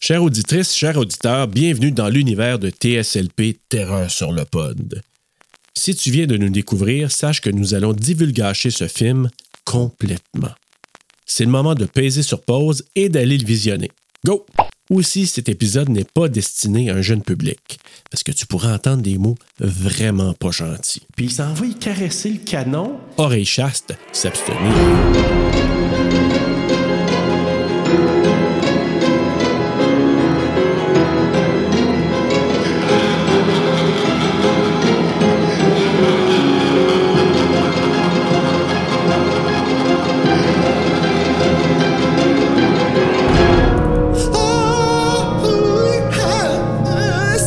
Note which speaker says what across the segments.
Speaker 1: Chères auditrices, chers auditeurs, bienvenue dans l'univers de TSLP Terreur sur le Pod. Si tu viens de nous découvrir, sache que nous allons divulgacher ce film complètement. C'est le moment de peser sur pause et d'aller le visionner. Go! Aussi, cet épisode n'est pas destiné à un jeune public, parce que tu pourras entendre des mots vraiment pas gentils. Puis il s'en va y caresser le canon. Oreille chaste, s'abstenir.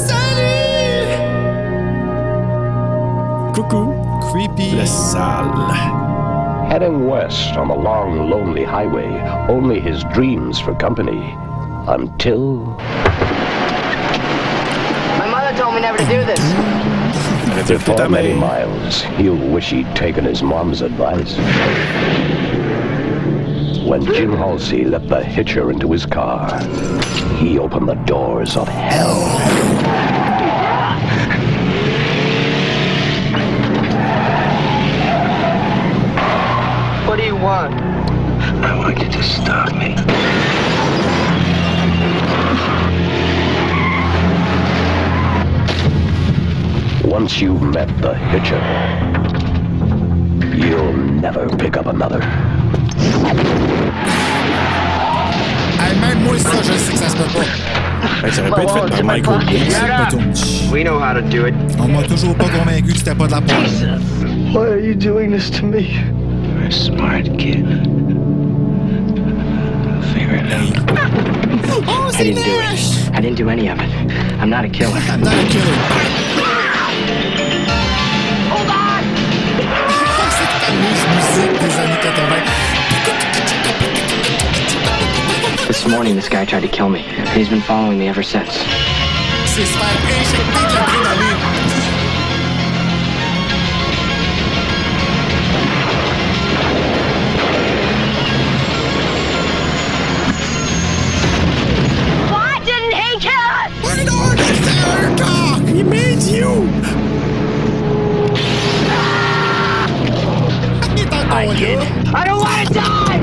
Speaker 2: Salut!
Speaker 1: Coucou!
Speaker 2: Creepy.
Speaker 1: La salle.
Speaker 3: Heading west on the long, lonely highway, only his dreams for company. Until
Speaker 4: My mother told me never to do this.
Speaker 3: for many miles, he'll wish he'd taken his mom's advice. When Jim Halsey let the hitcher into his car, he opened the doors of hell.
Speaker 4: What do you want?
Speaker 3: I want you to stop me. Once you've met the hitcher, you'll never pick up another.
Speaker 2: Hey, même moi, ça, je sais que ça se peut pas.
Speaker 1: Hey, ça aurait pu être fait par Michael Bay.
Speaker 2: C'est pas ton petit.
Speaker 4: We know how to do it.
Speaker 2: On m'a toujours pas convaincu que c'était pas de la porte.
Speaker 5: Why are you doing this to me?
Speaker 3: A smart kid. Figure it out.
Speaker 4: I didn't do it. I didn't do any of it. I'm not a killer.
Speaker 2: I'm not a killer. Oh, C'est de la musique musique des années 80.
Speaker 4: This morning, this guy tried to kill me. He's been following me ever since.
Speaker 2: C'est se faire injecter de l'adrénaline.
Speaker 6: Why didn't he kill us?
Speaker 2: We're not the car! He made you! Il est encore là.
Speaker 6: I don't want to die!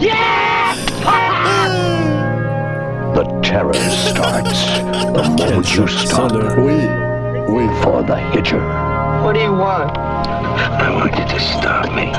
Speaker 6: Yeah!
Speaker 3: The terror starts the moment you stop for the hitcher.
Speaker 4: What do you want?
Speaker 3: I want you to stop me.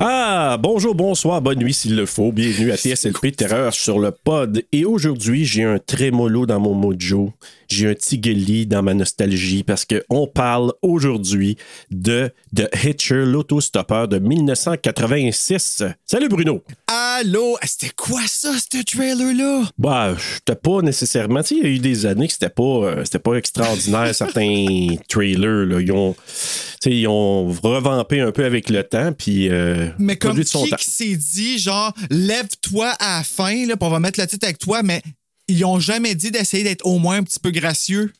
Speaker 1: Ah, bonjour, bonsoir, bonne nuit s'il le faut. Bienvenue à TSLP Terreur sur le pod. Et aujourd'hui, j'ai un trémolo dans mon mojo. J'ai un tigeli dans ma nostalgie parce qu'on parle aujourd'hui de The Hitcher, l'autostoppeur de 1986. Salut Bruno!
Speaker 2: Allô? Ah, C'était quoi ça, ce trailer-là?
Speaker 1: Bah, c'était pas nécessairement. Tu sais, il y a eu des années que c'était pas, euh, c'était pas extraordinaire, certains trailers. Là. Ils, ont, tu sais, ils ont revampé un peu avec le temps, puis. euh,
Speaker 2: Mais comme
Speaker 1: produit de son
Speaker 2: qui
Speaker 1: temps.
Speaker 2: qui s'est dit, genre, lève-toi à la fin, là, puis on va mettre le titre avec toi, mais ils ont jamais dit d'essayer d'être au moins un petit peu gracieux.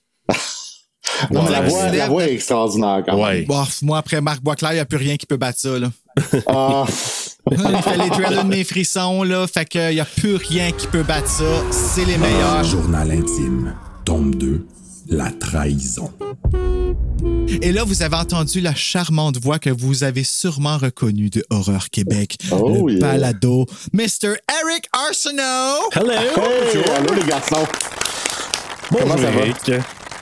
Speaker 7: Non, mais la,
Speaker 2: Ouais.
Speaker 7: voix, la voix est extraordinaire quand même.
Speaker 1: Ouais.
Speaker 2: Bof, moi, après Marc Boisclair, il n'y a plus rien qui peut battre ça, là.
Speaker 7: Ah,
Speaker 2: Il fait les trailers de mes frissons, là, fait qu'il n'y a plus rien qui peut battre ça. C'est les meilleurs.
Speaker 7: Ah.
Speaker 8: Journal intime, tome 2, la trahison.
Speaker 2: Et là, vous avez entendu la charmante voix que vous avez sûrement reconnue de Horreur Québec,
Speaker 7: Oh,
Speaker 2: le
Speaker 7: yeah.
Speaker 2: balado, Mr. Eric Arsenault.
Speaker 1: Hello!
Speaker 7: hey, allô les garçons.
Speaker 1: Bonjour,
Speaker 7: Comment ça va?
Speaker 1: Eric.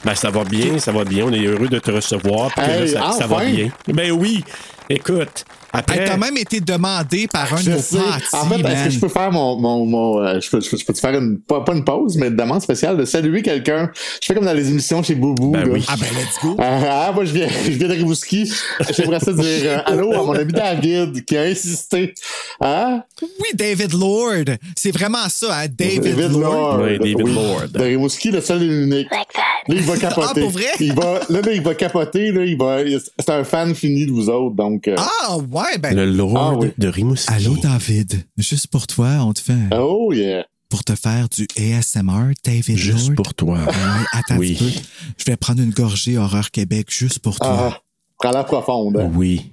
Speaker 1: Ben, ça va bien, ça va bien. On est heureux de te recevoir. puis que
Speaker 7: Hey,
Speaker 1: là, ça, ça va
Speaker 7: enfin!
Speaker 1: bien. Ben oui! Écoute, après.
Speaker 2: Elle a même été demandée par un de
Speaker 7: Je
Speaker 2: nos
Speaker 7: sais.
Speaker 2: partis,
Speaker 7: En fait, est-ce
Speaker 2: man.
Speaker 7: que je peux faire mon. mon, mon euh, je, peux, je, peux, je peux te faire une. Pas, pas une pause, mais une demande spéciale de saluer quelqu'un. Je fais comme dans les émissions chez Boubou.
Speaker 1: Ben
Speaker 7: là.
Speaker 1: oui.
Speaker 2: Ah ben, let's go.
Speaker 7: Ah, ah, moi, je viens, je viens de Rimouski. J'aimerais ça dire euh, allô à mon ami David qui a insisté. Hein?
Speaker 2: Oui, David Lord. C'est vraiment ça, hein, David, Lord.
Speaker 1: Oui, David Lord.
Speaker 7: De Rimouski, le seul et l'unique.
Speaker 6: Like that.
Speaker 7: Là, il va capoter.
Speaker 2: Ah, pour vrai?
Speaker 7: Il va, là, là, il va capoter. Là, il va, c'est un fan fini de vous autres. Donc, euh,
Speaker 2: Ah, ouais, ben.
Speaker 1: Le Lord
Speaker 7: Ah oui.
Speaker 1: de Rimouski.
Speaker 2: Allô, David. Juste pour toi, on te fait un-
Speaker 7: oh yeah.
Speaker 2: pour te faire du ASMR, David
Speaker 1: Juste
Speaker 2: Lord.
Speaker 1: pour toi.
Speaker 7: Ah.
Speaker 2: Ouais, attends
Speaker 1: Oui.
Speaker 2: un petit peu. Je vais prendre une gorgée Horreur Québec juste pour toi.
Speaker 7: Ah, prends la profonde. hein.
Speaker 1: Oui.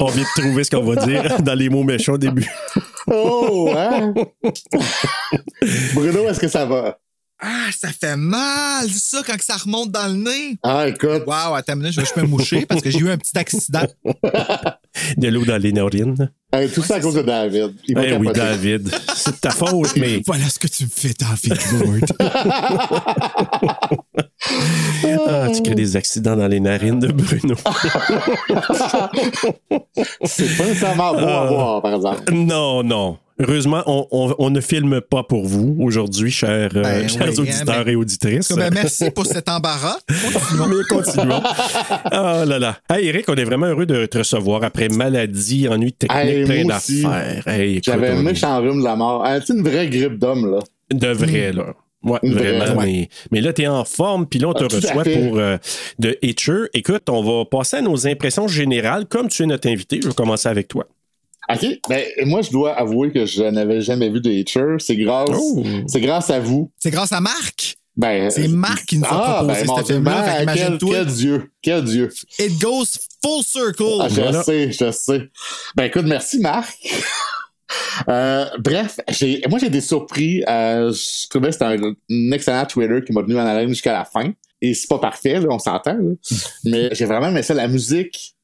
Speaker 1: On vient de trouver ce qu'on va dire dans les mots méchants au début.
Speaker 7: Oh, hein? Bruno, est-ce que ça va?
Speaker 2: Ah, ça fait mal, ça, quand que ça remonte dans le nez.
Speaker 7: Ah, écoute.
Speaker 2: Wow, attends une minute, je vais juste me moucher parce que j'ai eu un petit accident.
Speaker 1: De l'eau dans les narines.
Speaker 7: Hey, euh, tout ça à cause de David. Il va
Speaker 1: Eh oui,
Speaker 7: capoter.
Speaker 1: David, c'est de ta faute, mais
Speaker 2: Voilà ce que tu me fais, David Ward.
Speaker 7: Oh.
Speaker 1: ah, tu crées des accidents dans les narines de Bruno.
Speaker 7: C'est pas nécessairement beau
Speaker 1: Ah.
Speaker 7: à voir, par exemple.
Speaker 1: Non, non. Heureusement, on, on- on ne filme pas pour vous aujourd'hui, chers, euh,
Speaker 2: Ben
Speaker 1: chers
Speaker 2: oui,
Speaker 1: auditeurs
Speaker 2: hein, mais-
Speaker 1: et auditrices.
Speaker 2: Ben, merci pour cet embarras.
Speaker 1: Mais continuons. Oh là là. Hey, Eric, on est vraiment heureux de te recevoir après maladie, ennui technique,
Speaker 7: Hey,
Speaker 1: plein
Speaker 7: moi aussi.
Speaker 1: d'affaires. Hey, écoute,
Speaker 7: J'avais un
Speaker 1: on est
Speaker 7: méchant rhume de la mort. Ah, C'est une vraie grippe d'homme, là.
Speaker 1: De vrai, là. Ouais,
Speaker 7: Une vraie,
Speaker 1: vraiment.
Speaker 7: ouais.
Speaker 1: Mais, mais là, tu es en forme, puis là, on te
Speaker 7: Ah, tout à
Speaker 1: reçoit
Speaker 7: fait.
Speaker 1: pour euh, The Hitcher. Écoute, on va passer à nos impressions générales. Comme tu es notre invité, je vais commencer avec toi.
Speaker 7: OK. Ben, moi, je dois avouer que je n'avais jamais vu de Hitcher. C'est grâce,
Speaker 1: Oh.
Speaker 7: c'est grâce à vous.
Speaker 2: C'est grâce à Marc.
Speaker 7: Ben,
Speaker 2: C'est Marc qui nous a
Speaker 7: ah,
Speaker 2: proposé
Speaker 7: ben, mon
Speaker 2: ce
Speaker 7: Dieu,
Speaker 2: film-là.
Speaker 7: Marc,
Speaker 2: Fait
Speaker 7: quel,
Speaker 2: qu'imagine-toi.
Speaker 7: quel dieu. Quel dieu.
Speaker 2: It goes full circle.
Speaker 7: Ah, je
Speaker 1: Voilà.
Speaker 7: sais, je sais. Ben, écoute, merci, Marc. Euh, bref, j'ai, moi j'ai été surpris. Euh, je trouvais que c'était un, un excellent Twitter qui m'a tenu en haleine jusqu'à la fin. Et c'est pas parfait, là, on s'entend. là. Mais j'ai vraiment aimé ça, la musique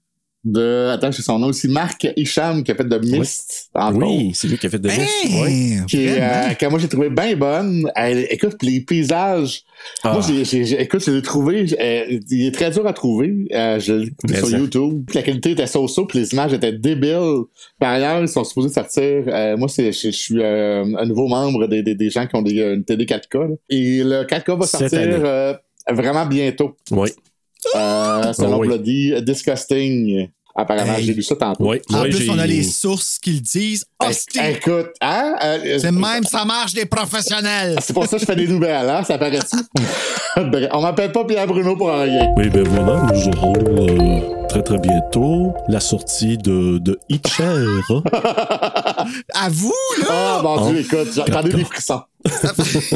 Speaker 7: de. Attends, c'est son nom aussi. Marc Hicham qui a fait de Mist. en
Speaker 1: Oui, c'est lui qui a fait de
Speaker 2: Hey,
Speaker 1: Mist, ouais.
Speaker 7: qui est,
Speaker 2: vraiment.
Speaker 7: euh, que moi j'ai trouvé bien bonne. Elle- écoute, les paysages.
Speaker 1: Ah.
Speaker 7: Moi, j'ai, j'ai- j'ai- écoute, je l'ai trouvé. j'- euh, il est très dur à trouver. Euh, je l'ai écouté
Speaker 1: Mais
Speaker 7: sur
Speaker 1: ça.
Speaker 7: YouTube. La qualité était so-so, puis les images étaient débiles. Par ailleurs, ils sont supposés sortir. euh, moi, c'est, je, je suis euh, un nouveau membre des, des, des gens qui ont des, euh, une télé 4K. là. Et le 4K va
Speaker 1: Cette
Speaker 7: sortir
Speaker 1: année.
Speaker 7: euh, vraiment bientôt.
Speaker 1: Oui,
Speaker 7: Euh, selon
Speaker 1: Ah oui.
Speaker 7: Bloody, disgusting. Apparemment,
Speaker 2: Hey.
Speaker 7: j'ai lu ça tantôt.
Speaker 1: oui.
Speaker 2: En
Speaker 1: oui,
Speaker 2: plus,
Speaker 1: j'ai-
Speaker 2: on a les sources qui le disent.
Speaker 7: Ben,
Speaker 2: Hostie,
Speaker 7: Éc- Écoute, hein? euh,
Speaker 2: c'est même, ça marche des professionnels.
Speaker 7: Ah, C'est pour ça que je fais des nouvelles, hein? Ça paraît-tu? Bref, On m'appelle pas Pierre Bruno pour rien.
Speaker 1: Oui, ben voilà, nous aurons euh, très très bientôt la sortie de, de E Hitcher.
Speaker 2: À vous,
Speaker 7: Ah,
Speaker 2: là!
Speaker 7: mon Dieu,
Speaker 1: Oh.
Speaker 7: écoute, j'entendais des frissons.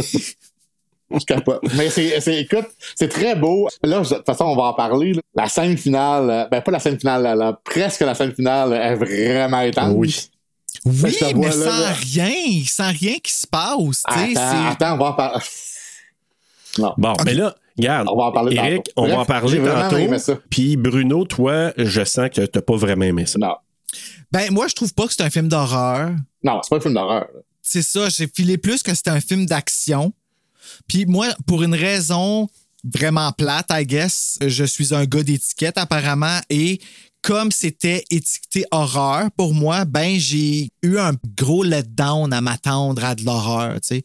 Speaker 7: Je capote. Mais c'est, c'est- écoute, c'est très beau. Là, je- de toute façon, on va en parler. là. La scène finale, euh, ben pas la scène finale, la- la- presque la scène finale est vraiment étendue.
Speaker 1: Oui.
Speaker 2: oui,
Speaker 7: je te vois
Speaker 2: mais
Speaker 7: Ben, là,
Speaker 2: sans
Speaker 7: là.
Speaker 2: rien, sans rien qui se passe. tu sais,
Speaker 7: Attends,
Speaker 2: c'est-
Speaker 7: attends, on va en parler. Non.
Speaker 1: Bon, mais là, regarde,
Speaker 7: On va en parler
Speaker 1: Eric,
Speaker 7: tantôt.
Speaker 1: on
Speaker 7: Bref,
Speaker 1: va en parler
Speaker 7: j'ai vraiment aimé
Speaker 1: tantôt.
Speaker 7: ça.
Speaker 1: Puis Bruno, toi, je sens que t'as pas vraiment aimé ça.
Speaker 7: Non.
Speaker 2: Ben, moi, je trouve pas que c'est un film d'horreur.
Speaker 7: Non, c'est pas un film d'horreur. là.
Speaker 2: C'est ça, j'ai filé plus que c'est un film d'action. Puis moi, pour une raison vraiment plate, I guess, je suis un gars d'étiquette apparemment et comme c'était étiqueté horreur pour moi, ben j'ai eu un gros letdown à m'attendre à de l'horreur, tu sais.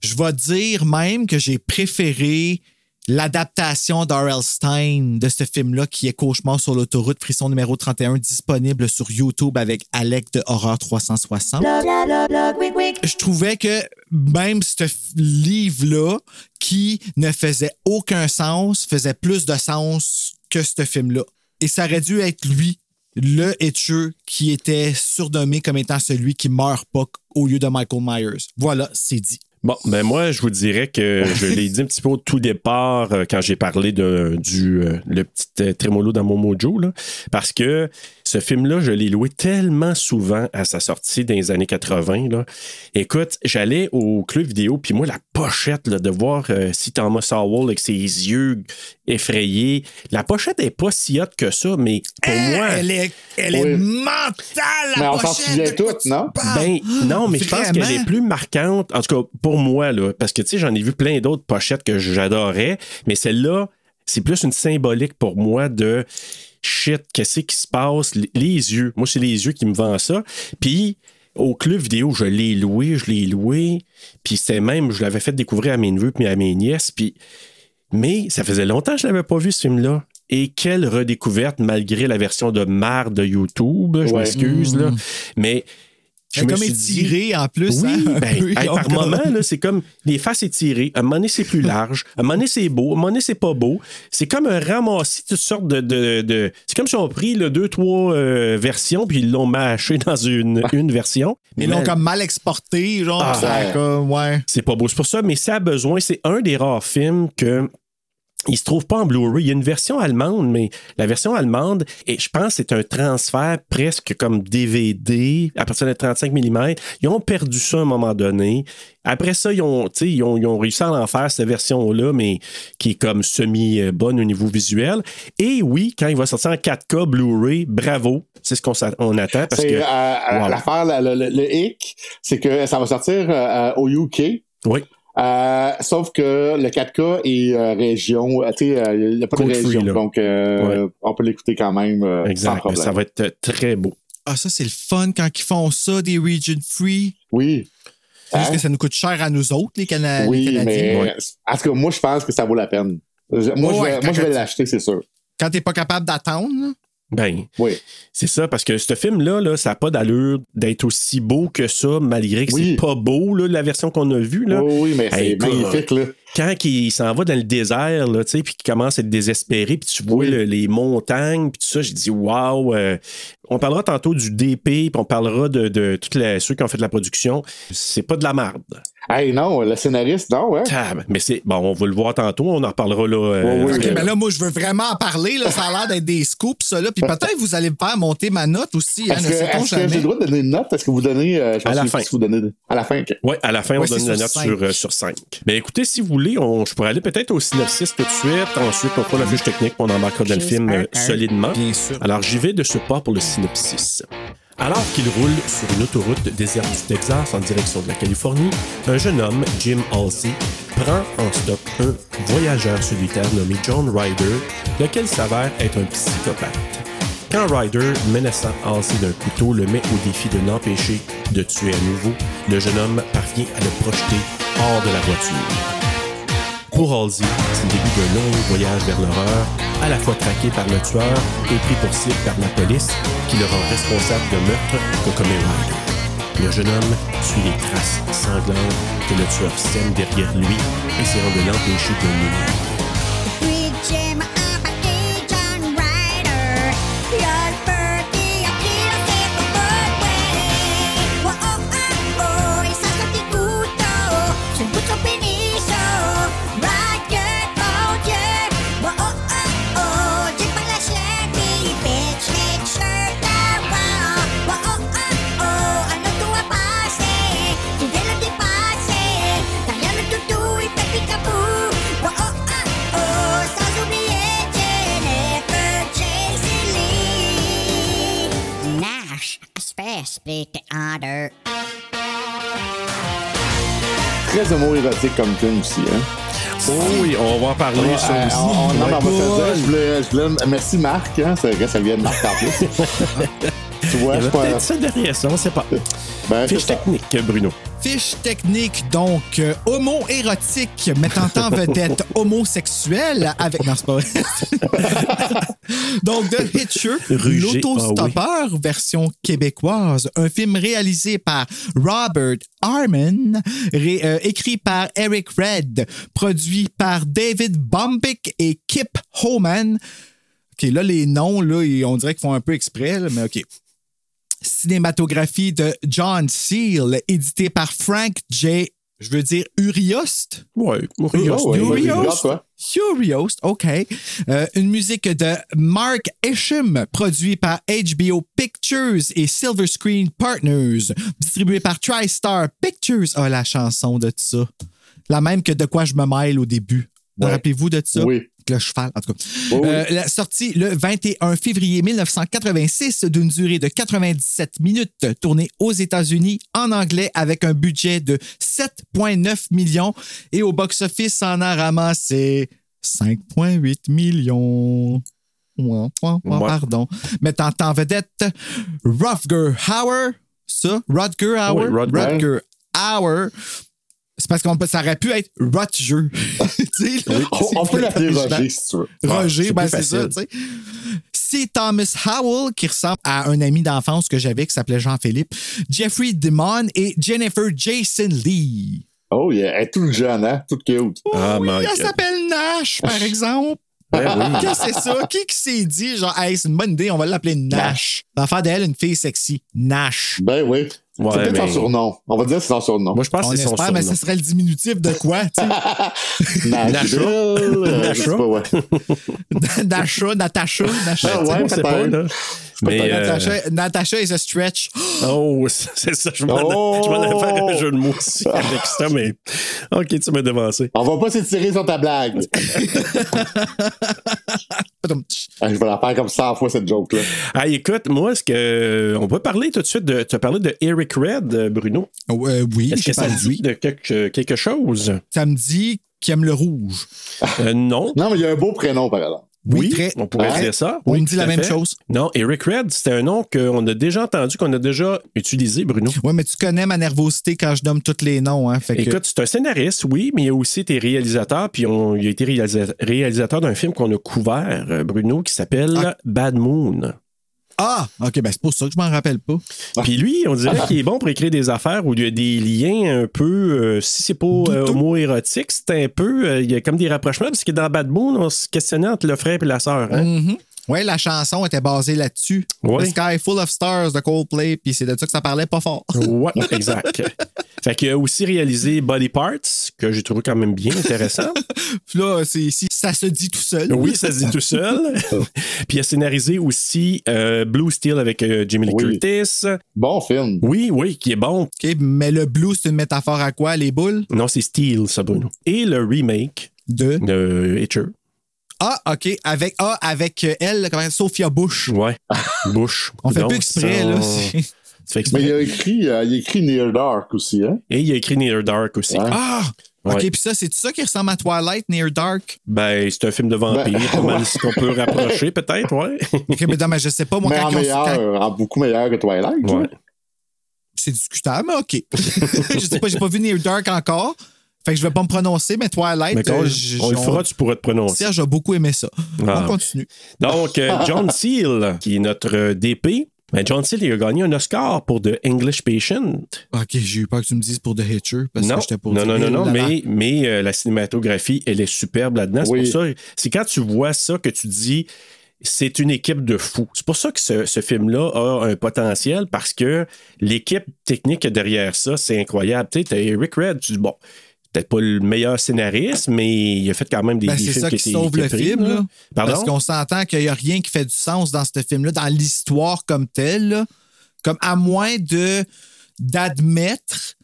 Speaker 2: Je vais dire même que j'ai préféré l'adaptation d'R.L. Stein de ce film-là qui est Cauchemar sur l'autoroute, frisson numéro 31, disponible sur YouTube avec Alec de Horreur 360 je trouvais que même ce f- livre-là, qui ne faisait aucun sens, faisait plus de sens que ce film-là. Et ça aurait dû être lui, le Hitcher, qui était surnommé comme étant celui qui meurt pas au lieu de Michael Myers. Voilà, c'est dit.
Speaker 1: Bon, ben moi, je vous dirais que je l'ai dit un petit peu au tout départ euh, quand j'ai parlé de, du euh, le petit euh, trémolo dans mon mojo, là, parce que ce film-là, je l'ai loué tellement souvent à sa sortie dans les années 80. Là. Écoute, j'allais au club vidéo, puis moi, la pochette, là, de voir euh, si Thomas Howell avec ses yeux effrayés, la pochette est pas si haute que ça, mais pour moi...
Speaker 2: Euh, Elle est, elle
Speaker 7: Oui.
Speaker 2: est mentale, la
Speaker 7: Mais on s'en
Speaker 2: pochette,
Speaker 7: souvient
Speaker 2: de quoi
Speaker 7: toutes,
Speaker 2: tu
Speaker 7: non?
Speaker 2: parles?
Speaker 1: Ben, non, mais je pense
Speaker 2: Vraiment?
Speaker 1: qu'elle est plus marquante, en tout cas pour moi, là, parce que tu sais, j'en ai vu plein d'autres pochettes que j'adorais, mais celle-là, c'est plus une symbolique pour moi de shit, qu'est-ce qui se passe, les les yeux. Moi, c'est les yeux qui me vendent ça. Puis, au club vidéo, je l'ai loué, je l'ai loué, puis c'est même, je l'avais fait découvrir à mes neveux puis à mes nièces, puis mais ça faisait longtemps que je l'avais pas vu ce film-là. Et quelle redécouverte, malgré la version de marre de YouTube, je
Speaker 7: Ouais.
Speaker 1: m'excuse, là. Mais je
Speaker 2: Mm-hmm. Elle est
Speaker 1: me
Speaker 2: comme
Speaker 1: suis dit.
Speaker 2: étirée en plus.
Speaker 1: Oui,
Speaker 2: hein, un
Speaker 1: ben,
Speaker 2: peu.
Speaker 1: hey, par
Speaker 2: Donc,
Speaker 1: moment, là, c'est comme les faces étirées. À un moment donné, c'est plus large. À un moment donné, c'est beau. À un moment donné, c'est pas beau. C'est comme un ramassis, toutes sortes de. de- de- C'est comme si on a pris là, deux, trois euh, versions, puis ils l'ont mâché dans une,
Speaker 2: Ah.
Speaker 1: une version. Mais
Speaker 2: Ils l'ont
Speaker 1: man,
Speaker 2: comme mal exporté, genre,
Speaker 1: Ah,
Speaker 2: ça,
Speaker 7: ouais.
Speaker 2: comme, ouais.
Speaker 1: c'est pas beau. C'est pour ça, mais ça a besoin. C'est un des rares films que Il se trouve pas en Blu-ray. Il y a une version allemande, mais la version allemande, et je pense que c'est un transfert presque comme DVD à partir de 35 mm. Ils ont perdu ça à un moment donné. Après ça, ils ont, tu sais, ils ont, ils ont réussi à en faire cette version-là, mais qui est comme semi-bonne au niveau visuel. Et oui, quand il va sortir en 4K Blu-ray, bravo. C'est ce qu'on s'a- on attend parce
Speaker 7: C'est,
Speaker 1: que.
Speaker 7: euh,
Speaker 1: wow.
Speaker 7: L'affaire, la- le, le- le hic, c'est que ça va sortir euh, euh, au UK.
Speaker 1: Oui.
Speaker 7: Euh, sauf que le 4K est euh, région, euh, tu sais, euh, il n'y a pas
Speaker 1: Code
Speaker 7: de
Speaker 1: free,
Speaker 7: région,
Speaker 1: là.
Speaker 7: donc euh, on peut l'écouter quand même euh, sans
Speaker 1: Exact.
Speaker 7: problème.
Speaker 1: Ça va être euh, très beau.
Speaker 2: Ah, ça, c'est le fun quand ils font ça, des region free.
Speaker 7: Oui,
Speaker 2: C'est juste
Speaker 7: Hein?
Speaker 2: que ça nous coûte cher à nous autres, les, Cana- les
Speaker 7: oui,
Speaker 2: Canadiens.
Speaker 7: mais
Speaker 1: Ouais.
Speaker 7: en tout cas, moi, je pense que ça vaut la peine. Je- Moi,
Speaker 2: Ouais,
Speaker 7: je vais, moi, je vais
Speaker 2: quand-
Speaker 7: l'acheter, c'est sûr.
Speaker 2: Quand t'es pas capable d'attendre, là,
Speaker 1: Ben,
Speaker 7: Oui.
Speaker 1: c'est ça, parce que ce film-là, là, ça n'a pas d'allure d'être aussi beau que ça, malgré que
Speaker 7: Oui.
Speaker 1: c'est pas beau, là, la version qu'on a vue. Là.
Speaker 7: Oui, oui, mais
Speaker 1: Hey,
Speaker 7: c'est
Speaker 1: écoute. euh,
Speaker 7: magnifique, là.
Speaker 1: Quand il s'en va dans le désert, là, tu sais, puis qu'il commence à être désespéré, puis tu vois
Speaker 7: Oui.
Speaker 1: le- les montagnes, puis tout ça, je dis waouh. euh, on parlera tantôt du DP, puis on parlera de, de toutes les, ceux qui ont fait de la production. C'est pas de la marde.
Speaker 7: Hey, non, le scénariste, non, hein?
Speaker 1: Tab. Mais c'est. Bon, on va le voir tantôt, on en parlera là. euh,
Speaker 7: Oui, oui,
Speaker 2: OK,
Speaker 7: Euh,
Speaker 2: mais Ben là, moi, je veux vraiment en parler. Là, ça a l'air d'être des scoops, ça. Là. Puis peut-être vous allez me faire monter ma note aussi. Hein,
Speaker 7: Est-ce
Speaker 2: ne
Speaker 7: que,
Speaker 2: sait-on
Speaker 7: est-ce que j'ai
Speaker 2: jamais.
Speaker 7: le droit de donner une note? Est-ce que vous donnez. euh,
Speaker 1: À
Speaker 7: je pense
Speaker 1: la
Speaker 7: que
Speaker 1: fin.
Speaker 7: Vous donnez, à la fin, ok.
Speaker 1: Ouais, à la fin, on
Speaker 2: Ouais,
Speaker 1: donne
Speaker 2: c'est
Speaker 1: la
Speaker 2: sur
Speaker 1: note
Speaker 2: cinq.
Speaker 1: sur, euh, sur 5. Mais écoutez, si vous voulez, on, je pourrais aller peut-être au synopsis tout de suite. Ensuite, on prend la fiche technique, puis on embarquera dans le film euh, solidement.
Speaker 2: Bien sûr.
Speaker 1: Alors, j'y vais de ce pas pour le synopsis. Alors qu'il roule sur une autoroute déserte du Texas en direction de la Californie, un jeune homme, Jim Halsey, prend en stop un voyageur solitaire nommé John Ryder, lequel s'avère être un psychopathe. Quand Ryder, menaçant Halsey d'un couteau, le met au défi de l'empêcher de tuer à nouveau, le jeune homme parvient à le projeter hors de la voiture. Pour Halsey, c'est le début d'un long voyage vers l'horreur, à la fois traqué par le tueur et pris pour cible par la police, qui le rend responsable de meurtres que commet Ryder. Le jeune homme suit les traces sanglantes que le tueur sème derrière lui, essayant de l'empêcher de mourir.
Speaker 9: With Jim John Ryder, your birdie, I feel safe the bird way. Oh, oh, oh, il s'en sortit couteau, je ne couteau pénichon. Ryder, mon Dieu, oh, oh, oh, oh, Jim par la chlèvie, bitch, red shirt, wow. Oh, oh, oh, oh, un auto a passé, tu viens le dépasser, derrière le toutou, il fait picabou. Oh, oh, oh, Oh, sans oublier Jennifer Jason Lee. Nash, espèce, était en deux.
Speaker 7: Très homo-érotique comme film aussi, hein?
Speaker 1: Oh Oui, on va en parler
Speaker 7: Ouais,
Speaker 1: ça
Speaker 7: euh,
Speaker 1: aussi.
Speaker 7: on- on- non, mais on va se le dire,
Speaker 2: Paul.
Speaker 7: je voulais- je voulais- merci Marc, hein, ça, ça vient de Marc en plus. tu
Speaker 1: Il
Speaker 7: vois,
Speaker 1: y
Speaker 7: je
Speaker 1: avait peut-être
Speaker 7: pense.
Speaker 1: ça derrière ça, on sait pas.
Speaker 7: Ben, c'est
Speaker 1: Fiche
Speaker 7: ça.
Speaker 1: technique, Bruno.
Speaker 2: Fiche technique, donc, euh, homo-érotique, mettant en vedette homosexuel avec. Non, c'est pas vrai. donc, The Hitcher,
Speaker 1: Rugé,
Speaker 2: l'autostoppeur version québécoise, un film réalisé par Robert Harmon, ré- euh, écrit par Eric Red, produit par David Bombick et Kip Homan. OK, là, les noms, là, ils- on dirait qu'ils font un peu exprès, là, mais OK. Cinématographie de John Seal, édité par Frank J. Je veux dire Uriost.
Speaker 1: Ouais,
Speaker 7: Ah ouais,
Speaker 2: Urios.
Speaker 7: ouais, regarde, toi.
Speaker 2: Uriost, OK. Euh, une musique de Mark Isham, produit par HBO Pictures et Silver Screen Partners, distribué par TriStar Pictures. Ah, la chanson de ça. La même que De quoi je me mêle au début.
Speaker 7: Ouais.
Speaker 2: Rappelez-vous de ça?
Speaker 7: Oui.
Speaker 2: Avec Le cheval, en tout cas.
Speaker 7: Oui, oui.
Speaker 2: Euh, la sortie le 21 février 1986 d'une durée de 97 minutes, tournée aux États-Unis en anglais avec un budget de 7,9 millions et au box-office en a ramassé 5,8 millions. Ouin, ouin, ouin,
Speaker 1: Ouais.
Speaker 2: Pardon. Mettant en vedette Rutger Hauer, ça, Rutger Hauer,
Speaker 1: Oui, Rutger.
Speaker 2: Rutger Hauer. C'est parce qu'on peut, ça aurait pu être Rutger. Tu sais, là,
Speaker 7: On- on peut
Speaker 2: c'est
Speaker 7: l'appeler
Speaker 2: original.
Speaker 7: Roger si tu veux.
Speaker 1: Ah,
Speaker 2: Roger,
Speaker 1: c'est
Speaker 2: ben
Speaker 1: plus
Speaker 2: c'est ça,
Speaker 1: facile.
Speaker 2: tu sais. C'est Thomas Howell qui ressemble à un ami d'enfance que j'avais qui s'appelait Jean-Philippe, Jeffrey Dimon et Jennifer Jason Lee.
Speaker 7: Oh, yeah. elle est toute jeune, hein? Toute cute.
Speaker 1: Ah, my
Speaker 2: Elle
Speaker 1: God.
Speaker 2: s'appelle Nash, par exemple.
Speaker 1: Ben oui.
Speaker 2: Qu'est-ce que c'est ça? Qui, qui s'est dit, genre, hey, c'est une bonne idée, on va l'appeler Nash. On va faire d'elle une fille sexy. Nash.
Speaker 7: Ben oui. c'est
Speaker 1: Ouais,
Speaker 7: peut-être son
Speaker 1: mais...
Speaker 7: surnom. On va dire que c'est son surnom.
Speaker 1: Moi, je pense
Speaker 2: On
Speaker 1: que c'est son
Speaker 2: espère, mais
Speaker 1: surnom.
Speaker 2: ce serait le diminutif de quoi? tu sais?
Speaker 7: Nashville, euh, je sais
Speaker 1: Nacha.
Speaker 7: pas, ouais.
Speaker 2: Natasha, Natasha, Natasha.
Speaker 7: Ah ouais,
Speaker 1: On sait pas,
Speaker 7: peut-être.
Speaker 1: là. Mais, Ben euh,
Speaker 2: Natasha, Natasha is a stretch.
Speaker 1: Oh, c'est ça. Je m'en je m'en allais faire un
Speaker 2: Oh!
Speaker 1: jeu de mots aussi avec ça, mais. Ok, tu m'as devancé.
Speaker 7: On va pas s'étirer sur ta blague. Ah, je vais la faire comme 100 fois cette joke-là.
Speaker 1: Ah, écoute, moi, est-ce que. euh, On peut parler tout de suite de. Tu as parlé de Eric Red, euh, Bruno.
Speaker 2: Oh, euh, oui,
Speaker 1: Est-ce
Speaker 2: je
Speaker 1: que ça
Speaker 2: parle
Speaker 1: te
Speaker 2: de lui.
Speaker 1: dit de quelque, euh, quelque chose?
Speaker 2: Ça me dit qu'il aime le rouge.
Speaker 1: Euh, non.
Speaker 7: Non, mais il y a un beau prénom, par exemple.
Speaker 2: Oui, très-
Speaker 1: on pourrait
Speaker 7: ouais.
Speaker 1: dire ça.
Speaker 2: On
Speaker 1: Oui,
Speaker 2: me dit
Speaker 1: tout
Speaker 2: la
Speaker 1: à
Speaker 2: même
Speaker 1: fait.
Speaker 2: chose.
Speaker 1: Non, Eric Red, c'était un nom qu'on a déjà entendu, qu'on a déjà utilisé, Bruno.
Speaker 2: Ouais, mais tu connais ma nervosité quand je nomme tous les noms. Hein, fait que-
Speaker 1: Écoute, c'est un scénariste, oui, mais il a aussi été réalisateur, puis on- il a été réalisa- réalisateur d'un film qu'on a couvert, euh, Bruno, qui s'appelle
Speaker 2: Ah.
Speaker 1: Bad Moon.
Speaker 2: Ah, OK, ben c'est pour ça que je m'en rappelle pas.
Speaker 1: Puis lui, on
Speaker 2: Ah.
Speaker 1: dirait qu'il est bon pour écrire des affaires où il y a des liens un peu, euh, si c'est pas euh,
Speaker 2: Douteux.
Speaker 1: homo-érotique, c'est un peu, euh, il y a comme des rapprochements, parce que dans Bad Moon, on se questionnait entre le frère et la sœur. hein.
Speaker 2: Mhm. Ouais, la chanson était basée là-dessus.
Speaker 1: Ouais.
Speaker 2: The Sky Full of Stars de Coldplay, puis c'est de ça que ça parlait pas fort.
Speaker 1: Ouais, exact. fait qu'il a aussi réalisé Body Parts, que j'ai trouvé quand même bien intéressant.
Speaker 2: Puis là, c'est ici, ça se dit tout seul.
Speaker 1: Oui, ça se dit tout seul. Puis il a scénarisé aussi euh, Blue Steel avec euh, Jimmy Lee
Speaker 7: Oui.
Speaker 1: Curtis.
Speaker 7: Bon film.
Speaker 1: Oui, oui, qui est bon.
Speaker 2: OK, mais le blue, c'est une métaphore à quoi, les boules?
Speaker 1: Non, c'est Steel, ça, Bruno. Et le remake
Speaker 2: De.
Speaker 1: de Hitcher.
Speaker 2: Ah, OK, avec, ah, avec euh, elle, comment elle- Sophia Bush.
Speaker 1: Ouais. Bush.
Speaker 2: On fait
Speaker 1: Donc,
Speaker 2: plus exprès,
Speaker 1: ça,
Speaker 2: là.
Speaker 1: Tu
Speaker 2: c'est-
Speaker 1: fais exprès.
Speaker 7: Mais il a écrit, euh, il a écrit Near Dark aussi, hein?
Speaker 1: Et il a écrit Near Dark aussi.
Speaker 7: Ouais.
Speaker 2: Ah! OK,
Speaker 1: Ouais.
Speaker 2: puis ça, c'est ça qui ressemble à Twilight, Near Dark?
Speaker 1: Ben, c'est un film de vampire.
Speaker 7: Ben,
Speaker 1: comment
Speaker 7: ouais.
Speaker 1: est-ce qu'on peut rapprocher, peut-être, ouais.
Speaker 2: OK, mais non, mais je sais pas, moi,
Speaker 7: mais
Speaker 2: quand
Speaker 7: en
Speaker 2: ils ont- quand-
Speaker 7: meilleur, euh, en beaucoup meilleur que Twilight. là.
Speaker 1: ouais.
Speaker 2: c'est discutable, mais OK. je sais pas, j'ai pas vu Near Dark encore. Fait que je vais pas me prononcer, mais Twilight,
Speaker 1: Mais quand
Speaker 2: euh,
Speaker 1: on,
Speaker 2: j-
Speaker 1: on le
Speaker 2: on-
Speaker 1: fera, tu pourras te prononcer.
Speaker 2: Serge a beaucoup aimé ça.
Speaker 1: Ah.
Speaker 2: On continue.
Speaker 1: Donc, euh, John Seal, qui est notre euh, DP, ben, John Seal, il a gagné un Oscar pour The English Patient.
Speaker 2: OK, j'ai eu peur que tu me dises pour The Hitcher parce
Speaker 1: non,
Speaker 2: que j'étais pour
Speaker 1: non,
Speaker 2: dire,
Speaker 1: non, non,
Speaker 2: eh
Speaker 1: non,
Speaker 2: là là.
Speaker 1: mais, mais euh, la cinématographie, elle est superbe là-dedans. C'est
Speaker 7: Oui.
Speaker 1: pour ça, c'est quand tu vois ça que tu dis, c'est une équipe de fous. C'est pour ça que ce, ce film-là a un potentiel parce que l'équipe technique derrière ça, c'est incroyable. Tu sais, t'as Eric Red, tu dis, bon, peut-être pas le meilleur scénariste, mais il a fait quand même des,
Speaker 2: Ben,
Speaker 1: des
Speaker 2: c'est
Speaker 1: films
Speaker 2: ça qui
Speaker 1: étaient-
Speaker 2: sauve le
Speaker 1: étaient pris,
Speaker 2: film, là.
Speaker 1: Pardon?
Speaker 2: Parce qu'on s'entend qu'il n'y a rien qui fait du sens dans ce film-là, dans l'histoire comme telle. là. Comme à moins de d'admettre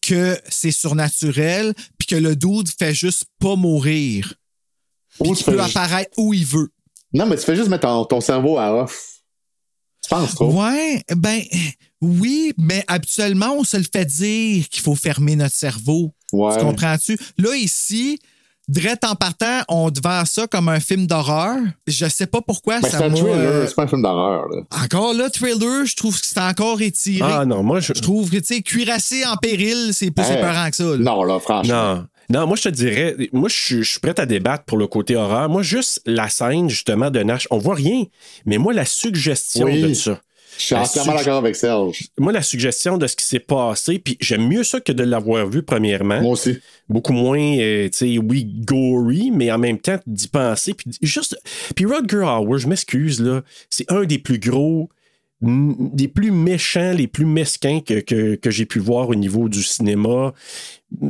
Speaker 2: que c'est surnaturel, puis que le dude fait juste pas mourir. Puis
Speaker 7: Ou
Speaker 2: qu'il
Speaker 7: tu fais
Speaker 2: peut
Speaker 7: juste-
Speaker 2: apparaître où il veut.
Speaker 7: Non, mais tu fais juste mettre ton, ton cerveau à off. Tu penses trop.
Speaker 2: Ouais, ben oui, mais habituellement, on se le fait dire qu'il faut fermer notre cerveau.
Speaker 7: Ouais.
Speaker 2: Tu comprends-tu? Là, ici, direct en partant, on devant ça comme un film d'horreur. Je sais pas pourquoi
Speaker 7: Mais Ben, c'est
Speaker 2: ça
Speaker 7: un
Speaker 2: m'a. euh,
Speaker 7: thriller, c'est pas un film d'horreur. là.
Speaker 2: Encore là, thriller, je trouve que c'est encore étiré.
Speaker 1: Ah non, moi, je,
Speaker 2: Je trouve que, tu sais, cuirassé en péril, c'est plus
Speaker 7: Hey.
Speaker 2: épeurant que ça. là.
Speaker 7: Non, là, franchement.
Speaker 1: Non. Non, moi, je te dirais, moi, je, suis- je suis prêt à débattre pour le côté horreur. Moi, juste la scène, justement, de Nash, on voit rien, mais moi, la suggestion
Speaker 7: Oui.
Speaker 1: de ça.
Speaker 7: Je suis
Speaker 1: La
Speaker 7: entièrement
Speaker 2: Ben,
Speaker 1: sugg-
Speaker 7: d'accord avec Serge.
Speaker 1: Moi, la suggestion de ce qui s'est passé, puis j'aime mieux ça que de l'avoir vu, premièrement.
Speaker 7: Moi aussi.
Speaker 1: Beaucoup moins, euh, tu sais, oui, gory, mais en même temps, d'y penser. Puis juste. Puis Rodger Howard, je m'excuse, là, c'est un des plus gros, m- des plus méchants, les plus mesquins que, que- que j'ai pu voir au niveau du cinéma.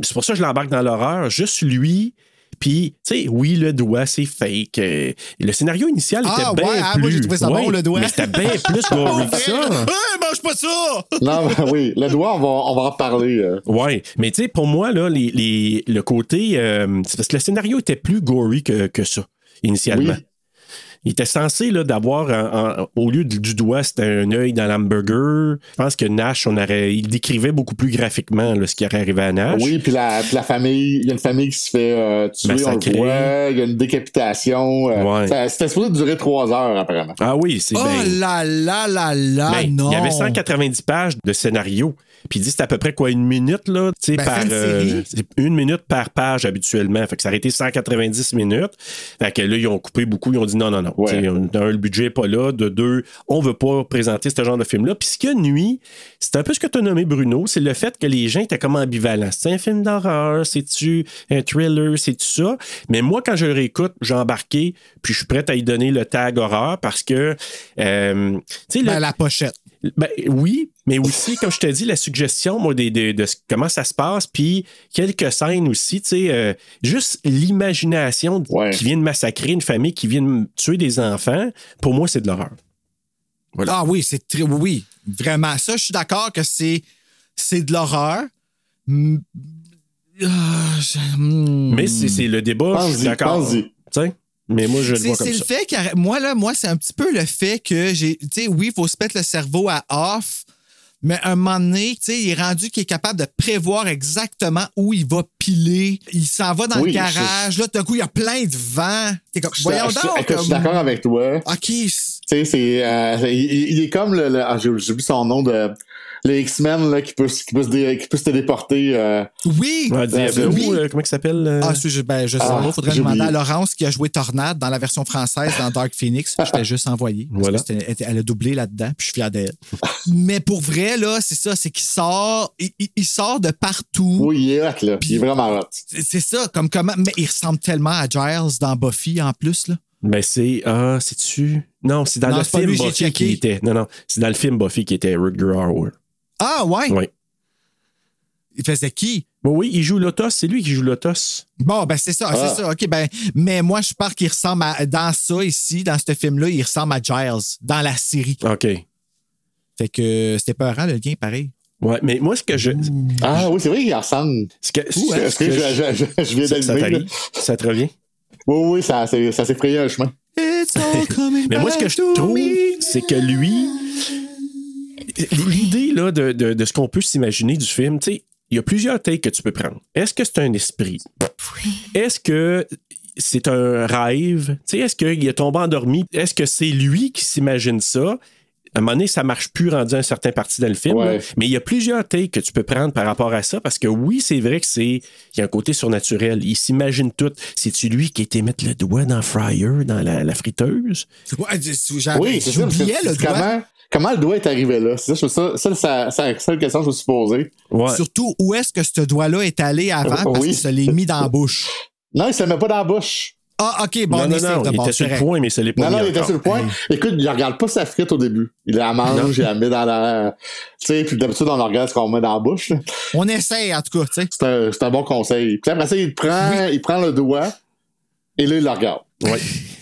Speaker 1: C'est pour ça que je l'embarque dans l'horreur. Juste lui. Puis, tu sais, oui, le doigt, c'est fake. Euh, Le scénario initial
Speaker 2: Ah,
Speaker 1: était bien
Speaker 2: ouais, ah,
Speaker 1: plus...
Speaker 2: moi, j'ai trouvé ça bon, le doigt.
Speaker 1: Mais c'était bien plus gory que ça.
Speaker 2: Oh, Hey, mange pas ça!
Speaker 7: Non, mais oui. Le doigt, on va, on va en parler. euh.
Speaker 1: Ouais, mais tu sais, pour moi, là, les, les- le côté. euh, c'est parce que le scénario était plus gory que, que ça, initialement.
Speaker 7: Oui.
Speaker 1: Il était censé là, d'avoir, un- un- au lieu du du doigt, c'était un œil dans l'hamburger. Je pense que Nash, on aurait, il décrivait beaucoup plus graphiquement là, ce qui aurait arrivé à Nash.
Speaker 7: Oui, puis la, puis la famille, il y a une famille qui se fait euh, tuer, on
Speaker 1: Massacrer.
Speaker 7: le voit, il y a une décapitation. euh,
Speaker 1: Ben, Ouais.
Speaker 7: ça- C'était supposé durer trois heures, apparemment.
Speaker 1: Ah oui, c'est
Speaker 2: Oh
Speaker 1: bien.
Speaker 2: là là là là,
Speaker 1: Ben,
Speaker 2: non!
Speaker 1: Il y avait 190 pages de scénario. Puis il dit c'est à peu près quoi, une minute, là, tu sais,
Speaker 2: Ben,
Speaker 1: par. euh,
Speaker 2: c'est une série.
Speaker 1: c'est une minute par page habituellement. Fait que ça aurait été 190 minutes. Fait que là, ils ont coupé beaucoup. Ils ont dit non, non, non.
Speaker 7: Ouais.
Speaker 1: Tu sais, on- d'un, le budget n'est pas là. De deux, on veut pas présenter ce genre de film-là. Puis ce qui a nuit, c'est un peu ce que tu as nommé, Bruno, c'est le fait que les gens étaient comme ambivalents. C'est un film d'horreur, c'est-tu un thriller, c'est-tu ça? Mais moi, quand je le réécoute, j'ai embarqué, puis je suis prêt à y donner le tag horreur parce que, euh, tu sais, le-
Speaker 2: Ben, la pochette.
Speaker 1: Ben oui, mais aussi, comme je te dis, la suggestion, moi, des- des- de, ce- comment ça se passe, puis quelques scènes aussi, tu sais, euh, juste l'imagination
Speaker 7: Ouais.
Speaker 1: qui vient de massacrer une famille, qui vient de tuer des enfants, pour moi, c'est de l'horreur.
Speaker 2: Ah oui, c'est très. Oui, vraiment. Ça, je suis d'accord que c'est c'est de l'horreur. Mm. Ah, je- mm.
Speaker 1: Mais c'est c'est le débat, je suis
Speaker 7: Hmm. Pense-y,
Speaker 1: d'accord.
Speaker 7: pense-y.
Speaker 1: Tu sais, Mais moi, je le
Speaker 2: C'est
Speaker 1: vois comme
Speaker 2: c'est le
Speaker 1: ça.
Speaker 2: fait que moi là, moi c'est un petit peu le fait que j'ai, tu sais, oui, il faut se mettre le cerveau à off, mais un moment donné, tu sais, il est rendu qu'il est capable de prévoir exactement où il va piler. Il s'en va dans
Speaker 7: Oui,
Speaker 2: le
Speaker 7: je-
Speaker 2: garage, là, d'un coup il y a plein de vent. T'es comme,
Speaker 7: Je suis-
Speaker 2: voyons
Speaker 7: je-
Speaker 2: donc.
Speaker 7: écoute, je
Speaker 2: comme-
Speaker 7: suis d'accord avec toi.
Speaker 2: Ok, c'est-
Speaker 7: Tu sais, c'est, euh, il, il est comme le, le- ah, j'ai j'ai oublié son nom de le X-Men là, qui peut se- qui peut se dé- qui peut se téléporter. euh,
Speaker 2: oui.
Speaker 1: Ouais, Diablo,
Speaker 7: oui.
Speaker 1: euh, comment il s'appelle? euh,
Speaker 2: Ah, c'est- je, ben, je sais
Speaker 7: Ah,
Speaker 2: pas. Faudrait
Speaker 7: j'ai
Speaker 2: demander
Speaker 7: oublié.
Speaker 2: à Laurence qui a joué Tornade dans la version française dans Dark Phoenix. Je l'ai juste envoyé. parce
Speaker 1: Voilà.
Speaker 2: que c'était- elle était- elle a doublé là-dedans, puis je suis fier d'elle. Mais pour vrai, là, c'est ça, c'est qu'il sort, il, il- il sort de partout.
Speaker 7: Oui, il est hot, là. Il est vraiment hot.
Speaker 2: C'est- C'est ça, comme comment. Mais il ressemble tellement à Giles dans Buffy en plus, là.
Speaker 1: Ben c'est ah c'est-tu Non, c'est dans
Speaker 2: Non,
Speaker 1: le
Speaker 2: c'est pas
Speaker 1: film
Speaker 2: lui, j'ai
Speaker 1: Buffy
Speaker 2: checké.
Speaker 1: qui était. Non non, c'est dans le film Buffy qui était Rutger Hauer.
Speaker 2: Ah, ouais.
Speaker 1: Ouais.
Speaker 2: Il faisait qui?
Speaker 1: Bon oui, il joue Lotos, c'est lui qui joue Lotos.
Speaker 2: Bon, ben, c'est ça,
Speaker 7: Ah.
Speaker 2: c'est ça. OK, ben, mais moi, je parle qu'il ressemble à. Dans ça, ici, dans ce film-là, il ressemble à Giles, dans la série.
Speaker 1: OK.
Speaker 2: Fait que c'était peurant, le lien, pareil.
Speaker 1: Ouais, mais moi ce que je
Speaker 7: Ah oui, c'est vrai qu'il ressemble.
Speaker 1: ce que,
Speaker 7: Ouh,
Speaker 1: ce
Speaker 7: Est-ce hein,
Speaker 1: hein,
Speaker 7: que
Speaker 1: que je-
Speaker 7: je, je- je- je viens
Speaker 1: ça, ça
Speaker 7: d'allumer? là?
Speaker 1: t'arrive? Ça te revient
Speaker 7: Oui, oui, ça, s'est- ça s'est frayé un chemin.
Speaker 2: It's all coming
Speaker 1: Mais moi, ce que
Speaker 2: back
Speaker 1: je
Speaker 2: to
Speaker 1: trouve,
Speaker 2: me.
Speaker 1: c'est que lui, l'idée là, de, de- de ce qu'on peut s'imaginer du film, tu sais, il y a plusieurs takes que tu peux prendre. Est-ce que c'est un esprit? Est-ce que c'est un rêve? Tu sais, est-ce qu'il est tombé endormi? Est-ce que c'est lui qui s'imagine ça? À un moment donné, ça marche plus rendu à un certain parti dans le film.
Speaker 7: Ouais.
Speaker 1: là. Mais il y a plusieurs takes que tu peux prendre par rapport à ça parce que oui, c'est vrai que c'est. Il y a un côté surnaturel. Il s'imagine tout. C'est-tu lui qui était mettre le doigt dans le fryer, dans la- la friteuse?
Speaker 2: Ouais, je-
Speaker 1: Ah,
Speaker 2: j'avais-
Speaker 7: Oui,
Speaker 1: ben,
Speaker 7: c'est ça. parce que
Speaker 2: Euh, J'oubliais le
Speaker 7: c'est
Speaker 2: doigt.
Speaker 7: Comment, comment le doigt est arrivé là? C'est ça, je- ça, ça, ça- ça- c'est la seule question que je me suis posée.
Speaker 1: Ouais.
Speaker 2: Surtout, où est-ce que ce doigt-là est allé avant parce
Speaker 7: Oui.
Speaker 2: qu'il se l'est mis dans la bouche?
Speaker 7: Non, il se le met pas dans la bouche.
Speaker 2: Ah, OK, bon,
Speaker 1: non,
Speaker 2: on
Speaker 1: non,
Speaker 2: est
Speaker 1: non,
Speaker 2: safe de
Speaker 1: il
Speaker 2: bord,
Speaker 1: était sur
Speaker 2: c'est
Speaker 1: le
Speaker 2: correct.
Speaker 1: point, mais ça l'est pas
Speaker 7: Non,
Speaker 1: mis
Speaker 7: non, il était
Speaker 1: encore. Mm.
Speaker 7: sur le point. Écoute, il regarde pas sa frite au début. Il la mange, il la met dans la. Tu sais, puis d'habitude, on regarde ce qu'on met dans la bouche. là.
Speaker 2: On essaie, en tout cas, tu sais.
Speaker 7: C'est un, c'est un bon conseil. Puis après ça, il prend, il prend le doigt et là, il le regarde.
Speaker 1: Ouais.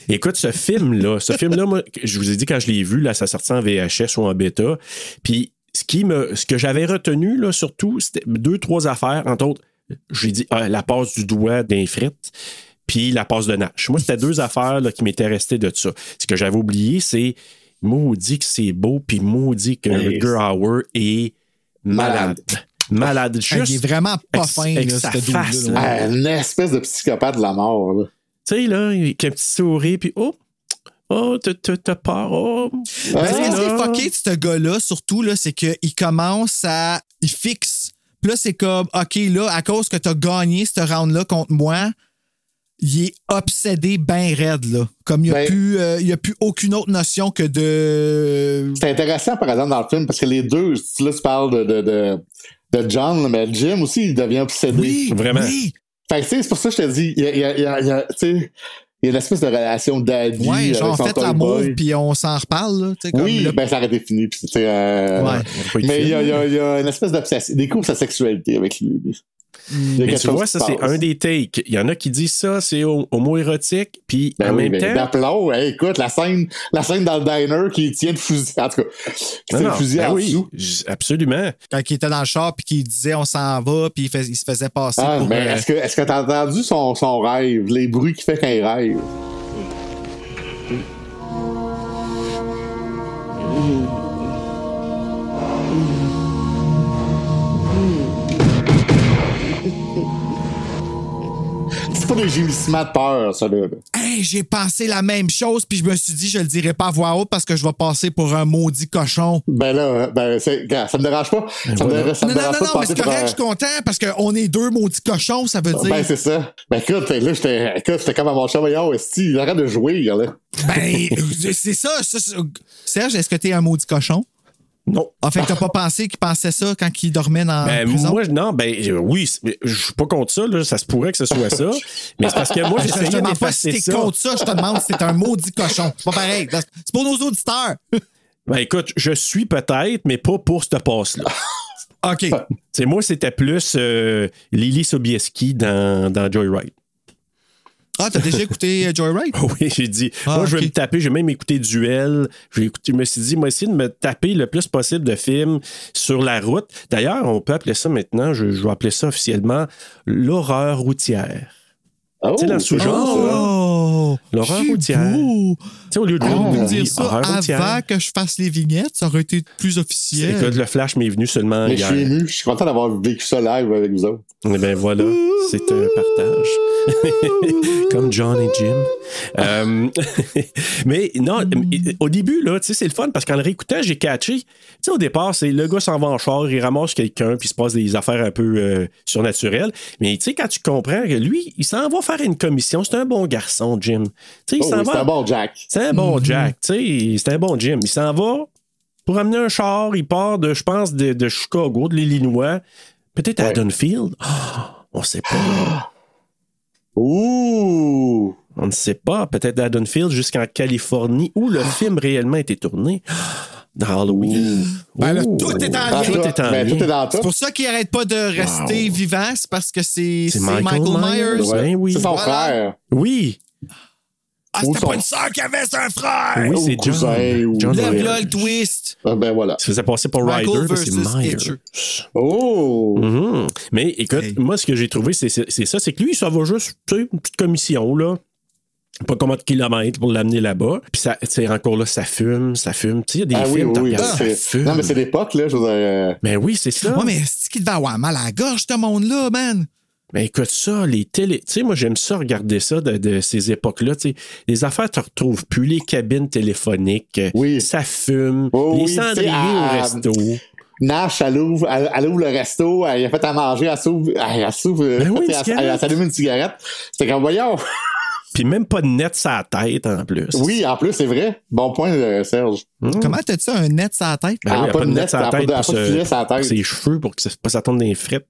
Speaker 1: Écoute, ce film-là, ce film-là, moi, je vous ai dit quand je l'ai vu, là, ça sortait en VHS ou en bêta. Puis ce qui me. Ce que j'avais retenu, là, surtout, c'était deux, trois affaires. Entre autres, j'ai dit ah, la passe du doigt d'un frites, puis la passe de Nash. Moi, c'était deux affaires là, qui m'étaient restées de ça. Ce que j'avais oublié, c'est maudit que c'est beau, puis maudit que
Speaker 7: Oui.
Speaker 1: Rutger Hauer est malade. Malade.
Speaker 2: Hey,
Speaker 1: Juste.
Speaker 2: Ah, Il est vraiment pas
Speaker 1: avec-
Speaker 2: fin,
Speaker 1: avec
Speaker 2: là,
Speaker 1: sa
Speaker 2: ce doigt-là.
Speaker 1: face,
Speaker 2: là.
Speaker 1: là.
Speaker 7: Ah, une espèce de psychopathe de la mort. Là.
Speaker 1: Tu sais, là, avec un petit sourire, puis oh, oh, t'as- t'as t'as peur, oh.
Speaker 7: Ah,
Speaker 2: Parce que ce qui est
Speaker 1: là.
Speaker 2: fucké de ce gars-là, surtout, là, c'est qu'il commence à. Il fixe. Puis là, c'est comme, OK, là, à cause que t'as gagné ce round-là contre moi, il est obsédé ben raide, là. Comme il n'y a,
Speaker 7: Ben-
Speaker 2: plus, euh, il y a plus aucune autre notion que de.
Speaker 7: C'est intéressant, par exemple, dans le film, parce que les deux, là, tu parles de, de, de, de John, mais Jim aussi, il devient obsédé.
Speaker 2: Oui,
Speaker 1: Vraiment.
Speaker 2: oui.
Speaker 7: Fait que, tu sais, c'est pour ça que je te dis, il y a, il y a- il y a- il y a- tu sais, il y a une espèce de relation d'habit
Speaker 2: Ouais,
Speaker 7: avec
Speaker 2: genre,
Speaker 7: son
Speaker 2: faites
Speaker 7: toy
Speaker 2: l'amour,
Speaker 7: boy.
Speaker 2: puis on s'en reparle, là. tu sais, Comme
Speaker 7: Oui,
Speaker 2: le-
Speaker 7: ben, ça aurait été fini. Puis, tu sais, euh,
Speaker 2: Ouais.
Speaker 1: Il y a pas eu de
Speaker 7: Mais
Speaker 1: film.
Speaker 7: il y a, il y a- il y a une espèce d'obsession. Il découvre sa sexualité avec lui. Il y a
Speaker 1: Mais
Speaker 7: quelque
Speaker 1: tu
Speaker 7: chose
Speaker 1: vois,
Speaker 7: qui
Speaker 1: ça,
Speaker 7: se
Speaker 1: c'est
Speaker 7: passe.
Speaker 1: un des takes. Il y en a qui disent ça, c'est ho- homo-érotique, puis
Speaker 7: Ben
Speaker 1: en
Speaker 7: oui,
Speaker 1: même
Speaker 7: ben,
Speaker 1: temps.
Speaker 7: d'aplomb, hey, écoute, la scène, la scène dans le diner qui tient le fusil. En tout cas, qui tient
Speaker 1: Non,
Speaker 7: le
Speaker 1: non,
Speaker 7: fusil
Speaker 1: ben
Speaker 7: en
Speaker 1: oui,
Speaker 7: dessous.
Speaker 1: j- absolument.
Speaker 2: quand il était dans le char, puis qu'il disait on s'en va, puis il, fais- il se faisait passer
Speaker 7: Ah,
Speaker 2: pour.
Speaker 7: mais
Speaker 2: euh,
Speaker 7: est-ce que est-ce que t'as entendu son, son rêve, les bruits qu'il fait quand il rêve? C'est pas des gémissements de peur, ça là.
Speaker 2: Hey, j'ai pensé la même chose, puis je me suis dit, je le dirai pas à voix haute parce que je vais passer pour un maudit cochon.
Speaker 7: Ben là, ben c'est, gars, ça me dérange pas. Ça me,
Speaker 1: Ben voilà.
Speaker 7: dérange- ça me
Speaker 2: non, non,
Speaker 7: dérange
Speaker 2: non, non, mais
Speaker 7: Ben, pas de passer
Speaker 2: c'est
Speaker 7: pour
Speaker 2: correct,
Speaker 7: un-
Speaker 2: je suis content parce qu'on est deux maudits cochons, ça veut dire.
Speaker 7: Ben, c'est ça. Ben, écoute, fait que là, j'étais, écoute, j'étais comme à mon chum, yo, esti, il arrête de jouer, là.
Speaker 2: Ben, c'est ça, ça, ça. Serge, est-ce que t'es un maudit cochon?
Speaker 1: Non.
Speaker 2: En fait, que t'as pas pensé qu'il pensait ça quand il dormait dans la
Speaker 1: Ben,
Speaker 2: prison?
Speaker 1: moi, je- non, ben euh, oui, c'est- mais je suis pas contre ça, là, ça se pourrait que ce soit ça. mais c'est parce que moi,
Speaker 2: je te
Speaker 1: j'essayais
Speaker 2: demande pas si
Speaker 1: d'effacer
Speaker 2: t'es
Speaker 1: ça.
Speaker 2: contre ça, je te demande si t'es un maudit cochon. C'est pas pareil. C'est pour nos auditeurs.
Speaker 1: Ben écoute, je suis peut-être, mais pas pour cette passe-là.
Speaker 2: OK.
Speaker 7: Ben,
Speaker 1: T'sais, moi, c'était plus euh, Lily Sobieski dans, dans Joyride.
Speaker 2: Ah, t'as déjà écouté euh, Joyride?
Speaker 1: Oui, j'ai dit,
Speaker 2: Ah,
Speaker 1: moi, je vais
Speaker 2: ok.
Speaker 1: me taper, j'ai même écouté Duel. J'ai écouté, je me suis dit, moi, essayer de me taper le plus possible de films sur la route. D'ailleurs, on peut appeler ça maintenant, je, je vais appeler ça officiellement l'horreur routière.
Speaker 7: Oh,
Speaker 1: Tu sais, dans le
Speaker 7: c'est
Speaker 1: sous-genre,
Speaker 7: bon, ça.
Speaker 2: Oh!
Speaker 1: L'horreur
Speaker 2: c'est
Speaker 1: routière.
Speaker 2: beau.
Speaker 1: Tu sais, au lieu de
Speaker 2: Ah, On peut
Speaker 1: on
Speaker 2: me
Speaker 1: dit
Speaker 2: dire ça
Speaker 1: horreur
Speaker 2: avant
Speaker 1: routière.
Speaker 2: que je fasse les vignettes, ça aurait été plus officiel.
Speaker 1: Écoute, le flash m'est venu seulement
Speaker 7: Mais je
Speaker 1: hier.
Speaker 7: suis ému. Je suis content d'avoir vécu ça live avec vous autres.
Speaker 1: Eh bien voilà, c'est un partage. Comme John et Jim. Euh, mais non, mais au début, là, tu sais, c'est le fun parce qu'en le réécoutant, j'ai catché. Tu sais, au départ, c'est le gars s'en va en char, il ramasse quelqu'un, puis il se passe des affaires un peu euh, surnaturelles. Mais tu sais, quand tu comprends que lui, il s'en va faire une commission, c'est un bon garçon, Jim. Tu sais, il
Speaker 7: Oh,
Speaker 1: s'en
Speaker 7: oui, c'est
Speaker 1: va.
Speaker 7: un bon Jack.
Speaker 1: C'est un
Speaker 2: Mhm.
Speaker 1: bon Jack, tu sais, c'est un bon Jim. Il s'en va pour amener un char. Il part de, je pense, de, de Chicago, de l'Illinois, peut-être à
Speaker 7: Ouais.
Speaker 1: Dunfield. Ah, on ne sait pas.
Speaker 7: Ouh!
Speaker 1: On ne sait pas. Peut-être à Dunfield jusqu'en Californie où le film réellement a été tourné. Ah, Dans Halloween.
Speaker 2: Ben là,
Speaker 1: Oh.
Speaker 2: tout est en
Speaker 7: Ah,
Speaker 1: Tout
Speaker 2: lien.
Speaker 1: est en
Speaker 7: ben,
Speaker 1: lien.
Speaker 7: tout est dans tout.
Speaker 2: C'est pour ça qu'il arrête pas de rester
Speaker 1: Wow.
Speaker 2: vivant, c'est parce que c'est
Speaker 1: C'est
Speaker 2: c'est
Speaker 1: Michael
Speaker 2: Michael, Myers.
Speaker 1: Myers. Ben oui.
Speaker 7: C'est son
Speaker 2: Voilà.
Speaker 7: frère.
Speaker 1: Oui,
Speaker 2: Ah,
Speaker 7: Ou
Speaker 2: c'était
Speaker 7: son-
Speaker 2: pas une sœur qui avait, c'est un frère!
Speaker 1: oui,
Speaker 7: ou
Speaker 1: c'est John.
Speaker 7: cousin, ou-
Speaker 1: John
Speaker 2: Lève
Speaker 1: Myers.
Speaker 2: là le twist!
Speaker 7: Ah, Ben voilà.
Speaker 1: Il se faisait passer pour
Speaker 2: Michael
Speaker 1: Ryder, mais c'est
Speaker 2: versus
Speaker 1: Myers.
Speaker 2: Hitcher.
Speaker 7: Oh!
Speaker 1: Mhm. Mais écoute,
Speaker 2: Hey.
Speaker 1: moi, ce que j'ai trouvé, c'est c'est- c'est ça c'est que lui, ça va juste, tu sais, une petite commission, là. Pas comment de kilomètres pour l'amener là-bas. Puis, ça, tu sais, encore là, ça fume, ça fume. Tu sais, il y a des
Speaker 7: Ah oui,
Speaker 1: films,
Speaker 7: oui,
Speaker 1: t'en
Speaker 7: oui.
Speaker 1: regardes,
Speaker 7: c'est-
Speaker 1: ça fume.
Speaker 7: Non, mais c'est l'époque, là. Je veux dire, euh,
Speaker 1: Mais oui, c'est ça.
Speaker 2: Ouais,
Speaker 1: mais...
Speaker 2: mais c'est qu'il devait avoir mal à la gorge, ce monde-là, man!
Speaker 1: Ben écoute ça, les télé. Tu sais, moi, j'aime ça, regarder ça de, de ces époques-là. tu sais. Les affaires, tu retrouves plus les cabines téléphoniques.
Speaker 7: Oui.
Speaker 1: Ça fume.
Speaker 7: Oh
Speaker 1: les
Speaker 7: oui, tu sais,
Speaker 1: cendriers
Speaker 7: à-
Speaker 1: au resto.
Speaker 7: Nash, elle ouvre, elle, elle ouvre le resto, elle a fait à manger, elle s'ouvre, elle, elle s'ouvre,
Speaker 1: Ben oui, une
Speaker 7: elle, elle-
Speaker 1: cigarette.
Speaker 7: elle s'allume une cigarette. C'est comme, voyons.
Speaker 1: Puis, même pas de net sa tête, en plus.
Speaker 7: Oui, en plus, c'est vrai. Bon point, euh, Serge.
Speaker 1: Mhm.
Speaker 2: Comment t'as-tu ça, un net sur la tête?
Speaker 1: Ben
Speaker 7: Elle
Speaker 1: oui,
Speaker 7: a
Speaker 1: elle a pas de net sur la
Speaker 7: elle a pas
Speaker 1: tête
Speaker 7: de- elle a
Speaker 1: pour
Speaker 7: pas de filet sur la
Speaker 1: se- pour
Speaker 7: tête. Ah,
Speaker 1: ses cheveux, pour que ça, pas ça tombe dans les frites.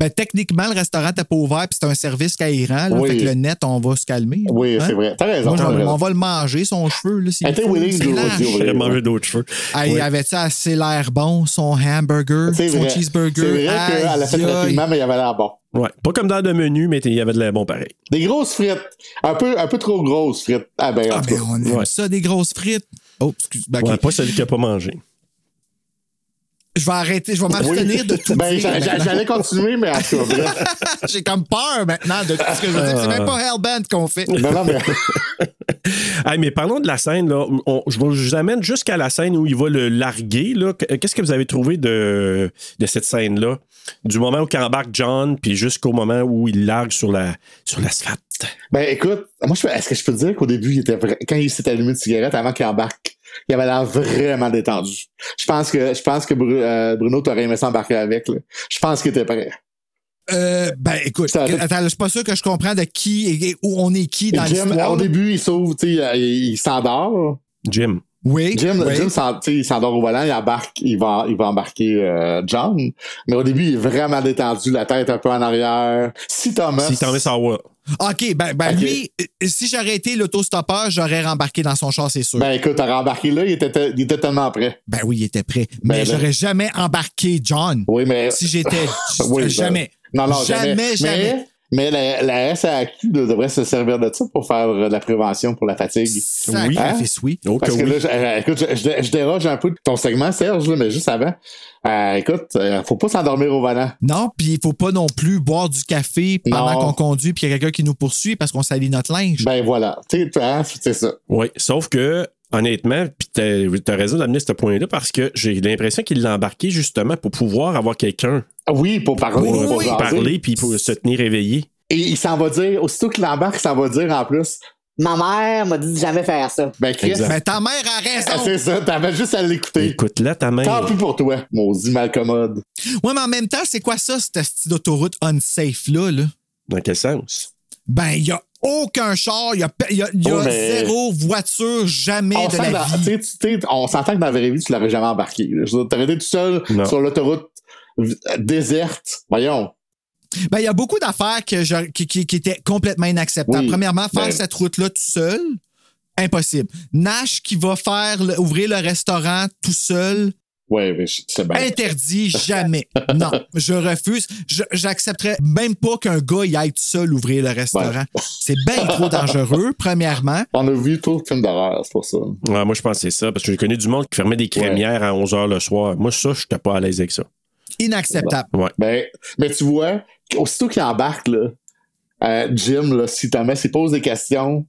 Speaker 2: Ben, techniquement, le restaurant t'es pas ouvert, puis c'est un service cohérent, là.
Speaker 7: Oui.
Speaker 2: Fait que le net, on va se calmer.
Speaker 7: Oui,
Speaker 2: hein?
Speaker 7: c'est vrai. T'as raison.
Speaker 2: Moi, je-
Speaker 7: t'as raison.
Speaker 2: on va le manger, son cheveu, là. s'il
Speaker 7: Elle était
Speaker 2: faut.
Speaker 7: willing
Speaker 2: C'est
Speaker 7: to-
Speaker 2: lâche.
Speaker 7: to-
Speaker 1: J'aurais
Speaker 7: Ouais.
Speaker 1: mangé d'autres cheveux.
Speaker 2: Hey,
Speaker 1: Ouais.
Speaker 2: avait-tu assez l'air bon, son hamburger,
Speaker 7: C'est
Speaker 2: son
Speaker 7: vrai.
Speaker 2: cheeseburger?
Speaker 7: C'est vrai qu'elle a fait
Speaker 2: Aïe, aïe.
Speaker 7: rapidement, mais ben, il y avait l'air bon.
Speaker 1: Ouais. Pas comme dans le menu, mais il y avait de la bon pareil.
Speaker 7: Des grosses frites. Un peu, un peu trop grosses frites. Ah ben, en
Speaker 2: Ah,
Speaker 7: tout
Speaker 2: ben,
Speaker 7: cas.
Speaker 2: on aime
Speaker 1: Ouais.
Speaker 2: ça, des grosses frites. Oh, excuse ben, ok.
Speaker 1: Ouais, pas celui qui n'a pas mangé.
Speaker 2: Je vais arrêter, je vais m'abstenir
Speaker 7: Oui.
Speaker 2: de tout
Speaker 7: Ben,
Speaker 2: dire.
Speaker 7: j'a- j'a-
Speaker 2: maintenant.
Speaker 7: j'allais continuer, mais en tout cas, bref.
Speaker 2: J'ai comme peur maintenant de tout ce que je veux dire. C'est même pas Hellbent qu'on fait.
Speaker 7: Non, non, mais
Speaker 1: Hey, mais parlons de la scène. Là. On- je vous je vous amène jusqu'à la scène où il va le larguer. là. Qu'est-ce que vous avez trouvé de, de cette scène-là? Du moment où il embarque John, puis jusqu'au moment où il largue sur la sur l'asphalte.
Speaker 7: Ben écoute, moi je peux- est-ce que je peux te dire qu'au début, il était vra- quand il s'est allumé une cigarette avant qu'il embarque, il avait l'air vraiment détendu. Je pense que je pense que Bru- euh, Bruno t'aurait aimé s'embarquer avec. Là. Je pense qu'il était prêt.
Speaker 2: Euh, ben, écoute,
Speaker 7: Ça,
Speaker 2: que-
Speaker 7: ça-
Speaker 2: attends, je suis pas sûr que je comprends de qui et, et où on est qui dans
Speaker 7: Jim,
Speaker 2: l'histoire.
Speaker 7: au début, il s'ouvre, tu sais, il, il s'endort.
Speaker 1: Jim.
Speaker 2: Oui,
Speaker 7: Jim,
Speaker 2: oui.
Speaker 7: Jim s'en- tu sais, il s'endort au volant, il embarque, il va, il va embarquer euh, John. Mais au début, il est vraiment détendu, la tête un peu en arrière. Si Thomas.
Speaker 1: Si t'en mets ça, ouais.
Speaker 2: OK, ben, ben
Speaker 7: Ok.
Speaker 2: lui, euh, si j'aurais été l'autostoppeur, j'aurais rembarqué dans son char, c'est sûr. Ben,
Speaker 7: Ben écoute, t'aurais embarqué là, il était, te- il était tellement prêt.
Speaker 2: oui, il était prêt.
Speaker 7: Ben,
Speaker 2: Mais
Speaker 7: ben.
Speaker 2: j'aurais jamais embarqué John
Speaker 7: Oui, mais.
Speaker 2: si j'étais.
Speaker 7: Oui, ben,
Speaker 2: jamais.
Speaker 7: Non, non, jamais.
Speaker 2: Jamais, jamais.
Speaker 7: Mais, mais la, la SAQ de- devrait se servir de ça pour faire euh, de la prévention pour la fatigue.
Speaker 2: Sacré
Speaker 7: Hein?
Speaker 2: fils, oui.
Speaker 1: Oh, que
Speaker 7: Parce que
Speaker 1: oui.
Speaker 7: là, je- euh, écoute, je, je- je déroge un peu de ton segment, Serge, là, mais juste avant. Euh, écoute, euh, faut pas s'endormir au volant.
Speaker 2: Non, puis il faut pas non plus boire du café pendant
Speaker 7: Non.
Speaker 2: qu'on conduit, puis il y a quelqu'un qui nous poursuit parce qu'on salit notre linge.
Speaker 7: Ben voilà. Tu sais, hein, c'est ça.
Speaker 1: Oui, sauf que, honnêtement, puis t'as- t'as raison d'amener ce point-là parce que j'ai l'impression qu'il l'a embarqué justement pour pouvoir avoir quelqu'un
Speaker 7: Ah Oui, pour parler.
Speaker 1: pour,
Speaker 2: Oui,
Speaker 1: pour
Speaker 7: pour jaser.
Speaker 1: parler puis pour se tenir éveillé.
Speaker 7: Et il s'en va dire, aussitôt qu'il embarque, il s'en va dire en plus. Ma mère m'a dit de jamais faire ça. Ben Chris,
Speaker 1: Exact.
Speaker 2: Mais ta mère a
Speaker 7: ah,
Speaker 2: raison.
Speaker 7: c'est ça, t'avais juste à l'écouter.
Speaker 1: Écoute, là, ta mère.
Speaker 7: Tant pis pour toi, maudit malcommode.
Speaker 2: Ouais, mais en même temps, c'est quoi ça, cette style d'autoroute unsafe là, là?
Speaker 1: Dans quel sens?
Speaker 2: Ben, il y a aucun char, il y a, pe- il y a- il y a
Speaker 7: Oh, mais-
Speaker 2: zéro voiture jamais
Speaker 7: on
Speaker 2: de
Speaker 7: s'entend que
Speaker 2: la
Speaker 7: dans-
Speaker 2: vie.
Speaker 7: tu sais, tu- tu sais, on s'entend que dans la vraie vie, tu l'aurais jamais embarqué. là. Je veux dire, T'aurais été tout seul
Speaker 1: Non.
Speaker 7: sur l'autoroute v- euh, déserte. Voyons.
Speaker 2: Ben, il y a beaucoup d'affaires que je- qui, qui- qui étaient complètement inacceptables.
Speaker 7: Oui,
Speaker 2: Premièrement, faire
Speaker 7: ben-
Speaker 2: cette route-là tout seul. Impossible. Nash qui va faire le- ouvrir le restaurant tout seul,
Speaker 7: Ouais, mais je- c'est bien.
Speaker 2: interdit jamais. Non, je refuse. Je- J'accepterais même pas qu'un gars y aille tout seul ouvrir le restaurant.
Speaker 7: Ben.
Speaker 2: C'est bien trop dangereux, premièrement.
Speaker 7: On a vu tout le film d'horreur, c'est pour ça.
Speaker 1: Ouais, moi, je pensais ça, parce que j'ai connu du monde qui fermait des crémières à 11h le soir. Moi, ça, je n'étais pas à l'aise avec ça.
Speaker 2: Inacceptable.
Speaker 1: Ouais.
Speaker 7: Ben, mais tu vois, aussitôt qu'il embarque, là, euh, Jim, là, si t'en mets, s'il pose des questions,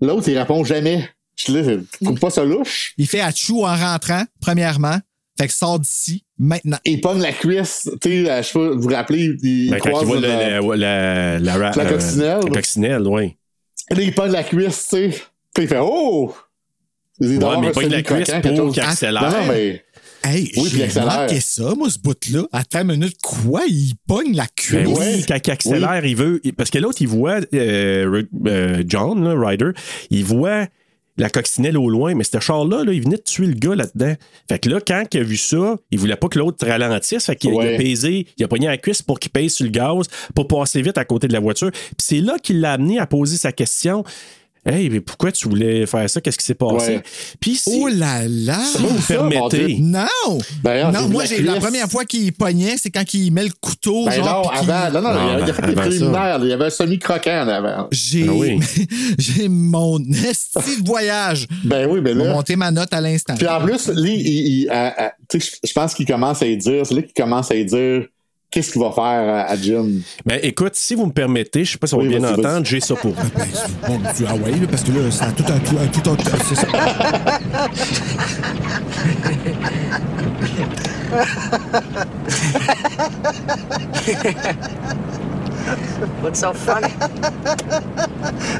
Speaker 7: l'autre, il répond jamais. Je suis là, faut pas ça louche.
Speaker 2: Il fait à chou en rentrant, premièrement. Fait que sort d'ici maintenant.
Speaker 7: Il pogne la cuisse, tu sais, euh, je sais pas, vous vous rappelez, il
Speaker 1: Ben, quand
Speaker 7: croise
Speaker 1: il voit
Speaker 7: une,
Speaker 1: le-
Speaker 7: euh,
Speaker 1: le- la, la, la,
Speaker 7: La coccinelle.
Speaker 1: La coccinelle, oui.
Speaker 7: là, il pogne la cuisse, tu sais. Puis il fait, oh! Il
Speaker 1: Ouais,
Speaker 7: doit
Speaker 1: mais
Speaker 7: avoir
Speaker 1: il pogne
Speaker 7: celui
Speaker 1: la cuisse
Speaker 7: croquant, quelque
Speaker 1: pour
Speaker 7: chose. Ah,
Speaker 1: qu'il accélère.
Speaker 7: Non, non, mais,
Speaker 2: Hey,
Speaker 7: Oui, puis il
Speaker 2: j'ai
Speaker 7: accélère.
Speaker 2: manqué ça, moi, ce bout-là. Attends une minute, quoi? Il pogne la
Speaker 1: Ben
Speaker 2: cuisse.
Speaker 1: oui,
Speaker 7: Ouais.
Speaker 1: quand il accélère, il veut. il- Parce que l'autre, il voit euh, Ru- euh, John, là, Ryder, il voit la coccinelle au loin, mais ce char-là, là, il venait de tuer le gars là-dedans. Fait que là, quand il a vu ça, il voulait pas que l'autre ralentisse. Fait qu'il a- il
Speaker 7: Ouais.
Speaker 1: a pesé, il a pogné la cuisse pour qu'il pèse sur le gaz, pour passer vite à côté de la voiture. Puis c'est là qu'il l'a amené à poser sa question. Hey, mais pourquoi tu voulais faire ça? Qu'est-ce qui s'est passé?
Speaker 7: Ouais.
Speaker 1: Puis si
Speaker 2: Oh là là!
Speaker 1: vous
Speaker 7: ça, Ah, mon
Speaker 1: permettez.
Speaker 2: Non!
Speaker 7: D'ailleurs, j'ai
Speaker 2: non,
Speaker 7: vu
Speaker 2: moi,
Speaker 7: la
Speaker 2: j'ai la
Speaker 7: cuisse.
Speaker 2: première fois qu'il pognait, c'est quand il met le couteau.
Speaker 7: ben
Speaker 2: genre,
Speaker 7: non,
Speaker 2: puis qu'il-
Speaker 7: avant, non, non,
Speaker 1: Non,
Speaker 7: il a- il
Speaker 1: ben,
Speaker 7: a fait des
Speaker 1: avant ça.
Speaker 7: préliminaires, là, il y avait un semi-croquant en avant.
Speaker 2: J'ai
Speaker 1: Ah oui.
Speaker 2: j'ai mon esti de voyage.
Speaker 7: Ben oui, ben
Speaker 2: Je vais
Speaker 7: là.
Speaker 2: monter ma note à l'instant. Ben,
Speaker 7: Puis en plus, lui, il- il- euh, euh, tu sais, je je pense qu'il commence à lui dire, c'est là qu'il commence à lui dire qu'est-ce qu'il va faire à, à Jim.
Speaker 1: Ben écoute, si vous me permettez, je sais pas si on va
Speaker 7: Oui,
Speaker 1: bien
Speaker 7: vas-y,
Speaker 1: entendre,
Speaker 7: vas-y.
Speaker 1: j'ai ça pour vous.
Speaker 2: Ben, c'est- bon, tu- ah ouais, là, parce que là, ça a tout un, tout- un tout autre. C'est ça.
Speaker 4: What's so funny?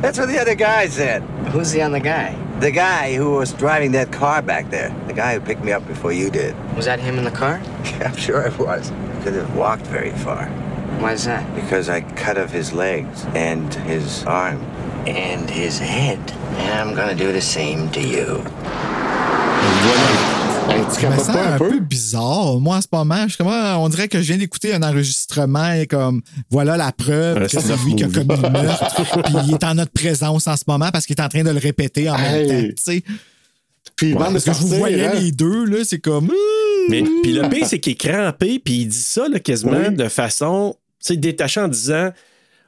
Speaker 10: That's what the other guy said.
Speaker 4: Who's the other guy?
Speaker 10: The guy who was driving that car back there. The guy who picked me up before you did.
Speaker 4: Was that him in the car?
Speaker 10: I'm sure it was. Could have walked very far
Speaker 4: Why's that?
Speaker 10: because I cut off his legs and his arm and his head.
Speaker 4: And I'm gonna do the same to you.
Speaker 7: Hey, tu
Speaker 2: Je me
Speaker 7: capotes
Speaker 2: sens
Speaker 7: pas
Speaker 2: un,
Speaker 7: un
Speaker 2: peu
Speaker 7: peu?
Speaker 2: bizarre. Moi, en ce moment, je suis comme, ah, on dirait que je viens d'écouter un enregistrement et comme, voilà la preuve
Speaker 1: Ouais,
Speaker 2: que
Speaker 1: c'est
Speaker 2: c'est lui
Speaker 1: un
Speaker 2: qui a
Speaker 1: movie.
Speaker 2: commis le meurtre. Puis il est en notre présence en ce moment parce qu'il est en train de le répéter en même
Speaker 7: Hey.
Speaker 2: temps. tu sais.
Speaker 7: Puis il demande de
Speaker 2: Parce que je vous
Speaker 7: sortir.
Speaker 2: voyais
Speaker 7: hein.
Speaker 2: les deux, là, c'est comme, euh. Ouh.
Speaker 1: Mais puis le pire, c'est qu'il est crampé, puis il dit ça là, quasiment
Speaker 7: Oui.
Speaker 1: de façon tu sais, détachée en disant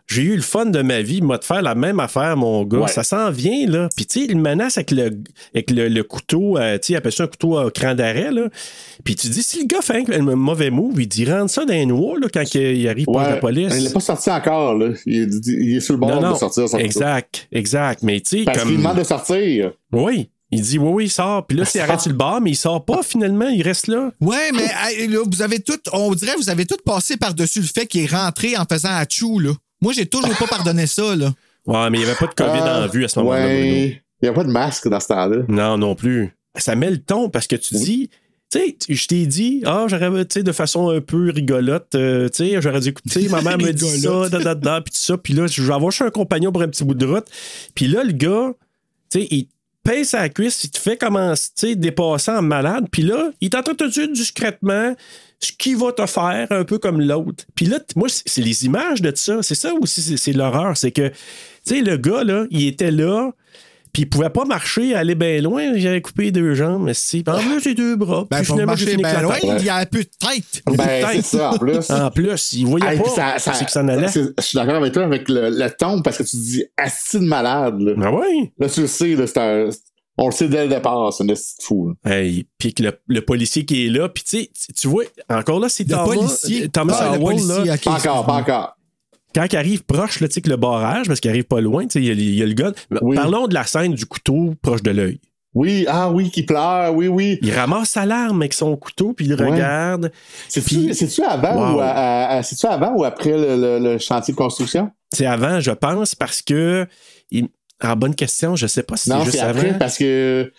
Speaker 1: J'ai eu le fun de ma vie, m'a de faire la même affaire, mon gars.
Speaker 7: Ouais.
Speaker 1: Ça s'en vient, là. Puis tu sais, il menace avec le, avec le, le couteau, euh, tu sais, il appelle ça un couteau à cran d'arrêt, là. Puis tu dis Si le gars fait un, un mauvais move, il dit Rentre ça dans les noix, là, quand il arrive
Speaker 7: Ouais, Ben,
Speaker 1: par la police.
Speaker 7: Il n'est pas sorti encore, là. Il, est- il est sur le bord
Speaker 1: non, non.
Speaker 7: de sortir. son couteau.
Speaker 1: exact, exact. Mais tu sais,
Speaker 7: Parce qu'il
Speaker 1: comme.
Speaker 7: demande de sortir.
Speaker 1: Oui. Il dit oui, oui, il sort. Puis là, il arrête sur le bar, mais il sort pas finalement, il reste là.
Speaker 2: Ouais, mais hey, là, vous avez tout, on dirait, que vous avez tout passé par-dessus le fait qu'il est rentré en faisant à chou, là. Moi, j'ai toujours pas pardonné ça, là.
Speaker 1: Ouais, mais il n'y avait pas de COVID
Speaker 7: Ah,
Speaker 1: en vue à ce moment-là, Bruno.
Speaker 7: ouais. Il n'y a pas de masque dans ce temps-là.
Speaker 1: Non, non plus. Ça met le ton parce que tu dis, tu sais, tu- je t'ai dit, ah, j'aurais, tu sais, de façon un peu rigolote, euh, tu sais, j'aurais dû écouter, ma mère me dit ça,
Speaker 2: Rigolote.
Speaker 1: da, da, da, puis tout ça, puis là, je vais avoir chez un compagnon pour un petit bout de route. Puis là, le gars, tu sais, il te pince à la cuisse, il te fait commencer, tu sais, dépassant en malade, puis là, il t'entend tout de suite discrètement ce qu'il va te faire, un peu comme l'autre. Puis là, t- moi, c'est c'est les images de ça. C'est ça aussi, c'est- c'est l'horreur. C'est que, tu sais, le gars, là, il était là, puis il pouvait pas marcher, aller bien loin. J'avais coupé deux jambes, mais si. Ah, moi, j'ai deux bras.
Speaker 2: Ben,
Speaker 1: Puis
Speaker 2: pour
Speaker 1: finalement, j'ai
Speaker 2: marcher
Speaker 1: fini avec la
Speaker 2: ben loin,
Speaker 1: tête.
Speaker 2: il y a un peu de tête.
Speaker 7: Ben,
Speaker 1: peut-être.
Speaker 7: c'est ça, en plus.
Speaker 1: En plus, Ah, il voyait
Speaker 7: Hey, puis
Speaker 1: pas.
Speaker 7: ça- ça-
Speaker 1: C'est que ça en allait.
Speaker 7: c'est- Je suis d'accord avec toi avec le, le ton parce que tu dis assis de malade. Là,
Speaker 1: Ah ouais?
Speaker 7: Là, tu le sais, là, c'est un- on le sait dès le départ, c'est une petite foule.
Speaker 1: Hey, puis que le, le policier qui est là, puis tu sais, tu- tu vois, encore là, c'est
Speaker 2: Le
Speaker 1: Thomas, euh,
Speaker 2: policier.
Speaker 1: Thomas
Speaker 2: Ah, le
Speaker 1: Howell, là,
Speaker 2: policier, ok,
Speaker 7: Pas encore, pas
Speaker 2: excuse-moi.
Speaker 7: encore.
Speaker 1: quand il arrive proche, là, tu sais, que le barrage, parce qu'il arrive pas loin, tu sais, il y a- il y, a le gars.
Speaker 7: Oui.
Speaker 1: Parlons de la scène du couteau proche de l'œil.
Speaker 7: Oui, ah oui, qui pleure, oui, oui.
Speaker 1: Il ramasse sa larme avec son couteau, puis il
Speaker 7: Ouais.
Speaker 1: regarde.
Speaker 7: C'est-tu
Speaker 1: Puis-
Speaker 7: c'est-tu avant,
Speaker 1: Wow.
Speaker 7: ou à- à- à- c'est-tu avant ou après le, le- le chantier de construction?
Speaker 1: C'est avant, je pense, parce que. il- En bonne question, je sais pas si
Speaker 7: Non,
Speaker 1: c'est
Speaker 7: c'est
Speaker 1: juste
Speaker 7: après
Speaker 1: avant.
Speaker 7: parce que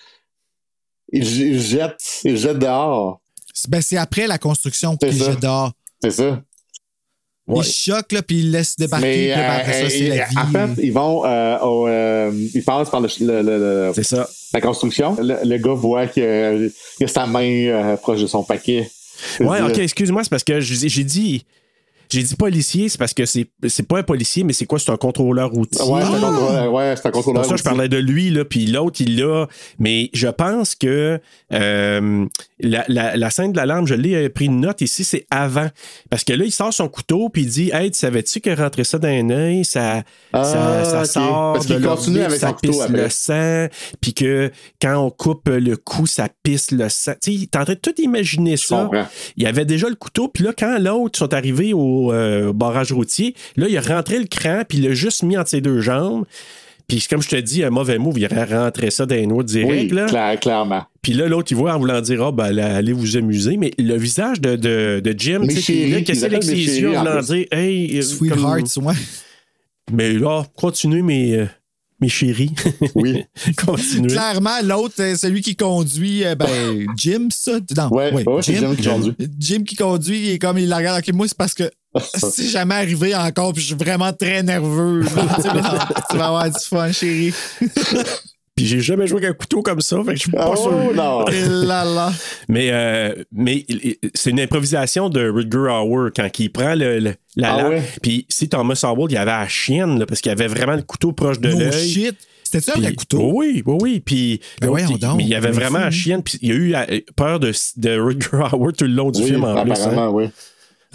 Speaker 7: il, il jette, il jette dehors.
Speaker 2: Ben, c'est après la construction
Speaker 7: C'est
Speaker 2: qu'il
Speaker 7: ça.
Speaker 2: jette dehors.
Speaker 7: C'est ça.
Speaker 1: Ouais.
Speaker 2: Il choque, là, puis il laisse débarquer. puis
Speaker 7: Mais
Speaker 2: là, ben,
Speaker 7: euh,
Speaker 2: après ça,
Speaker 7: euh,
Speaker 2: c'est la vie.
Speaker 7: en fait, ils vont euh, au, euh, ils passent par le, le- le- le-
Speaker 1: C'est ça.
Speaker 7: la construction. Le, le gars voit qu'il y a sa main euh, proche de son paquet.
Speaker 1: Ouais,
Speaker 7: Il dit,
Speaker 1: ok, excuse-moi, c'est parce que j'ai j'ai dit. J'ai dit policier, c'est parce que c'est c'est pas un policier, mais c'est quoi? C'est un contrôleur routier.
Speaker 7: euh, Ouais, c'est un contrôleur. Ouais, c'est un
Speaker 1: C'est Ah!
Speaker 7: contrôleur.
Speaker 1: pour ça que je
Speaker 7: routier.
Speaker 1: parlais de lui, là, puis l'autre, il l'a. Mais je pense que euh, la, la- la scène de l'alarme, je l'ai euh, pris une note ici, c'est avant. Parce que là, il sort son couteau, puis il dit Hey, tu savais-tu que rentrer ça dans un œil, ça, ça,
Speaker 7: Ah,
Speaker 1: ça
Speaker 7: ok.
Speaker 1: sort.
Speaker 7: Parce
Speaker 1: de
Speaker 7: qu'il
Speaker 1: l'orbite,
Speaker 7: continue avec
Speaker 1: ça
Speaker 7: son couteau
Speaker 1: pisse
Speaker 7: après.
Speaker 1: le sang, puis que quand on coupe le cou, ça pisse le sang. Tu sais, il est en train de tout imaginer
Speaker 7: Je
Speaker 1: ça.
Speaker 7: comprends.
Speaker 1: Il y avait déjà le couteau, puis là, quand l'autre sont arrivés au euh, barrage routier, là, il a rentré le cran, puis il l'a juste mis entre ses deux jambes. Puis c'est comme je te dis, un mauvais move, il aurait rentré ça dans les noix
Speaker 7: Oui,
Speaker 1: direct. là.
Speaker 7: clair- clairement.
Speaker 1: Puis là, l'autre, il voit en voulant dire, ah, ben, là, allez vous amuser. Mais le visage de, de, de Jim,
Speaker 7: Mes
Speaker 1: tu sais, qui- là,
Speaker 7: chéris,
Speaker 1: qu'est-ce
Speaker 7: ils
Speaker 1: qu'il a avec
Speaker 7: appellent mes
Speaker 1: ses
Speaker 7: chéris,
Speaker 1: yeux en
Speaker 7: en
Speaker 1: voulant
Speaker 7: plus.
Speaker 1: dire, hey, euh, comme-
Speaker 2: Sweetheart, ouais.
Speaker 1: Mais là, continuez, mes, euh, mes chéris.
Speaker 7: Oui.
Speaker 1: continuez.
Speaker 2: Clairement, l'autre, euh, celui qui conduit, euh, ben, Jim, ça? Non,
Speaker 7: Ouais,
Speaker 2: ouais,
Speaker 7: ouais, c'est Jim qui conduit.
Speaker 2: Jim qui conduit, il est comme, il la regarde. OK, moi, c'est parce que c'est jamais arrivé encore, puis je suis vraiment très nerveux. tu vas tu vas avoir du fun, chérie.
Speaker 1: Puis j'ai jamais joué avec un couteau comme ça, fait que je suis pas sûr.
Speaker 7: Oh non!
Speaker 2: Et là, là.
Speaker 1: Mais, euh, mais il- il- c'est une improvisation de Rutger Hauer quand il prend le, le- la
Speaker 7: Ah
Speaker 1: lame.
Speaker 7: ouais?
Speaker 1: Puis si Thomas Howell, il avait la chienne là, parce qu'il avait vraiment le couteau proche de
Speaker 2: No
Speaker 1: l'œil.
Speaker 2: shit. C'était-tu un
Speaker 1: Puis- oh.
Speaker 2: vrai couteau?
Speaker 1: Oui, oui, oui. Puis,
Speaker 2: Ben
Speaker 1: l'autre,
Speaker 2: voyons
Speaker 1: il-
Speaker 2: donc.
Speaker 1: mais il y avait
Speaker 2: Mais
Speaker 1: vraiment
Speaker 2: fou.
Speaker 1: la chienne. Puis il y a eu la- peur de, de Rutger Hauer tout le long du
Speaker 7: Oui,
Speaker 1: film en plus. hein.
Speaker 7: apparemment, oui.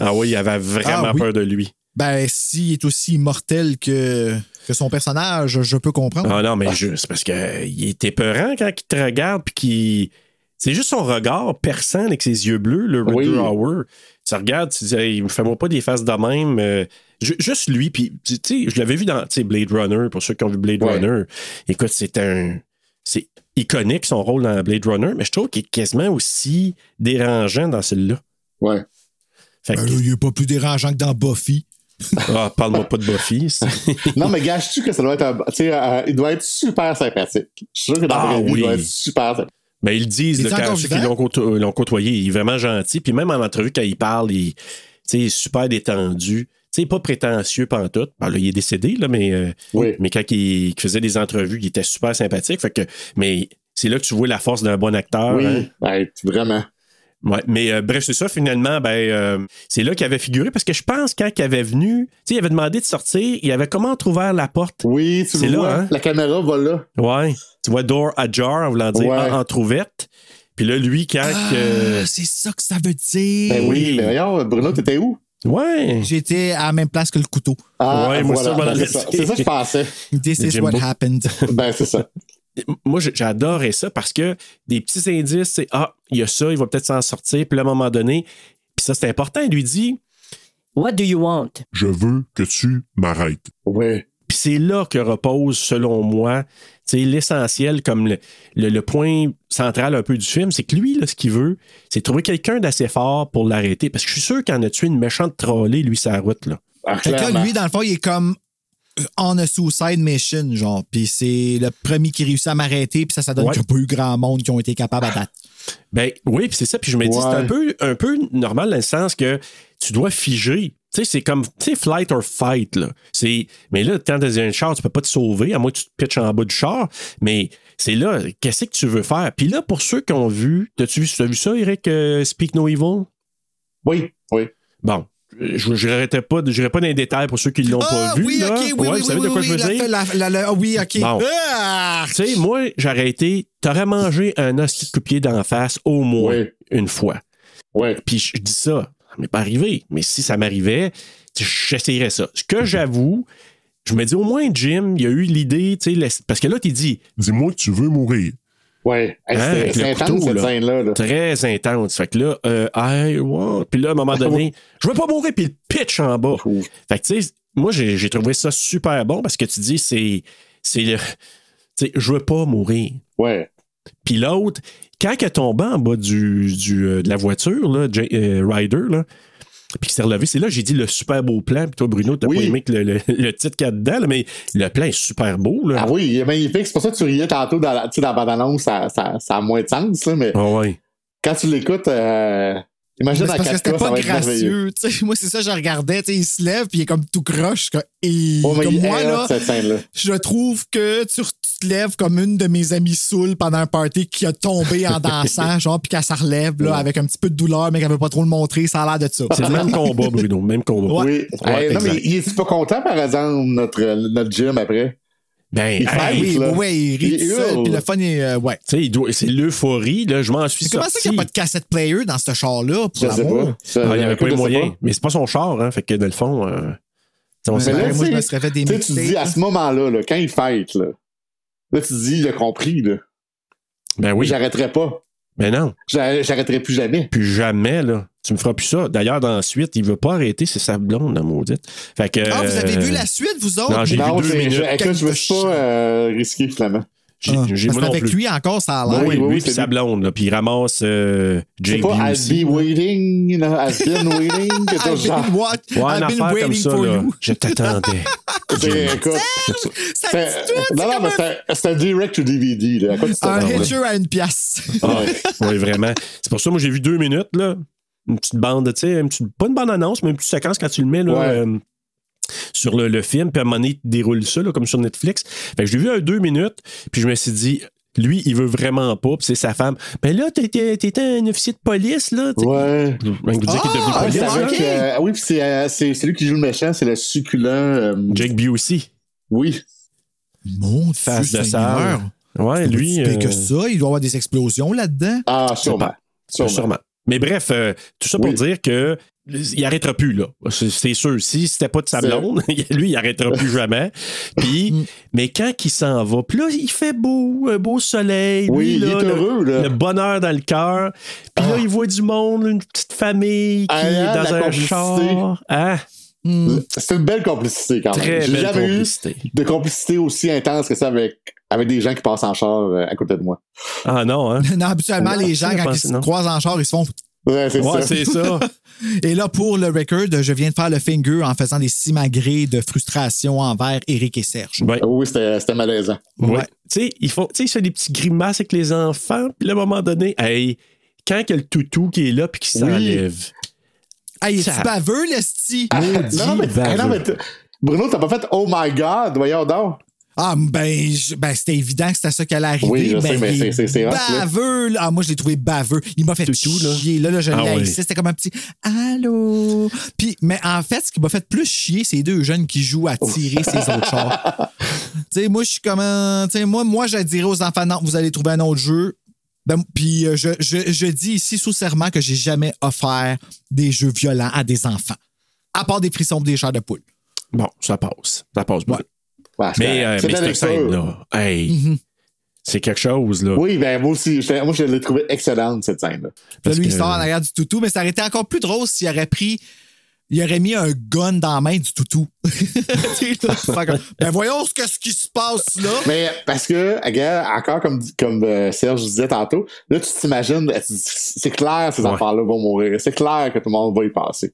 Speaker 1: Ah oui, il avait vraiment
Speaker 2: Ah oui.
Speaker 1: peur de lui.
Speaker 2: Ben, s'il est aussi immortel que, que son personnage, je peux comprendre.
Speaker 1: Ah non, mais juste parce que euh, il est épeurant quand il te regarde puis qu'il. C'est juste son regard perçant avec ses yeux bleus, le Rutger
Speaker 7: Oui.
Speaker 1: Hauer. Tu regardes, tu dis, hey, fais-moi pas des faces de même. euh, ju- juste lui, puis tu tu sais, je l'avais vu dans tu sais, Blade Runner, pour ceux qui ont vu Blade
Speaker 7: Ouais.
Speaker 1: Runner. Écoute, c'est un. C'est iconique son rôle dans Blade Runner, mais je trouve qu'il est quasiment aussi dérangeant dans celui-là.
Speaker 7: Ouais.
Speaker 1: Fait
Speaker 2: Ben,
Speaker 1: que-
Speaker 2: là, il est pas plus dérangeant que dans Buffy.
Speaker 1: ah, parle-moi pas de Buffy. c'est-
Speaker 7: Non, mais gâches-tu que ça doit être un. Tu sais, euh, il doit être super sympathique. Je suis sûr que dans
Speaker 1: Ah
Speaker 7: la vraie vie,
Speaker 1: oui.
Speaker 7: il doit être super sympathique.
Speaker 1: Mais Ben, ils le disent,
Speaker 2: Il
Speaker 1: là,
Speaker 2: est
Speaker 1: quand
Speaker 2: encore
Speaker 1: ceux qui
Speaker 2: vivant?
Speaker 1: l'ont côto- l'ont côtoyé, il est vraiment gentil. Puis même en entrevue, quand il parle, il, tu sais, il est super détendu. Tu sais, pas prétentieux pantoute. Ben là, il est décédé, là, mais, euh,
Speaker 7: Oui.
Speaker 1: mais quand il, qu'il faisait des entrevues, il était super sympathique. Fait que, mais c'est là que tu vois la force d'un bon acteur. hein.
Speaker 7: Oui, ouais, vraiment.
Speaker 1: Ouais, mais euh, bref, c'est ça, finalement, ben, euh, c'est là qu'il avait figuré parce que je pense quand il avait venu, tu sais, il avait demandé de sortir, il avait comment ouvert la porte.
Speaker 7: Oui, tu
Speaker 1: C'est
Speaker 7: le
Speaker 1: là,
Speaker 7: vois.
Speaker 1: hein?
Speaker 7: La caméra va là.
Speaker 1: Ouais. Tu vois, door ajar, en voulant dire
Speaker 7: Ouais.
Speaker 1: en- entrouverte. Puis là, lui, quand. que-
Speaker 2: Ah, c'est ça que ça veut dire.
Speaker 7: Ben oui,
Speaker 1: Oui.
Speaker 7: mais d'ailleurs, Bruno, t'étais où?
Speaker 1: Ouais.
Speaker 2: J'étais à la même place que le couteau.
Speaker 1: Ouais, moi, ça, je m'en
Speaker 7: ben,
Speaker 1: allais
Speaker 7: c'est ça.
Speaker 1: dire.
Speaker 7: C'est ça que je pensais.
Speaker 2: This
Speaker 1: Le
Speaker 2: is
Speaker 1: Jimbo.
Speaker 2: what happened.
Speaker 7: Ben, c'est ça.
Speaker 1: Moi, j'- j'adorais ça parce que des petits indices, c'est Ah, il y a ça, il va peut-être s'en sortir. Puis là, à un moment donné, puis ça, c'est important, il lui dit.
Speaker 11: What do you want?
Speaker 8: Je veux que tu m'arrêtes.
Speaker 7: Oui.
Speaker 1: Puis c'est là que repose, selon moi, tu sais, l'essentiel, comme le, le- le point central un peu du film, c'est que lui, là, ce qu'il veut, c'est trouver quelqu'un d'assez fort pour l'arrêter. Parce que je suis sûr qu'il en a tué une méchante trollée, lui, sa route. Là.
Speaker 7: Ah,
Speaker 2: Fait que là,
Speaker 7: clairement.
Speaker 2: lui, dans le fond, il est comme euh, on a suicide mission, genre. Puis c'est le premier qui réussit à m'arrêter, puis ça, ça donne
Speaker 1: Ouais. Ah,
Speaker 2: qu'il n'y a pas eu grand monde qui ont été capables à date.
Speaker 1: Ben oui, puis c'est ça. Puis je me dis,
Speaker 7: Ouais.
Speaker 1: c'est un peu, un peu normal dans le sens que tu dois figer. Tu sais, c'est comme, tu sais, flight or fight, là. C'est, mais là, quand t'es dans un char, tu peux pas te sauver, à moins que tu te pitches en bas du char. Mais c'est là, qu'est-ce que tu veux faire? Puis là, pour ceux qui ont vu, t'as-tu vu, t'as vu ça, Eric, euh, Speak No Evil?
Speaker 7: Oui, oui.
Speaker 1: Bon. euh, Je n'irai pas, j'irai pas dans les détails pour ceux qui l'ont pas vu.
Speaker 2: Ah, oui,
Speaker 1: là.
Speaker 2: ok, oui,
Speaker 1: Ouais,
Speaker 2: oui,
Speaker 1: vous
Speaker 2: oui,
Speaker 1: savez
Speaker 2: oui,
Speaker 1: de quoi
Speaker 2: oui,
Speaker 1: je veux
Speaker 2: la-
Speaker 1: dire?
Speaker 2: la- la- la- ah oui, ok.
Speaker 1: Bon.
Speaker 2: Ah!
Speaker 1: Tu sais, moi, j'aurais été, t'aurais mangé un hostie de coup de pied d'en face au moins
Speaker 7: Oui.
Speaker 1: une fois.
Speaker 7: Oui.
Speaker 1: Puis je dis ça, ça m'est pas arrivé. Mais si ça m'arrivait, tu sais, j'essayerais ça. Ce que j'avoue, je me dis au moins, Jim, il a eu l'idée, tu sais, la- parce que là, tu dit
Speaker 8: Dis-moi que tu veux mourir.
Speaker 7: Oui. Hey,
Speaker 1: Hein,
Speaker 7: c'était-
Speaker 1: avec
Speaker 7: C'est
Speaker 1: le
Speaker 7: intense,
Speaker 1: couteau,
Speaker 7: cette
Speaker 1: là.
Speaker 7: scène-là. là.
Speaker 1: très intense. Fait que là, euh, I want- Puis là, à un moment donné, je veux pas mourir, puis il pitch en bas. Fait que tu sais, moi, j'ai j'ai trouvé ça super bon parce que tu dis, c'est. C'est le. Tu sais, je veux pas mourir.
Speaker 7: Ouais.
Speaker 1: Puis l'autre, quand elle est tombée en bas du, du, euh, de la voiture, là, J- euh, Ryder, là, puis qu'il s'est relevé, c'est là que j'ai dit le super beau plan. Puis toi, Bruno, t'as
Speaker 7: Oui.
Speaker 1: pas aimé que le, le- le titre qu'il y a dedans, là, mais le plan est super beau. Là.
Speaker 7: Ah oui, il est magnifique. C'est pour ça que tu riais tantôt dans la, tu sais, dans la bande-annonce, ça, ça, ça a moins de sens, là, mais
Speaker 1: Ah ouais.
Speaker 7: quand tu l'écoutes, euh, Imagine
Speaker 2: Mais
Speaker 7: en
Speaker 2: c'est parce que
Speaker 7: 4K,
Speaker 2: c'était
Speaker 7: ça
Speaker 2: pas
Speaker 7: va être merveilleux.
Speaker 2: gracieux. tu sais. moi, c'est ça, je regardais, tu sais, il se lève, puis il est comme tout croche. comme- Et
Speaker 7: Oh, mais
Speaker 2: comme
Speaker 7: il est
Speaker 2: moi,
Speaker 7: hot,
Speaker 2: là,
Speaker 7: cette scène-là.
Speaker 2: je trouve que tu, re- tu te lèves comme une de mes amies saoules pendant un party qui a tombé en dansant, genre, puis qu'elle se relève, là, avec un petit peu de douleur, mais qu'elle veut pas trop le montrer, ça a l'air de ça.
Speaker 1: C'est le même combat, Bruno, même combat.
Speaker 7: Oui.
Speaker 1: Ouais,
Speaker 7: Hey, non,
Speaker 1: exact.
Speaker 7: mais il est pas content, par exemple, notre, notre gym après.
Speaker 1: Ben,
Speaker 7: Il
Speaker 1: hey,
Speaker 7: fait-
Speaker 2: Ah, oui,
Speaker 7: là.
Speaker 2: ouais, il rit
Speaker 7: Il
Speaker 2: tout seul,
Speaker 7: hurle.
Speaker 2: puis le fun est. euh, ouais.
Speaker 1: tu sais, il doit- c'est l'euphorie, là, je m'en suis
Speaker 2: Mais comment
Speaker 1: sorti.
Speaker 2: ça qu'il n'y a pas de cassette player dans ce char-là, pour
Speaker 7: Je sais
Speaker 2: l'amour?
Speaker 7: pas. Ça,
Speaker 1: Ah, il n'y avait
Speaker 7: écoute,
Speaker 1: pas les
Speaker 7: Euh, je sais
Speaker 1: moyens.
Speaker 7: pas.
Speaker 1: Mais c'est pas son char, hein, fait que dans le fond, euh, tu sais, on
Speaker 2: Mais
Speaker 1: s'en-
Speaker 2: là,
Speaker 1: Ouais,
Speaker 2: ben, moi, je
Speaker 7: tu
Speaker 2: me
Speaker 7: sais,
Speaker 2: serais fait des
Speaker 7: Tu sais, tu te dis, à
Speaker 2: mixtapes.
Speaker 7: ce moment-là, là, quand il fête, là, là, tu te dis, il a compris, là.
Speaker 1: Ben oui,
Speaker 7: J'arrêterai pas.
Speaker 1: mais non,
Speaker 7: J'a- J'arrêterai plus jamais.
Speaker 1: plus jamais, là. Tu me feras plus ça. D'ailleurs, dans la suite, il veut pas arrêter, c'est sa blonde, la maudite. Fait que,
Speaker 2: Ah, vous avez
Speaker 1: euh,
Speaker 2: vu la suite, vous autres?
Speaker 1: non, J'ai vu
Speaker 7: Non,
Speaker 1: deux
Speaker 7: c'est-
Speaker 1: minutes.
Speaker 7: je, écoute, je me suis pas euh, risqué, finalement.
Speaker 1: J'ai,
Speaker 2: Ah,
Speaker 1: j'ai
Speaker 2: parce
Speaker 1: moi non
Speaker 2: qu'avec
Speaker 1: plus.
Speaker 2: lui encore, ça a l'air.
Speaker 1: oui,
Speaker 7: Oui,
Speaker 1: lui
Speaker 7: oui, oui,
Speaker 1: puis
Speaker 7: c'est
Speaker 1: sa
Speaker 7: lui.
Speaker 1: blonde, là, puis il ramasse euh,
Speaker 7: C'est
Speaker 1: JB
Speaker 7: pas I'll
Speaker 1: aussi.
Speaker 7: be waiting, you know, I've been waiting, quelque chose
Speaker 2: I've
Speaker 7: de genre.
Speaker 2: been, what?
Speaker 1: Ouais, une
Speaker 2: I've been
Speaker 1: affaire comme
Speaker 2: waiting
Speaker 1: ça,
Speaker 2: for
Speaker 1: là.
Speaker 2: you.
Speaker 1: Je t'attendais.
Speaker 7: C'est- écoute,
Speaker 2: Ça
Speaker 7: c'est-
Speaker 2: dit tout, c'est
Speaker 7: non, non,
Speaker 2: comme
Speaker 7: mais c'est un- c'est un direct to DVD, là. À quoi tu
Speaker 2: Un
Speaker 7: t'attends, là?
Speaker 2: hitcher à une pièce.
Speaker 1: Ah,
Speaker 7: Ouais.
Speaker 1: oui, vraiment. C'est pour ça, moi, j'ai vu deux minutes, là. Une petite bande, tu sais, une petite- pas une bande annonce, mais une petite séquence quand tu le mets, là.
Speaker 7: Ouais.
Speaker 1: euh, sur le, le film, puis à un moment donné, il déroule ça, là, comme sur Netflix. Fait que j'ai vu un deux minutes, puis je me suis dit, lui, il veut vraiment pas, puis c'est sa femme. Mais là, t'es- t'es t'es un officier de police, là. tu sais.
Speaker 7: Ouais.
Speaker 1: Je vais vous dire qu'il est devenu
Speaker 2: Ah,
Speaker 7: Ah,
Speaker 2: oui,
Speaker 7: c'est
Speaker 1: police,
Speaker 7: avec,
Speaker 1: là.
Speaker 2: ok.
Speaker 7: euh, oui, puis c'est euh, c'est- c'est lui qui joue le méchant, c'est le succulent. euh,
Speaker 1: Jake Busey.
Speaker 7: Oui.
Speaker 2: Mon
Speaker 1: Face
Speaker 2: Dieu,
Speaker 1: de
Speaker 2: Seigneur.
Speaker 1: sable. Ouais, lui.
Speaker 2: Plus que
Speaker 1: euh,
Speaker 2: ça, il doit y avoir des explosions là-dedans.
Speaker 7: Ah, sûrement.
Speaker 1: pas- Sûrement. Mais bref, euh, tout ça pour
Speaker 7: Oui.
Speaker 1: dire que il arrêtera plus, là. C'est- C'est sûr. Si c'était pas de sa
Speaker 7: C'est- Mm.
Speaker 1: blonde, lui, il arrêtera plus jamais. Puis, mais quand il s'en va, puis là, il fait beau, un beau soleil.
Speaker 7: Oui,
Speaker 1: lui,
Speaker 7: il
Speaker 1: là,
Speaker 7: est
Speaker 1: le-
Speaker 7: heureux, hein. là.
Speaker 1: Le bonheur dans le cœur. Puis là, il voit du monde, une petite famille qui
Speaker 7: Ah,
Speaker 1: est
Speaker 7: la
Speaker 1: dans un
Speaker 7: complicité.
Speaker 1: char. Hein?
Speaker 2: Hmm.
Speaker 7: C'est une belle complicité quand même.
Speaker 1: Très
Speaker 7: Ah, J'ai
Speaker 1: belle
Speaker 7: jamais
Speaker 1: complicité.
Speaker 7: eu de complicité aussi intense que ça avec, avec des gens qui passent en char euh, à côté de moi.
Speaker 1: Ah non, hein?
Speaker 2: Non, habituellement,
Speaker 1: Ah,
Speaker 2: les
Speaker 1: je
Speaker 2: gens,
Speaker 1: l'ai
Speaker 2: quand ils
Speaker 1: pensé,
Speaker 2: se
Speaker 1: non.
Speaker 2: croisent en char, ils se font.
Speaker 7: Ouais, c'est
Speaker 1: Ouais,
Speaker 7: ça.
Speaker 1: c'est ça.
Speaker 2: Et là, pour le record, je viens de faire le finger en faisant des simagrées de frustration envers Eric et Serge.
Speaker 1: Ouais.
Speaker 7: Ah Oui, c'était c'était malaisant.
Speaker 1: Ouais.
Speaker 2: Ouais.
Speaker 1: Tu sais, il faut, tu sais, il fait des petits grimaces avec les enfants, puis là, à un moment donné, hey, quand il y a le toutou qui est là puis qui s'enlève.
Speaker 2: Hey, est-tu
Speaker 1: Ça-
Speaker 2: baveux, le sti?
Speaker 7: non, non, mais,
Speaker 1: baveux.
Speaker 7: ah, non, mais t- Bruno, t'as pas fait Oh my god, voyons donc.
Speaker 2: Ah, ben, je- ben, c'était évident que c'était ça qui allait arriver.
Speaker 7: Oui, je
Speaker 2: ben,
Speaker 7: sais, mais
Speaker 2: il
Speaker 7: c'est-
Speaker 2: est
Speaker 7: c'est- c'est hot, là.
Speaker 2: Baveux, là. Ah, moi, je l'ai trouvé baveux. Il m'a fait
Speaker 1: Toutou, là.
Speaker 2: chier. Là, là, je l'ai
Speaker 1: Ah,
Speaker 2: haïssé.
Speaker 1: oui.
Speaker 2: C'était comme un petit Allô. Puis, mais en fait, ce qui m'a fait plus chier, c'est les deux jeunes qui jouent à tirer ces autres chars. Tu sais, moi, je suis comme un. Tu sais, moi, moi, je dirais aux enfants, non, vous allez trouver un autre jeu. Ben, puis, euh, je, je- je dis ici sous serment que j'ai jamais offert des jeux violents à des enfants. À part des frissons pour des chars de poule.
Speaker 1: Bon, ça passe. Ça passe bien.
Speaker 2: Ouais.
Speaker 7: Ouais,
Speaker 1: Mais, euh,
Speaker 7: c'est
Speaker 1: mais
Speaker 7: la
Speaker 1: cette
Speaker 7: lecture.
Speaker 1: scène-là, hey,
Speaker 2: Mhm.
Speaker 1: c'est quelque chose, là.
Speaker 7: Oui, ben moi aussi, j'étais- moi je l'ai trouvé excellente cette scène-là.
Speaker 2: Puis
Speaker 1: Parce
Speaker 2: là, lui, il
Speaker 1: que-
Speaker 2: sort en arrière du toutou, mais ça aurait été encore plus drôle s'il aurait pris. Il aurait mis un gun dans la main du toutou. Tu sais, là, tu fais comme, ben voyons ce, que, ce qui se passe là.
Speaker 7: Mais parce que, regarde, encore comme, comme euh, Serge disait tantôt, là tu t'imagines, tu dis, c'est clair ces
Speaker 1: Ouais.
Speaker 7: enfants-là vont mourir. C'est clair que tout le monde va y passer.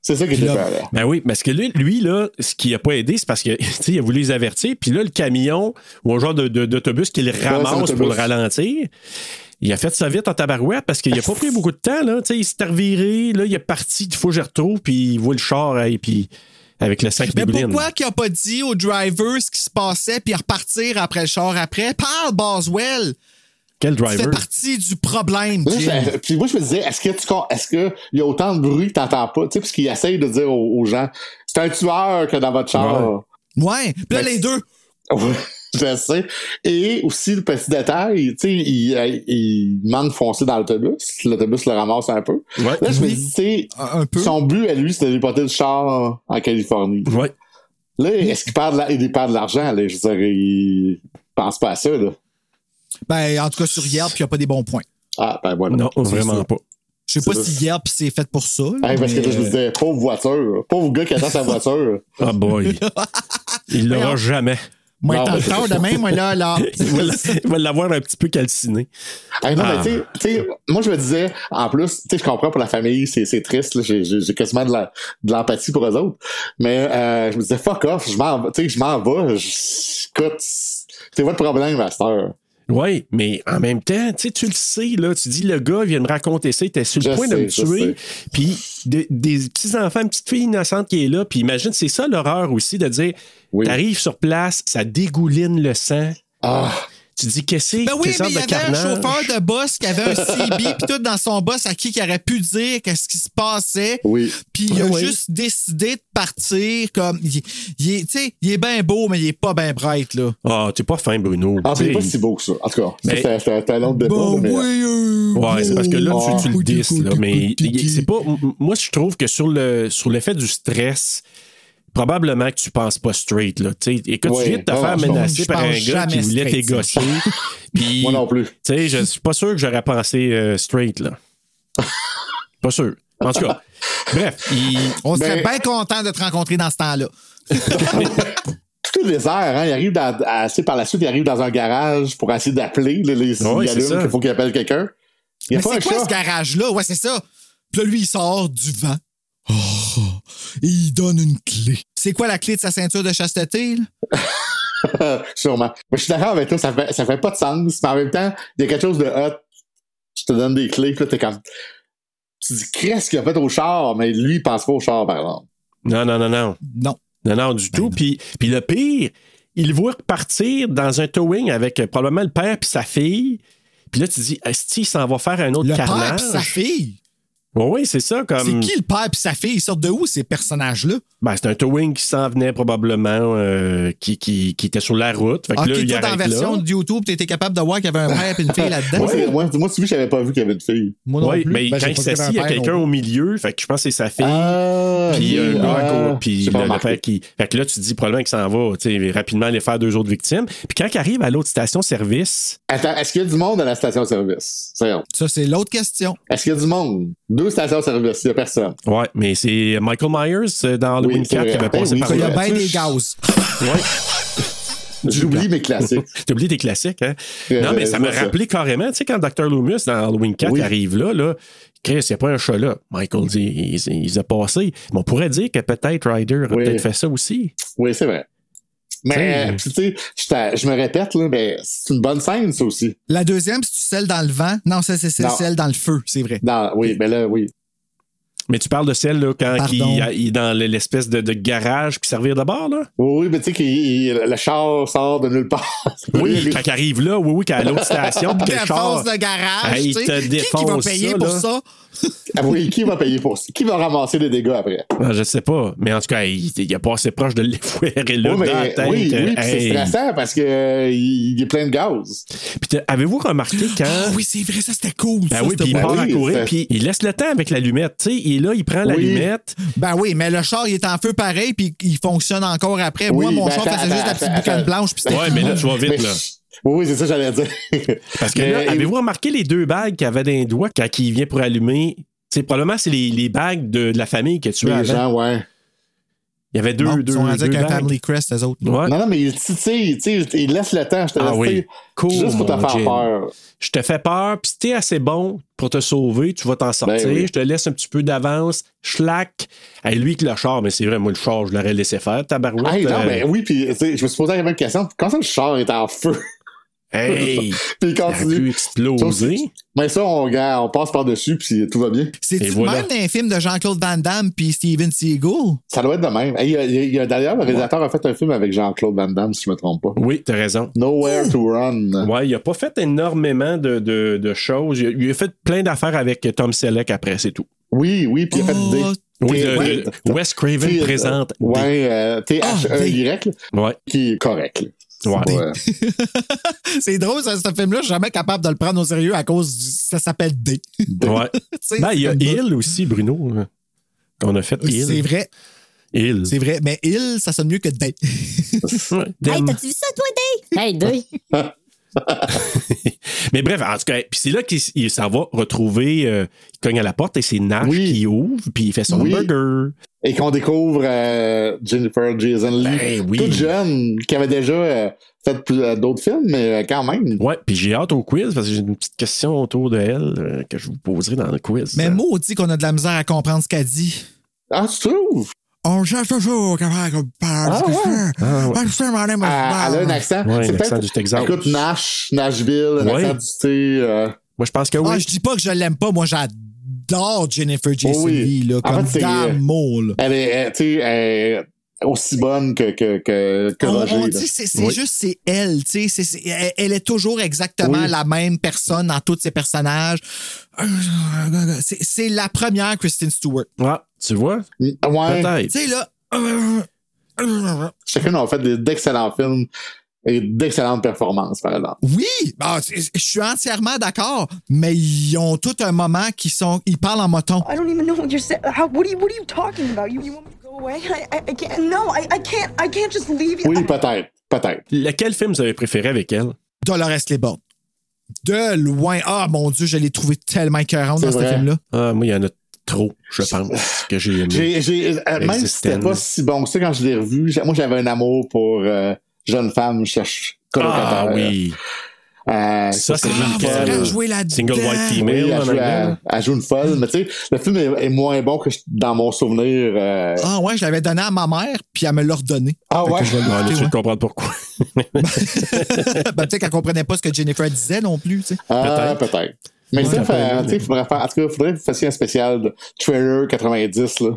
Speaker 7: C'est ça que
Speaker 2: Puis
Speaker 7: j'ai
Speaker 2: là-
Speaker 7: peur là.
Speaker 1: Ben oui, parce que lui, lui, là, ce qui a pas aidé, c'est parce que, tu sais, il a voulu les avertir, puis là, le camion ou un genre de- de- d'autobus qui le ramasse
Speaker 7: c'est
Speaker 1: pour le
Speaker 7: l'autobus.
Speaker 1: ralentir. Il a fait ça vite en tabarouette parce qu'il a pas pris beaucoup de temps, là. Tu sais, il s'est reviré, là, il est parti, il faut que je retrouve, puis il voit le char, et puis avec le sac
Speaker 2: Mais
Speaker 1: bibeline.
Speaker 2: pourquoi qu'il a pas dit au driver ce qui se passait puis repartir après le char après? Parle, Boswell!
Speaker 1: Quel
Speaker 2: Tu fais
Speaker 1: driver?
Speaker 2: partie du problème,
Speaker 7: Là,
Speaker 2: Jim.
Speaker 7: je- euh, puis moi, je me disais, est-ce que tu con- est-ce que il y a autant de bruit que t'entends pas? Tu sais, parce qu'il essaye de dire aux, aux gens, c'est un tueur que dans votre char.
Speaker 2: Ouais. Puis là,
Speaker 7: Ben,
Speaker 2: les deux.
Speaker 7: Ouais, je sais. Et aussi, le petit détail, tu sais, il, euh, il manque foncé dans l'autobus. L'autobus le ramasse un peu.
Speaker 1: Ouais.
Speaker 7: Là, je me
Speaker 2: Oui.
Speaker 7: dis, tu sais,
Speaker 2: Un un peu.
Speaker 7: son but à lui, c'était de lui porter le char en Californie.
Speaker 1: Ouais.
Speaker 7: Là, est-ce qu'il perd de la- il perd de l'argent? Là, je veux dire, il pense pas à ça, là.
Speaker 2: Ben, en tout cas, sur Yelp, il n'y a pas des bons points.
Speaker 7: Ah, ben voilà.
Speaker 1: Non, vraiment pas.
Speaker 2: Je sais pas
Speaker 7: C'est
Speaker 2: si Yelp, c'est fait pour ça. là,
Speaker 7: Hey, parce que
Speaker 2: mais,
Speaker 7: là, je me
Speaker 2: euh,
Speaker 7: disais, pauvre voiture, pauvre gars qui attend sa voiture.
Speaker 1: Ah boy. Il l'aura jamais.
Speaker 2: Moi,
Speaker 7: Non,
Speaker 2: t'as le
Speaker 7: mais-
Speaker 2: temps demain, moi, là, là.
Speaker 1: Il va l'a- il va l'avoir un petit peu calciné.
Speaker 7: Hey, non,
Speaker 1: Ah.
Speaker 7: mais tu sais- tu sais, moi, je me disais, en plus, tu sais, je comprends pour la famille, c'est c'est triste, là, j'ai- j'ai j'ai quasiment de la- de l'empathie pour eux autres. Mais euh, je me disais, fuck off, je m'en vais, tu sais, je m'en vais, je- écoute, c'est votre problème, master.
Speaker 1: Oui, mais en même temps, tu sais, tu le sais, là, tu dis le gars il vient me raconter ça, il était sur le
Speaker 7: Je
Speaker 1: point de me
Speaker 7: sais, je
Speaker 1: tuer. Puis de- des petits enfants, une petite fille innocente qui est là, puis imagine, c'est ça l'horreur aussi de dire
Speaker 7: Oui.
Speaker 1: t'arrives sur place, ça dégouline le sang.
Speaker 7: Ah,
Speaker 1: Tu dis qu'est-ce que c'est?
Speaker 2: Ben oui,
Speaker 1: Quelle
Speaker 2: mais
Speaker 1: sorte
Speaker 2: il y
Speaker 1: de
Speaker 2: avait
Speaker 1: carnage?
Speaker 2: un chauffeur de bus qui avait un CB puis tout dans son bus à qui qui aurait pu dire qu'est-ce qui se passait.
Speaker 7: oui.
Speaker 2: Puis il a
Speaker 1: Ah oui.
Speaker 2: juste décidé de partir comme il, il est, tu sais, il est bien beau mais il est pas bien bright là.
Speaker 1: Ah, t'es pas fin, Bruno.
Speaker 7: Ah, c'est
Speaker 1: T'sais,
Speaker 7: pas si beau que ça. En tout cas,
Speaker 1: Mais-
Speaker 7: ça, c'est un- c'est un autre débat.
Speaker 2: Bon,
Speaker 7: mais-
Speaker 2: oui, euh,
Speaker 1: Ouais, c'est parce que là,
Speaker 7: Ah,
Speaker 1: tu- tu, le
Speaker 2: oui,
Speaker 1: dis,
Speaker 2: oui,
Speaker 1: là,
Speaker 2: oui,
Speaker 1: mais
Speaker 2: oui, oui,
Speaker 1: il-
Speaker 2: oui.
Speaker 1: c'est pas. m- m- Moi, je trouve que sur le sur l'effet du stress, probablement que tu penses pas straight. Là, tu sais. écoute,
Speaker 7: Ouais, Ah,
Speaker 1: tu viens de te
Speaker 7: non,
Speaker 1: faire
Speaker 7: je pense-
Speaker 1: menacer
Speaker 2: je
Speaker 1: par un
Speaker 2: pense
Speaker 1: gars qui
Speaker 2: jamais
Speaker 1: voulait
Speaker 2: straight,
Speaker 1: t'égosser. Puis,
Speaker 7: euh, Moi non plus.
Speaker 1: tu sais, je suis pas sûr que j'aurais pensé euh, straight, là. pas sûr. En tout cas, bref, il-
Speaker 2: On serait
Speaker 7: Ben-
Speaker 2: bien content de te rencontrer dans ce temps-là.
Speaker 7: Tout est désert, hein. Il arrive dans, à- tu sais, par la suite, il arrive dans un garage pour essayer d'appeler les, les
Speaker 1: Ouais,
Speaker 7: il y a
Speaker 1: c'est ça.
Speaker 7: qu'il faut qu'il appelle quelqu'un.
Speaker 2: Mais
Speaker 7: Il n'y a pas un
Speaker 2: c'est quoi
Speaker 7: chat.
Speaker 2: ce garage-là? Ouais, c'est ça. Puis là, lui, il sort du vent. Oh, et il donne une clé. C'est quoi la clé de sa ceinture de chasteté? là?
Speaker 7: Sûrement. Mais je suis d'accord avec toi, ça fait, ça fait pas de sens, mais en même temps, il y a quelque chose de hot. Je te donne des clés, puis là, t'es comme. Tu dis, qu'est-ce qu'il a fait au char, mais lui, il pense pas au char, par exemple.
Speaker 1: non, non, non, non.
Speaker 2: Non.
Speaker 1: Non, non, du tout. Puis, puis le pire, il le voit partir dans un towing avec euh, probablement le père puis sa fille. Puis là, tu dis, Esti, il s'en va faire un autre
Speaker 2: Le père
Speaker 1: carnage.
Speaker 2: pis sa fille.
Speaker 1: Oui, c'est ça.
Speaker 2: C'est
Speaker 1: Comme,
Speaker 2: qui le père pis sa fille? Ils sortent de où ces personnages-là?
Speaker 1: Ben, c'est un towing qui s'en venait probablement, euh, qui, qui, qui était sur la route.
Speaker 7: Ah,
Speaker 1: Fait que là,
Speaker 2: Ah, Ok,
Speaker 1: il
Speaker 2: toi, dans la
Speaker 1: arrête
Speaker 2: version
Speaker 1: là.
Speaker 2: de YouTube, t'étais capable de voir qu'il y avait un père et une fille là-dedans.
Speaker 7: Moi, c'est- moi, moi, tu vois, j'avais pas vu qu'il y avait une fille.
Speaker 2: Moi
Speaker 1: Oui, mais
Speaker 2: Ben,
Speaker 1: quand
Speaker 2: j'ai
Speaker 1: il
Speaker 2: pas
Speaker 1: s'assit,
Speaker 2: trouvé
Speaker 1: il y a
Speaker 2: père non
Speaker 1: quelqu'un
Speaker 2: plus.
Speaker 1: au milieu. Fait que je pense que c'est sa fille.
Speaker 7: Ah,
Speaker 1: puis un gars à
Speaker 7: ah,
Speaker 1: côté, puis
Speaker 7: j'ai
Speaker 1: le,
Speaker 7: pas
Speaker 1: le
Speaker 7: remarqué.
Speaker 1: père qui. Fait que là, tu te dis probablement qu'il s'en va, tu sais, rapidement aller faire deux autres victimes. Puis quand il arrive à l'autre station-service,
Speaker 7: Attends, est-ce qu'il y a du monde à la station-service? C'est vrai.
Speaker 2: Ça, c'est l'autre question.
Speaker 7: Est-ce qu'il y a du monde? Deux stations-service, il n'y a personne.
Speaker 1: ouais, mais c'est Michael Myers euh, dans Halloween
Speaker 7: c'est
Speaker 1: 4 qui
Speaker 7: vrai.
Speaker 1: avait passé
Speaker 7: Eh oui,
Speaker 1: par
Speaker 2: Il y a
Speaker 1: là.
Speaker 7: vrai.
Speaker 2: bien des gaz.
Speaker 1: Ouais.
Speaker 7: J'oublie mes classiques.
Speaker 1: T'as oublié des classiques, hein?
Speaker 7: Euh,
Speaker 1: Non, mais ça
Speaker 7: je
Speaker 1: me
Speaker 7: vois ça.
Speaker 1: rappelait carrément, tu sais, quand Dr. Loomis dans Halloween 4
Speaker 7: Oui.
Speaker 1: arrive là, là, Chris, il n'y a pas un chat là. Michael dit, il, il a passé. Mais on pourrait dire que peut-être Ryder a
Speaker 7: Oui.
Speaker 1: peut-être fait ça aussi.
Speaker 7: Oui, c'est vrai. Mais, euh,
Speaker 1: T'sais.
Speaker 7: puis, tu sais, je t'ai- je me répète, là, mais c'est une bonne scène, ça aussi.
Speaker 2: La deuxième, c'est celle dans le vent. Non, ça, c'est celle,
Speaker 7: Non.
Speaker 2: celle dans le feu, c'est vrai.
Speaker 7: Non, oui, mais là, oui.
Speaker 1: Mais tu parles de celle, là, quand il,
Speaker 2: Pardon.
Speaker 1: il est dans l'espèce de, de garage qui servir de bord, là?
Speaker 7: Oui, oui, mais tu sais, qu'il- il- le char sort de nulle part.
Speaker 1: Oui, quand il arrive là, oui, oui, qu'à l'autre station, puis que le char.
Speaker 2: Défense de garage.
Speaker 1: Hey,
Speaker 2: tu sais.
Speaker 1: te
Speaker 2: qui, qui va
Speaker 1: défonce
Speaker 2: payer
Speaker 1: ça,
Speaker 2: pour
Speaker 1: là?
Speaker 2: ça?
Speaker 7: Ah oui, qui va payer pour ça? Qui va ramasser les dégâts après?
Speaker 1: Ah, je sais pas, mais en tout cas, il, il a pas assez proche de l'effouérer là,
Speaker 7: oui, mais,
Speaker 1: dans la tête. euh,
Speaker 7: oui, oui,
Speaker 1: Hey.
Speaker 7: puis c'est stressant parce que euh, il il est plein de gaz.
Speaker 1: Puis t'as- avez-vous remarqué quand.
Speaker 2: Ah oui, c'est vrai, ça, c'était cool.
Speaker 1: Ben
Speaker 2: ça,
Speaker 1: oui,
Speaker 2: c'était
Speaker 1: puis il
Speaker 2: bon.
Speaker 1: part à
Speaker 7: oui,
Speaker 1: courir,
Speaker 7: ça-
Speaker 1: puis il laisse le temps avec l'allumette. Tu sais, il est là, il prend l'allumette.
Speaker 2: Ben oui, mais le char, il est en feu pareil, puis il fonctionne encore après. Moi,
Speaker 7: Oui,
Speaker 2: mon
Speaker 7: ben
Speaker 2: char
Speaker 7: attends,
Speaker 2: faisait juste la
Speaker 7: attends,
Speaker 2: petite
Speaker 7: attends,
Speaker 2: boucane
Speaker 7: attends.
Speaker 2: blanche, puis c'était
Speaker 1: Ouais, mais là, tu vas
Speaker 7: Ben, Mais
Speaker 1: vite,
Speaker 7: je-
Speaker 1: là.
Speaker 7: Oui, oui, c'est ça que j'allais dire.
Speaker 1: Parce que là,
Speaker 7: Mais-
Speaker 1: avez-vous remarqué les deux bagues qu'il avait dans les doigts quand il vient pour allumer? C'est probablement c'est les, les bagues de, de la famille que tu
Speaker 7: Les
Speaker 1: as
Speaker 7: gens, ouais.
Speaker 1: Il y avait deux,
Speaker 2: Non,
Speaker 1: deux,
Speaker 2: ils sont rendus
Speaker 1: deux
Speaker 2: avec un
Speaker 1: bagues.
Speaker 2: Family Crest, eux autres.
Speaker 1: Ouais.
Speaker 7: Non, non, mais il titille, tu sais, il laisse le temps, je te
Speaker 1: Ah
Speaker 7: laisse, tu
Speaker 1: oui.
Speaker 7: sais,
Speaker 1: Cours,
Speaker 7: juste pour te
Speaker 1: mon
Speaker 7: faire
Speaker 1: Jim.
Speaker 7: peur.
Speaker 1: Je te fais peur, puis si t'es assez bon pour te sauver, tu vas t'en sortir.
Speaker 7: Ben oui.
Speaker 1: Je te laisse un petit peu d'avance. Schlack. Hey, lui que le char, mais c'est vrai, moi, le char, je l'aurais laissé faire. Tabarouette.
Speaker 7: Hey, non,
Speaker 1: euh,
Speaker 7: mais oui, puis tu sais, je me suis posé la même question. Quand ça, le char est en feu,
Speaker 1: hey,
Speaker 7: puis il
Speaker 1: il aurait pu
Speaker 7: continue.
Speaker 1: exploser.
Speaker 7: Mais ça, on, regarde, on passe par-dessus, puis tout va bien.
Speaker 2: C'est-tu
Speaker 1: Et voilà.
Speaker 2: même dans les films de Jean-Claude Van Damme puis Steven Seagal?
Speaker 7: Ça doit être de même. Hey, il y a- il y a- il y a- D'ailleurs, le réalisateur a fait un film avec Jean-Claude Van Damme, si je me trompe pas.
Speaker 1: Oui, t'as raison.
Speaker 7: Nowhere to Run.
Speaker 1: Ouais, il a pas fait énormément de, de- de choses. Il a, il a fait plein d'affaires avec Tom Selleck après, c'est tout.
Speaker 7: Oui, oui, puis il a fait
Speaker 2: Oh,
Speaker 7: des.
Speaker 1: Oui,
Speaker 7: T'es-
Speaker 1: le-
Speaker 7: ouais,
Speaker 1: le- Wes Craven
Speaker 7: t'es-
Speaker 1: présente. des-
Speaker 7: Ouais, euh, T-H-E-Y, là,
Speaker 1: Ouais,
Speaker 7: qui est correct. là. euh,
Speaker 1: ouais.
Speaker 7: Ouais.
Speaker 2: C'est drôle, ça, ce film-là, je suis jamais capable de le prendre au sérieux à cause du. Ça s'appelle D. Tu
Speaker 1: ouais.
Speaker 2: sais,
Speaker 1: Ben, il y a
Speaker 2: c'est comme
Speaker 1: Il aussi, Bruno. hein, qu'on a fait
Speaker 2: ça. C'est
Speaker 1: Il.
Speaker 2: vrai,
Speaker 1: Il.
Speaker 2: c'est vrai. Mais il, ça sonne mieux que D.
Speaker 1: Ouais,
Speaker 9: Hey,
Speaker 1: Dem.
Speaker 9: t'as-tu vu ça, toi, Dave?
Speaker 11: Hey, Dave.
Speaker 1: Mais bref, en tout cas, puis c'est là qu'il s- il s'en va retrouver, euh, il cogne à la porte et c'est Nash
Speaker 7: Oui.
Speaker 1: qui ouvre, puis il fait son
Speaker 7: Oui.
Speaker 1: burger.
Speaker 7: Et qu'on découvre euh, Jennifer Jason Lee,
Speaker 1: Ben oui.
Speaker 7: toute jeune, qui avait déjà euh, fait plus- euh, d'autres films, mais euh, quand même.
Speaker 1: Ouais, puis j'ai hâte au quiz parce que j'ai une petite question autour de elle euh, que je vous poserai dans le quiz.
Speaker 2: Mais
Speaker 1: Euh,
Speaker 2: maudit qu'on a de la misère à comprendre ce qu'elle dit.
Speaker 7: Ah, tu trouves?
Speaker 2: on cherche toujours quelqu'un qui parle.
Speaker 7: Ah ouais?
Speaker 2: Ah ouais. my name is
Speaker 7: Elle, elle a un
Speaker 2: Bob.
Speaker 7: accent.
Speaker 1: Ah, Ouais,
Speaker 7: c'est
Speaker 1: un accent
Speaker 7: peut-être-
Speaker 1: du Texas.
Speaker 7: Écoute, Nash, Nashville, un
Speaker 1: Ouais.
Speaker 7: accent du thé. euh,
Speaker 1: Moi, je pense que
Speaker 2: Ah,
Speaker 1: oui.
Speaker 2: je dis pas que je l'aime pas. Moi, j'adore Jennifer Jason
Speaker 7: Oh oui.
Speaker 2: Leigh, là,
Speaker 7: En
Speaker 2: comme
Speaker 7: fait, c'est- euh,
Speaker 2: d'amour, là.
Speaker 7: elle est, euh, tu sais, elle est aussi bonne que, que, que, que
Speaker 2: Ah, On,
Speaker 7: Roger.
Speaker 2: on
Speaker 7: là.
Speaker 2: dit que c'est c'est
Speaker 1: Oui.
Speaker 2: juste c'est elle, tu sais, c'est- c'est- elle, elle est toujours exactement
Speaker 7: Oui.
Speaker 2: la même personne dans tous ses personnages. C'est c'est la première Kristen Stewart.
Speaker 1: Ah, tu vois?
Speaker 7: Ouais,
Speaker 2: Tu
Speaker 1: Peut-être.
Speaker 2: sais là,
Speaker 7: chacun a fait des- d'excellents films et d'excellentes performances, par exemple.
Speaker 2: oui, ah, c'est- je suis entièrement d'accord, mais ils ont tout un moment qui sont, ils parlent en moton.
Speaker 12: I don't even know what you're saying. How? What are you? What are you talking about? You, you want me to go away? I, I, I can't. No, I, I can't. I can't just leave you.
Speaker 2: Ah.
Speaker 7: Oui, peut-être. Peut-être.
Speaker 1: Lequel film vous avez préféré avec elle?
Speaker 2: Dolores Claiborne. De loin, ah mon dieu, je l'ai trouvé tellement écœurante
Speaker 7: C'est
Speaker 2: dans ce
Speaker 7: vrai.
Speaker 2: film-là.
Speaker 1: Ah, moi, il y en a trop, je pense, que j'ai aimé.
Speaker 7: J'ai, j'ai, euh, même si c'était
Speaker 1: Existence.
Speaker 7: pas si bon que ça quand je l'ai revu, j'ai- moi j'avais un amour pour euh, jeune femme cherche
Speaker 1: Ah
Speaker 7: colocataire.
Speaker 1: oui.
Speaker 7: Euh,
Speaker 1: Ça, c'est
Speaker 7: Nicole.
Speaker 2: Ah, faudrait
Speaker 1: nickel.
Speaker 2: jouer là-dedans.
Speaker 1: Single white
Speaker 7: Oui,
Speaker 1: female.
Speaker 7: elle,
Speaker 1: en
Speaker 7: joue,
Speaker 1: anglais.
Speaker 7: elle- elle joue une folle, mais tu sais, le film est, est moins bon que je- dans mon souvenir. euh,
Speaker 2: Ah ouais, je l'avais donné à ma mère, puis elle me l'a redonné.
Speaker 7: Ah ouais?
Speaker 1: Ah, on est
Speaker 2: Ouais.
Speaker 1: sûr de comprendre pourquoi.
Speaker 2: ben, peut-être qu'elle comprenait pas ce que Jennifer disait non plus, tu sais.
Speaker 7: Ah, peut-être.
Speaker 1: Ouais,
Speaker 7: Mais ça,
Speaker 1: peut-être,
Speaker 7: fait-
Speaker 1: mais-
Speaker 7: tu sais, faudrait faire. En tout cas, faudrait que vous fassiez un spécial de Trailer 90, là.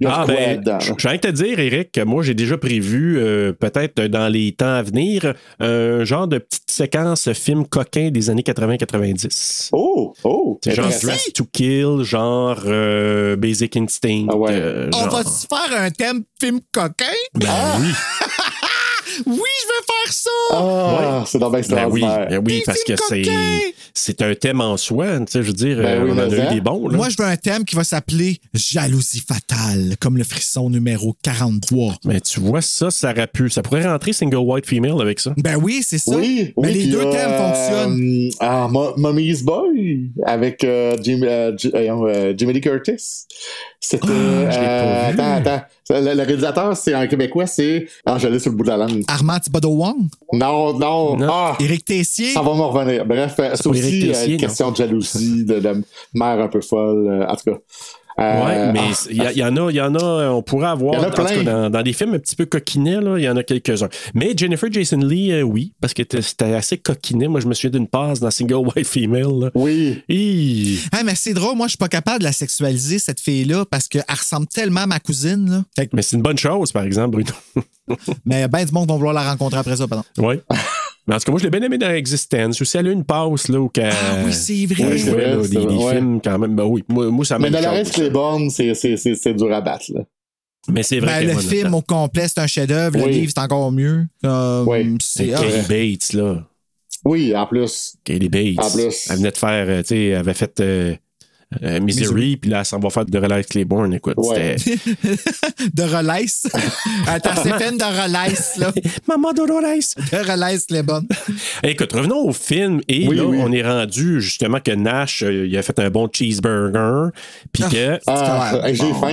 Speaker 7: Il y a
Speaker 1: Ah,
Speaker 7: de quoi
Speaker 1: ben,
Speaker 7: là-dedans,
Speaker 1: je
Speaker 7: là.
Speaker 1: je viens de te dire, Eric, que moi, j'ai déjà prévu, euh, peut-être dans les temps à venir, euh, un genre de petite séquence film coquin des années 80-90.
Speaker 7: Oh, oh!
Speaker 1: C'est genre
Speaker 7: intéressant.
Speaker 1: Dress to Kill, genre euh, Basic Instinct.
Speaker 7: Ah ouais.
Speaker 1: euh,
Speaker 2: On
Speaker 1: genre-
Speaker 2: va Ah! se faire un thème film coquin?
Speaker 1: Ben oui,
Speaker 2: Oui, je veux faire ça!
Speaker 7: Ah, c'est donc bien
Speaker 1: ben oui,
Speaker 7: extraordinaire.
Speaker 1: ben oui,
Speaker 2: Des
Speaker 1: parce que
Speaker 2: films
Speaker 1: c'est
Speaker 2: coquins.
Speaker 1: c'est un thème en soi. Tu sais, je veux dire,
Speaker 7: Ben
Speaker 1: euh,
Speaker 7: oui,
Speaker 1: on en
Speaker 7: mais
Speaker 1: a
Speaker 7: ça.
Speaker 1: eu des bons. Là.
Speaker 2: Moi, je veux un thème qui va s'appeler Jalousie fatale, comme le frisson numéro 43.
Speaker 1: Mais tu vois, ça, ça aurait pu. Ça pourrait rentrer single white female avec
Speaker 7: Euh,
Speaker 1: ça.
Speaker 2: Ben oui, c'est ça.
Speaker 7: Oui,
Speaker 2: Mais
Speaker 7: oui,
Speaker 2: Ben, les
Speaker 7: puis
Speaker 2: deux
Speaker 7: là,
Speaker 2: thèmes fonctionnent.
Speaker 7: euh, Ah, Mo- Mommy's Boy avec euh, Jim- euh, J- euh, euh, Jimmy Lee Curtis. C'était.
Speaker 1: Ah, je l'ai pas
Speaker 7: euh,
Speaker 1: vu.
Speaker 7: attends, attends. Le, le réalisateur, c'est un Québécois, c'est. Ah, je l'ai sur le bout de la langue.
Speaker 2: Armand Thibodeau Wong,
Speaker 7: Non, non.
Speaker 1: Non.
Speaker 7: Ah,
Speaker 2: Éric Tessier.
Speaker 7: ça va m'en revenir. Bref, euh, c'est
Speaker 1: pas Éric
Speaker 7: aussi euh,
Speaker 1: Tessier,
Speaker 7: une
Speaker 1: non.
Speaker 7: question de jalousie, de, de mère un peu folle, euh, en tout cas.
Speaker 1: Ouais,
Speaker 7: Euh,
Speaker 1: mais
Speaker 7: ah,
Speaker 1: il y, a- il y en a, il y en a, euh, on pourrait avoir
Speaker 7: Il y en a
Speaker 1: en tout cas,
Speaker 7: plein.
Speaker 1: dans, dans des films un petit peu coquinets, là, il y en a quelques-uns. Mais Jennifer Jason Lee, euh, oui, parce que t- c'était assez coquinet. Moi, je me souviens d'une passe dans Single White Female. là.
Speaker 7: Oui.
Speaker 1: Hi.
Speaker 2: Ah, mais c'est drôle, moi, je suis pas capable de la sexualiser, cette fille-là, parce qu'elle ressemble tellement à ma cousine, là. Fait que-
Speaker 1: Mais c'est une bonne chose, par exemple, Bruno.
Speaker 2: mais ben du monde vont vouloir la rencontrer après ça, pardon.
Speaker 1: Oui. mais en tout cas, moi, je l'ai bien aimé dans Existence. Aussi, elle a eu une passe là, où qu'elle-
Speaker 2: Ah oui, c'est
Speaker 1: où
Speaker 2: vrai.
Speaker 1: elle
Speaker 7: Oui, c'est
Speaker 1: jouait, là,
Speaker 7: vrai,
Speaker 1: des,
Speaker 7: c'est vrai,
Speaker 1: des
Speaker 7: ouais.
Speaker 1: films quand même. Ben oui, moi, moi ça m'a
Speaker 7: Mais Dolores Claiborne, c'est- c'est c'est- c'est dur à battre, là.
Speaker 1: Mais c'est vrai
Speaker 2: Ben,
Speaker 1: qu'elle
Speaker 2: le
Speaker 1: est bonne
Speaker 2: film
Speaker 1: là-dedans.
Speaker 2: au complet, c'est un chef-d'œuvre. Le
Speaker 7: Oui.
Speaker 2: livre, c'est encore mieux. Euh,
Speaker 7: Oui.
Speaker 1: C'est
Speaker 2: C'est ah,
Speaker 1: Katie Bates, là.
Speaker 7: Oui, en plus.
Speaker 1: Katie Bates.
Speaker 7: En plus.
Speaker 1: Elle venait de faire, euh, tu sais, elle avait fait euh, euh, Misery, puis là, elle s'en va faire de Relax Claiborne. Écoute,
Speaker 7: Ouais.
Speaker 1: c'était.
Speaker 2: de Relaisse. Attends, Stéphane de Relaisse, là.
Speaker 1: Maman Dolores!
Speaker 2: De Relaisse, les bonnes.
Speaker 1: Écoute, revenons au film et
Speaker 7: Oui,
Speaker 1: là,
Speaker 7: oui.
Speaker 1: on est rendu justement que Nash, euh, il a fait un bon cheeseburger, puis que.
Speaker 7: Ah,
Speaker 2: correct.
Speaker 7: hey, j'ai
Speaker 2: Bon.
Speaker 7: faim.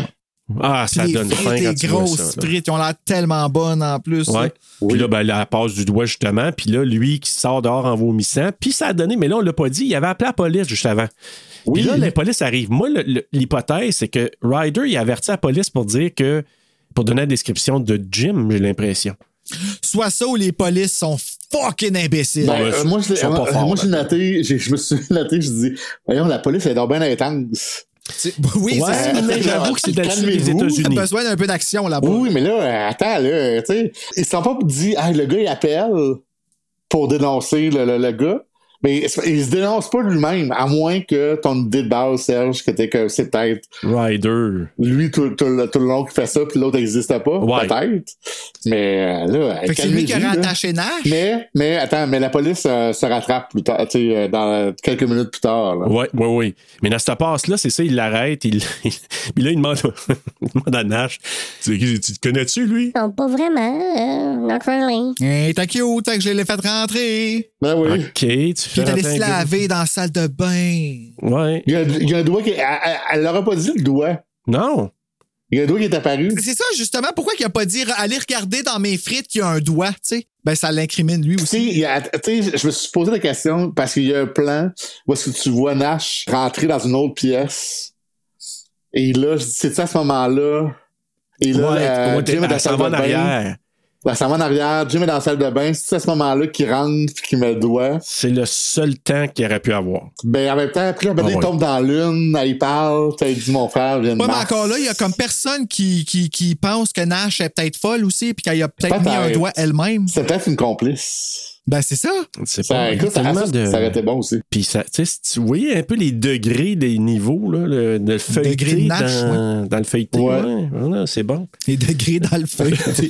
Speaker 1: Ah, ça
Speaker 2: Puis les
Speaker 1: donne faim
Speaker 2: frites,
Speaker 1: quand
Speaker 2: les
Speaker 1: tu vois ça.
Speaker 2: grosses
Speaker 1: là.
Speaker 2: frites, ils ont l'air tellement bonnes en plus. là.
Speaker 1: Ouais. Puis
Speaker 7: Oui.
Speaker 1: là, ben, là, elle passe du doigt justement. Puis là, lui qui sort dehors en vomissant. Puis ça a donné, mais là, on l'a pas dit, il avait appelé la police juste avant.
Speaker 7: Oui.
Speaker 1: Puis là, la police arrive. Moi, le- le- l'hypothèse, c'est que Ryder, il avertit la police pour dire que. Pour donner la description de Jim, j'ai l'impression.
Speaker 2: Soit ça ou les polices sont fucking imbéciles.
Speaker 7: Ben,
Speaker 1: ben,
Speaker 7: euh,
Speaker 1: ils
Speaker 7: moi, je, l'ai-
Speaker 1: sont pas
Speaker 7: euh,
Speaker 1: forts,
Speaker 7: moi, j'ai
Speaker 1: là.
Speaker 7: noté, j'ai- je me suis noté, je dis, voyons, la police, elle est donc bien intense.
Speaker 2: C'est- oui,
Speaker 1: Ouais,
Speaker 2: c'est ça.
Speaker 1: mais j'avoue que c'est là-dessus les
Speaker 7: Calmez-vous.
Speaker 2: T'as
Speaker 1: États-Unis.
Speaker 2: besoin d'un peu d'action là-bas.
Speaker 7: Oui, mais là, euh, attends, là, euh, tu sais, ils se sont pas dit, ah, le gars, il appelle pour dénoncer le, le- le gars. Mais c'est- il se dénonce pas lui-même, à moins que ton idée de base, Serge, que, t'es que c'est peut-être
Speaker 1: Ryder.
Speaker 7: lui tout, tout le tout le long qui fait ça, puis l'autre n'existe pas,
Speaker 1: Ouais.
Speaker 7: peut-être. Mais euh, là,
Speaker 2: Fait que c'est lui qui aurait
Speaker 7: calmez-vous, là.
Speaker 2: attaché Nash.
Speaker 7: Mais, mais attends, mais la police euh, se rattrape plus tard, tu sais, euh, dans euh, quelques minutes plus tard. Là.
Speaker 1: Oui, oui, oui. Mais dans cette passe-là, c'est ça, il l'arrête. Il... Puis là, il demande, il demande à Nash Tu, tu te connais-tu, lui
Speaker 9: Non, pas vraiment. Euh, not really.
Speaker 2: Hey, t'as cute, t'as que je l'ai fait rentrer.
Speaker 7: Ben oui.
Speaker 1: Ok, tu
Speaker 2: Puis
Speaker 1: fais
Speaker 2: t'as allé
Speaker 1: rentrer
Speaker 2: se
Speaker 1: un gars.
Speaker 2: laver dans la salle de bain.
Speaker 1: Ouais.
Speaker 7: Il y, a, il y a un doigt qui. Elle, elle- elle leur a pas dit le doigt.
Speaker 1: Non.
Speaker 7: Il y a un doigt qui est apparu.
Speaker 2: C'est ça, justement, pourquoi il a pas dit aller regarder dans mes frites qu'il y a un doigt, tu sais? Ben, ça l'incrimine lui
Speaker 7: Tu sais,
Speaker 2: aussi.
Speaker 7: il y a- tu sais, je me suis posé la question parce qu'il y a un plan où est-ce que tu vois Nash rentrer dans une autre pièce. Et là, je dis, c'est à ce moment-là Et là,
Speaker 1: Ouais,
Speaker 7: euh,
Speaker 1: ouais,
Speaker 7: Jim est dans
Speaker 1: elle
Speaker 7: la
Speaker 1: s'en
Speaker 7: salle
Speaker 1: va en
Speaker 7: de bain.
Speaker 1: arrière.
Speaker 7: Elle s'en va en arrière. Jim est dans la salle de bain. C'est à ce moment-là qu'il rentre puis qu'il me le doit.
Speaker 1: C'est le seul temps qu'il aurait pu avoir.
Speaker 7: Ben, en même temps, après, là, ben,
Speaker 1: Ah
Speaker 7: il
Speaker 1: ouais.
Speaker 7: tombe dans la lune, elle y parle, t'as dit mon frère, vient de
Speaker 2: Ouais, mais
Speaker 7: Mars.
Speaker 2: encore là, il y a comme personne qui, qui, qui pense que Nash est peut-être folle aussi, puis qu'elle a peut-être mis un
Speaker 7: Peut-être.
Speaker 2: doigt elle-même.
Speaker 7: C'est peut-être une complice.
Speaker 2: Ben, c'est ça.
Speaker 1: C'est
Speaker 7: Ça,
Speaker 1: pas
Speaker 7: écoute, ça,
Speaker 1: tellement
Speaker 7: ça,
Speaker 1: de-
Speaker 7: ça aurait été bon aussi.
Speaker 1: Puis ça, tu sais, si tu voyais un peu les degrés des niveaux, là, le, de le
Speaker 2: Degré
Speaker 1: feuilleté
Speaker 2: de Nash,
Speaker 1: dans, dans le feuilleté.
Speaker 7: Ouais.
Speaker 1: ouais, voilà, c'est bon.
Speaker 2: Les degrés dans le feu.
Speaker 1: tu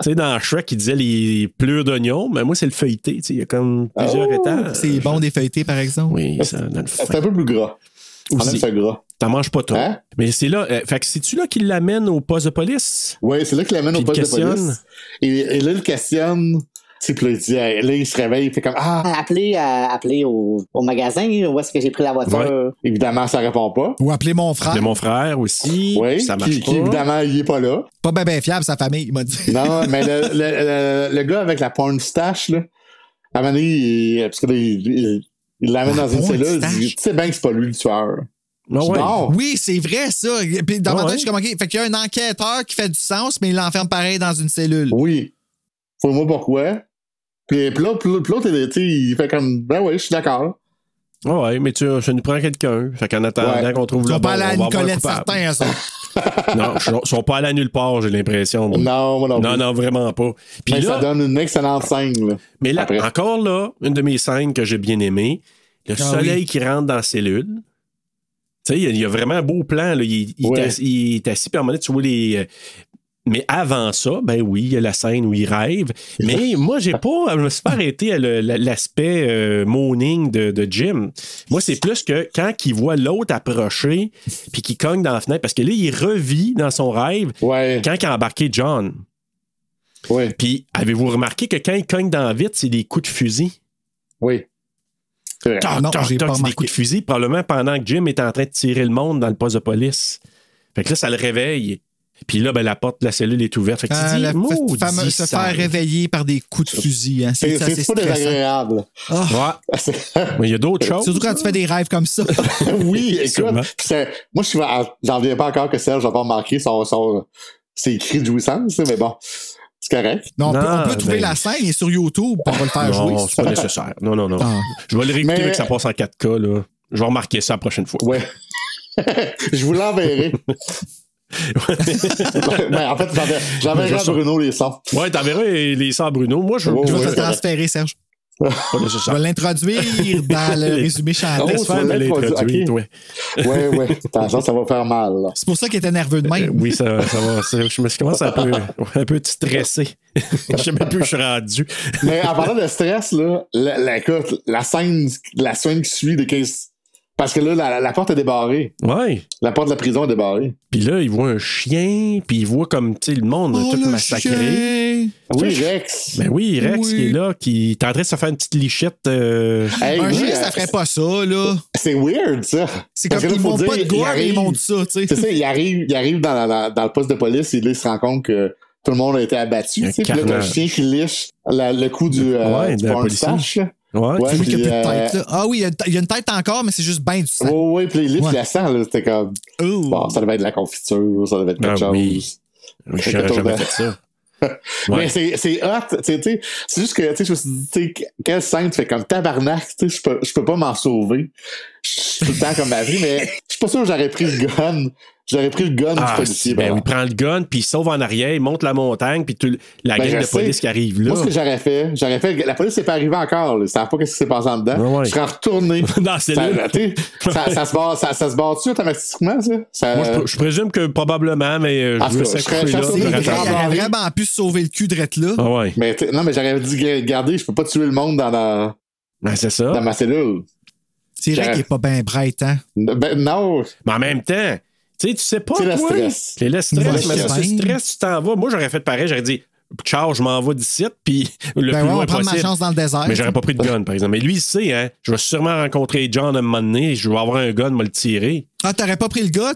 Speaker 1: sais, dans Shrek, il disait les pleurs d'oignons, mais moi, c'est le feuilleté. tu sais, Il y a comme plusieurs
Speaker 7: Oh,
Speaker 1: étages.
Speaker 2: c'est bon des feuilletés, par exemple.
Speaker 1: Oui, ça, dans le
Speaker 7: C'est un
Speaker 1: feuilleté.
Speaker 7: peu plus gras. On aime
Speaker 1: Aussi.
Speaker 7: ça gras.
Speaker 1: T'en manges pas trop.
Speaker 7: Hein?
Speaker 1: Mais c'est là. euh, fait que c'est-tu là qui l'amène au poste de police?
Speaker 7: Oui, c'est là qu'il l'amène
Speaker 1: Puis
Speaker 7: au
Speaker 1: il
Speaker 7: poste de
Speaker 1: questionne.
Speaker 7: police. Et, et là, il le questionne. C'est puis là, il dit, hey, là, il se réveille, il fait comme Ah!
Speaker 13: Appelez, euh, appelez au, au magasin où est-ce que j'ai pris la voiture.
Speaker 1: Ouais.
Speaker 7: Évidemment, ça répond pas.
Speaker 2: Ou appeler mon
Speaker 1: Il y a
Speaker 2: frère.
Speaker 1: mon frère aussi.
Speaker 7: Oui,
Speaker 1: ça marche
Speaker 7: qui,
Speaker 1: pas.
Speaker 7: qui, évidemment, il est pas là.
Speaker 2: Pas bien ben fiable, sa famille, il m'a dit.
Speaker 7: Non, mais le, le- le- le gars avec la porn stache, là, à un moment donné, il, euh, parce que là, il- il- il l'amène
Speaker 2: La
Speaker 7: dans une
Speaker 2: porn
Speaker 7: cellule, il dit,
Speaker 2: stache?
Speaker 7: tu sais bien que c'est pas lui le tueur.
Speaker 1: Ah ouais.
Speaker 7: Non.
Speaker 2: Oui, c'est vrai, ça. Et Puis dans ma
Speaker 1: Ah
Speaker 2: tête,
Speaker 1: ouais?
Speaker 2: je suis comme, OK, fait qu'il y a un enquêteur qui fait du sens, mais il l'enferme pareil dans une
Speaker 1: Oh,
Speaker 2: cellule.
Speaker 7: Oui. Faut-moi pourquoi. Puis, puis là, puis là- puis l'autre, il- tu sais, il fait comme, ben oui, je suis d'accord.
Speaker 1: Ah ouais, mais tu, ça nous prend quelqu'un. Fait qu'en attendant
Speaker 7: Ouais.
Speaker 1: qu'on trouve
Speaker 2: Ils
Speaker 1: le
Speaker 2: sont
Speaker 1: bon,
Speaker 2: pas allés à
Speaker 1: on va avoir un
Speaker 2: Nicolette
Speaker 1: coupable.
Speaker 2: certain, ça.
Speaker 1: Non, ils sont pas allés à nulle part, j'ai l'impression.
Speaker 7: Non, moi non.
Speaker 1: Non,
Speaker 7: plus.
Speaker 1: non, vraiment pas. Puis
Speaker 2: Ben,
Speaker 7: Mais
Speaker 1: là,
Speaker 7: ça donne une excellente scène, là.
Speaker 1: mais là,
Speaker 7: Après.
Speaker 1: encore là, une de mes scènes que j'ai bien aimée, le
Speaker 2: Ah
Speaker 1: soleil qui rentre dans la cellule. Tu sais, il y a- il y, a vraiment un beau plan. Là. Il, il,
Speaker 7: Ouais.
Speaker 1: est assis- il est assis, puis à un moment donné, tu vois les. euh, Mais avant ça, ben oui, il y a la scène où il rêve. Mais moi, j'ai pas. Je me suis pas arrêté à le- la- l'aspect euh, moaning de, de Jim. Moi, c'est plus que quand il voit l'autre approcher, puis qu'il cogne dans la fenêtre, parce que là, il revit dans son rêve
Speaker 7: Ouais,
Speaker 1: quand il a embarqué John.
Speaker 7: ouais,
Speaker 1: Puis, avez-vous remarqué que quand il cogne dans la vitre, c'est des coups de fusil?
Speaker 7: oui. C'est vrai.
Speaker 1: Toc,
Speaker 2: non,
Speaker 1: toc,
Speaker 2: j'ai
Speaker 1: toc,
Speaker 2: pas
Speaker 1: c'est des
Speaker 2: remarqué.
Speaker 1: coups de fusil, probablement pendant que Jim est en train de tirer le monde dans le poste de police. Fait que là, ça le réveille. Puis là, ben, la porte de la cellule est ouverte. Fait que
Speaker 2: Ah,
Speaker 1: tu dis,
Speaker 2: la fa-
Speaker 1: maudit
Speaker 2: fameuse se
Speaker 1: sale.
Speaker 2: faire réveiller par des coups de fusil. Hein.
Speaker 7: C'est
Speaker 2: C'est assez
Speaker 7: c'est pas
Speaker 2: stressant.
Speaker 7: désagréable.
Speaker 2: Ah,
Speaker 1: Ouais. Mais il y a d'autres choses.
Speaker 2: Surtout quand tu fais des rêves comme ça.
Speaker 7: oui, écoute.
Speaker 1: Sûrement.
Speaker 7: puis c'est- Moi, je suis- ah, j'en viens pas encore que Serge n'a pas marqué son, son, ses cris de jouissance, mais bon, c'est correct.
Speaker 2: Non, on, peut,
Speaker 1: Non,
Speaker 2: on peut trouver
Speaker 1: ben-
Speaker 2: la scène, il est sur YouTube, on va le faire jouer.
Speaker 1: Non, c'est pas nécessaire. Non, non, non.
Speaker 2: Ah.
Speaker 1: Je vais le réécouter
Speaker 7: Mais-
Speaker 1: avec ça passe en 4K. Là. Je vais remarquer ça la prochaine fois.
Speaker 7: Ouais. je vous l'enverrai. mais en fait, j'enver-
Speaker 1: Mais
Speaker 7: j'enverrai
Speaker 1: je
Speaker 7: à
Speaker 1: sais.
Speaker 7: Bruno les sons.
Speaker 1: Ouais, t'enverras les les sans Bruno. Moi, je,
Speaker 7: Ouais,
Speaker 1: je
Speaker 2: Je vais te
Speaker 7: ouais.
Speaker 2: le transférer, Serge.
Speaker 1: pas
Speaker 2: Je
Speaker 1: nécessaire.
Speaker 2: vais l'introduire dans le résumé chanté.
Speaker 1: Laisse
Speaker 7: tu
Speaker 1: faire de
Speaker 7: vas l'introduire,
Speaker 1: l'introduire,
Speaker 7: ok.
Speaker 1: toi.
Speaker 7: Ouais, ouais. Attention, ça va faire mal. là.
Speaker 2: C'est pour ça qu'il était nerveux de
Speaker 1: Euh,
Speaker 2: même.
Speaker 1: oui, ça, ça va. ça- je me suis commencé un peu, un peu stressé. je sais même plus où je suis rendu.
Speaker 7: Mais en parlant de stress, là, la, la- écoute, la scène, la scène qui suit de 15. Parce que là, la, la porte est débarrée.
Speaker 1: Ouais.
Speaker 7: La porte de la prison est débarrée.
Speaker 1: Puis là, il voit un chien, puis il voit comme tu sais, le monde
Speaker 2: Oh,
Speaker 1: tout
Speaker 2: le
Speaker 1: massacré.
Speaker 2: chien!
Speaker 7: Oui, Rex.
Speaker 1: Ben oui, Rex
Speaker 2: Oui.
Speaker 1: qui est là, qui est en train de se faire une petite lichette. euh,
Speaker 7: Hey,
Speaker 2: Un
Speaker 7: oui,
Speaker 2: chien,
Speaker 7: euh,
Speaker 2: ça ferait pas ça, là.
Speaker 7: C'est weird, ça.
Speaker 2: C'est
Speaker 7: Parce
Speaker 2: comme
Speaker 7: que là,
Speaker 2: ils
Speaker 7: faut
Speaker 2: montent
Speaker 7: dire,
Speaker 2: pas de
Speaker 7: il
Speaker 2: gloire, mais
Speaker 7: arrive-
Speaker 2: ils montent ça, tu
Speaker 7: C'est
Speaker 2: sais.
Speaker 7: ça, il arrive, il arrive dans, la- la- dans le poste de police et là, il se rend compte que tout le monde a été abattu.
Speaker 1: Il y a
Speaker 7: tu sais,
Speaker 1: un
Speaker 7: Puis là, t'as le
Speaker 1: carnage.
Speaker 7: chien qui liche la- le cou du, euh,
Speaker 1: Ouais,
Speaker 7: du
Speaker 1: de la
Speaker 7: porn
Speaker 1: policière.
Speaker 7: stache, là.
Speaker 1: ouais.
Speaker 7: Ouais,
Speaker 2: C'est lui qui a
Speaker 7: puis,
Speaker 2: plus de
Speaker 7: euh,
Speaker 2: tête, là. Ah oui, il y a une t- il y a une tête encore, mais c'est juste ben du sang.
Speaker 7: Ouais, ouais, puis là, il liche
Speaker 2: Ouais.
Speaker 7: la sang, là. C'était comme,
Speaker 2: Oh.
Speaker 7: bon, ça devait être de la confiture, ça devait être
Speaker 1: Ben
Speaker 7: quelque
Speaker 1: oui.
Speaker 7: chose.
Speaker 1: Oui, Je n'aurais jamais fait ça. Ouais.
Speaker 7: Mais c'est, c'est hot, tu sais, tu sais, c'est juste que, tu sais, je me suis dit, tu sais, quelle scène tu fais comme tabarnak, tu sais, je peux, je peux pas m'en sauver. Je suis tout le temps comme ma vie, mais je suis pas sûr que j'aurais pris le gun. J'aurais pris le gun
Speaker 1: Ah,
Speaker 7: du policier.
Speaker 1: si, ben,
Speaker 7: par
Speaker 1: il prend le gun, puis il sauve en arrière, il monte la montagne, puis tout le- la
Speaker 7: Ben,
Speaker 1: gang
Speaker 7: je
Speaker 1: de police
Speaker 7: sais.
Speaker 1: qui arrive là.
Speaker 7: Moi, ce que j'aurais fait, j'aurais fait. La police n'est pas arrivée encore, là. Ils savent pas qu'est-ce qui s'est passé en dedans.
Speaker 1: Ouais, ouais.
Speaker 7: Je serais retourné.
Speaker 1: Dans la cellule.
Speaker 7: ça, tu sais, ça, ça se barre, ça, ça se barre dessus automatiquement, ça? ça
Speaker 1: Moi, je, pr- je présume que probablement, mais euh,
Speaker 7: euh, En
Speaker 1: je
Speaker 7: tout
Speaker 1: veux
Speaker 7: cas, je serais-
Speaker 1: s'accrocher
Speaker 7: je
Speaker 1: là.
Speaker 7: serais
Speaker 2: C'est
Speaker 1: je
Speaker 2: vrai,
Speaker 1: me
Speaker 7: surpris.
Speaker 2: il
Speaker 1: rattrape.
Speaker 2: aurait
Speaker 7: Barré.
Speaker 2: vraiment pu se sauver le cul drette là.
Speaker 1: Ah ouais.
Speaker 7: mais tu sais, non, mais j'aurais dit, regardez, je peux pas tuer le monde dans, la-
Speaker 1: Ben, c'est ça.
Speaker 7: dans ma cellule.
Speaker 2: C'est vrai
Speaker 7: J'aurais-
Speaker 2: qu'il est pas bien bright, hein.
Speaker 7: Ben, non.
Speaker 1: Mais en même temps, tu sais, tu sais pas.
Speaker 7: C'est le
Speaker 1: toi.
Speaker 7: stress.
Speaker 1: C'est le stress,
Speaker 2: Ouais,
Speaker 1: mais
Speaker 7: c'est
Speaker 1: ça, c'est
Speaker 2: bien.
Speaker 1: stress, tu t'en vas. Moi, j'aurais fait pareil, j'aurais dit Ciao, je m'en vais d'ici, puis le
Speaker 2: Ben
Speaker 1: plus
Speaker 2: ouais,
Speaker 1: loin
Speaker 2: on prend ma
Speaker 1: possible.
Speaker 2: chance dans le désert.
Speaker 1: Mais j'aurais pas pris de gun, par exemple. Mais lui, il sait, hein. Je vais sûrement rencontrer John à un moment donné, je vais avoir un gun, me le tirer.
Speaker 2: Ah, t'aurais pas pris le gun?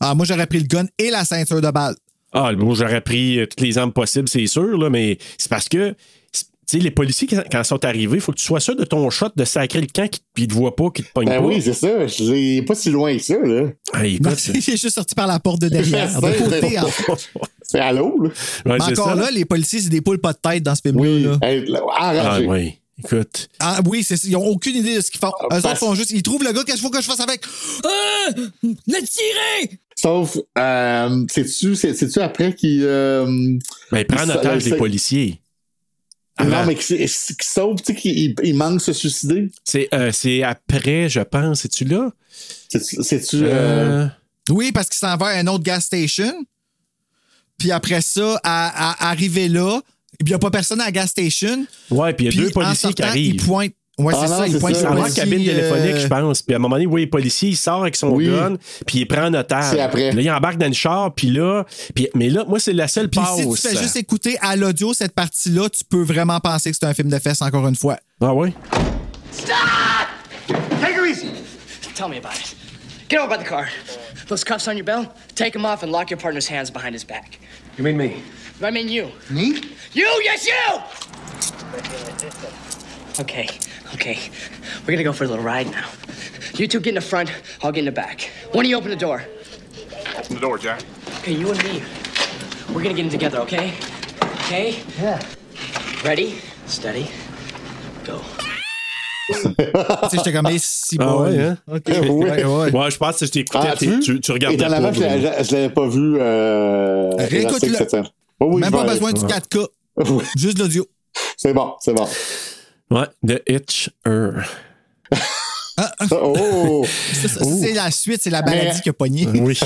Speaker 2: Ah, moi, j'aurais pris le gun et la ceinture de balle.
Speaker 1: Ah, moi, j'aurais pris euh, toutes les armes possibles, c'est sûr, là, mais c'est parce que. c'est- sais, les policiers, quand, quand ils sont arrivés, il faut que tu sois sûr de ton shot de sacrer le camp qui ne te voit pas, qui te pogne
Speaker 7: Ben
Speaker 1: pas.
Speaker 7: oui, c'est ça. Je l'ai pas si loin que ça, là.
Speaker 1: Ah, il
Speaker 2: Non,
Speaker 1: écoute,
Speaker 2: il est juste sorti par la porte de derrière.
Speaker 7: Je
Speaker 2: de
Speaker 7: sais,
Speaker 2: côté,
Speaker 7: c'est-
Speaker 2: en fait.
Speaker 7: C'est à l'eau, là.
Speaker 1: ouais, ben,
Speaker 2: Mais
Speaker 1: c'est
Speaker 2: encore
Speaker 1: ça.
Speaker 2: là, les policiers, c'est des poules pas de tête dans ce film-là.
Speaker 7: Oui,
Speaker 2: là.
Speaker 7: hey, là,
Speaker 1: Ah
Speaker 7: enragé.
Speaker 1: oui, écoute.
Speaker 2: Ah oui, c'est ça. Ils n'ont aucune idée de ce qu'ils font.
Speaker 7: Ah,
Speaker 2: Eux autres
Speaker 7: parce-
Speaker 2: font juste. Ils trouvent le gars, qu'est-ce qu'il faut que je fasse avec?
Speaker 14: Ah! La tirer!
Speaker 7: Sauf, euh, sais-tu, sais- sais-tu après qu'il. euh,
Speaker 1: Mais Ben, prends en
Speaker 7: Ça,
Speaker 1: otage
Speaker 7: ça-
Speaker 1: les policiers.
Speaker 7: non,
Speaker 1: Avant.
Speaker 7: mais qu'il s- qu'il sauve, tu sais, qu'il il- il manque se suicider.
Speaker 1: C'est euh, c'est après, je pense. C'est-tu là?
Speaker 7: Sais-tu. sais-tu, euh,
Speaker 1: Euh,
Speaker 2: Oui, parce qu'il s'en va à un autre gas station. Puis après ça, à, à arriver là, il n'y a pas personne à la gas station.
Speaker 1: Ouais, puis il y a
Speaker 2: Puis
Speaker 1: deux
Speaker 2: en
Speaker 1: policiers qui
Speaker 2: sortant,
Speaker 1: arrivent.
Speaker 2: Ils pointent. Ouais,
Speaker 7: Ah
Speaker 2: c'est
Speaker 7: non,
Speaker 2: ça. Ils
Speaker 7: c'est
Speaker 2: pointent
Speaker 7: ça.
Speaker 2: sur
Speaker 1: Dans
Speaker 2: le
Speaker 1: la
Speaker 2: policier,
Speaker 1: cabine téléphonique,
Speaker 2: euh,
Speaker 1: je pense. Puis à un moment donné, oui, les policiers, il sort avec son
Speaker 7: Oui.
Speaker 1: gun, puis il prend en otage.
Speaker 7: C'est après.
Speaker 1: Puis Là, il embarque dans le char, puis là. puis- mais là, moi, c'est la seule
Speaker 2: Puis
Speaker 1: pause.
Speaker 2: si tu fais juste écouter à l'audio cette partie-là, tu peux vraiment penser que c'est un film de fesses, encore une fois.
Speaker 1: Ah ouais?
Speaker 6: Stop! Take her easy. Tell me about it. Get over by the car. Those cuffs on your belt, take them off and lock your partner's hands behind his back.
Speaker 5: You mean me?
Speaker 6: I mean you.
Speaker 5: Me?
Speaker 6: You, yes, you! Okay, okay. We're gonna go for a little ride now. You two get in the front, I'll get in the back. Why don't you open the door?
Speaker 15: Open the door, Jack.
Speaker 6: Okay, you and me. We're gonna get in together, okay? Okay? Yeah. Ready? Steady. Go.
Speaker 2: tu sais, j'étais comme, mais si
Speaker 1: Ah
Speaker 2: bon.
Speaker 1: ouais, hein?
Speaker 2: OK.
Speaker 7: Oui.
Speaker 2: Ouais, ouais.
Speaker 1: Ouais, je pense que si je t'écoutais,
Speaker 7: Ah,
Speaker 1: tu,
Speaker 7: vu?
Speaker 1: tu, tu regardais
Speaker 7: Et en
Speaker 1: pas.
Speaker 7: avant, je
Speaker 1: Bruno.
Speaker 7: l'avais- je l'avais pas vu. Euh,
Speaker 2: Réécoute-le.
Speaker 7: Jurassic Septembre. Oui, oui,
Speaker 2: Même
Speaker 7: je
Speaker 2: pas
Speaker 7: vais-
Speaker 2: besoin du 4K,
Speaker 7: Oui,
Speaker 2: juste l'audio.
Speaker 7: c'est bon, c'est bon.
Speaker 1: Ouais, The Hitcher.
Speaker 7: Oh!
Speaker 2: Ça, ça, C'est la suite, c'est la maladie
Speaker 7: Mais-
Speaker 2: qui a pogné. Ben
Speaker 1: Oui.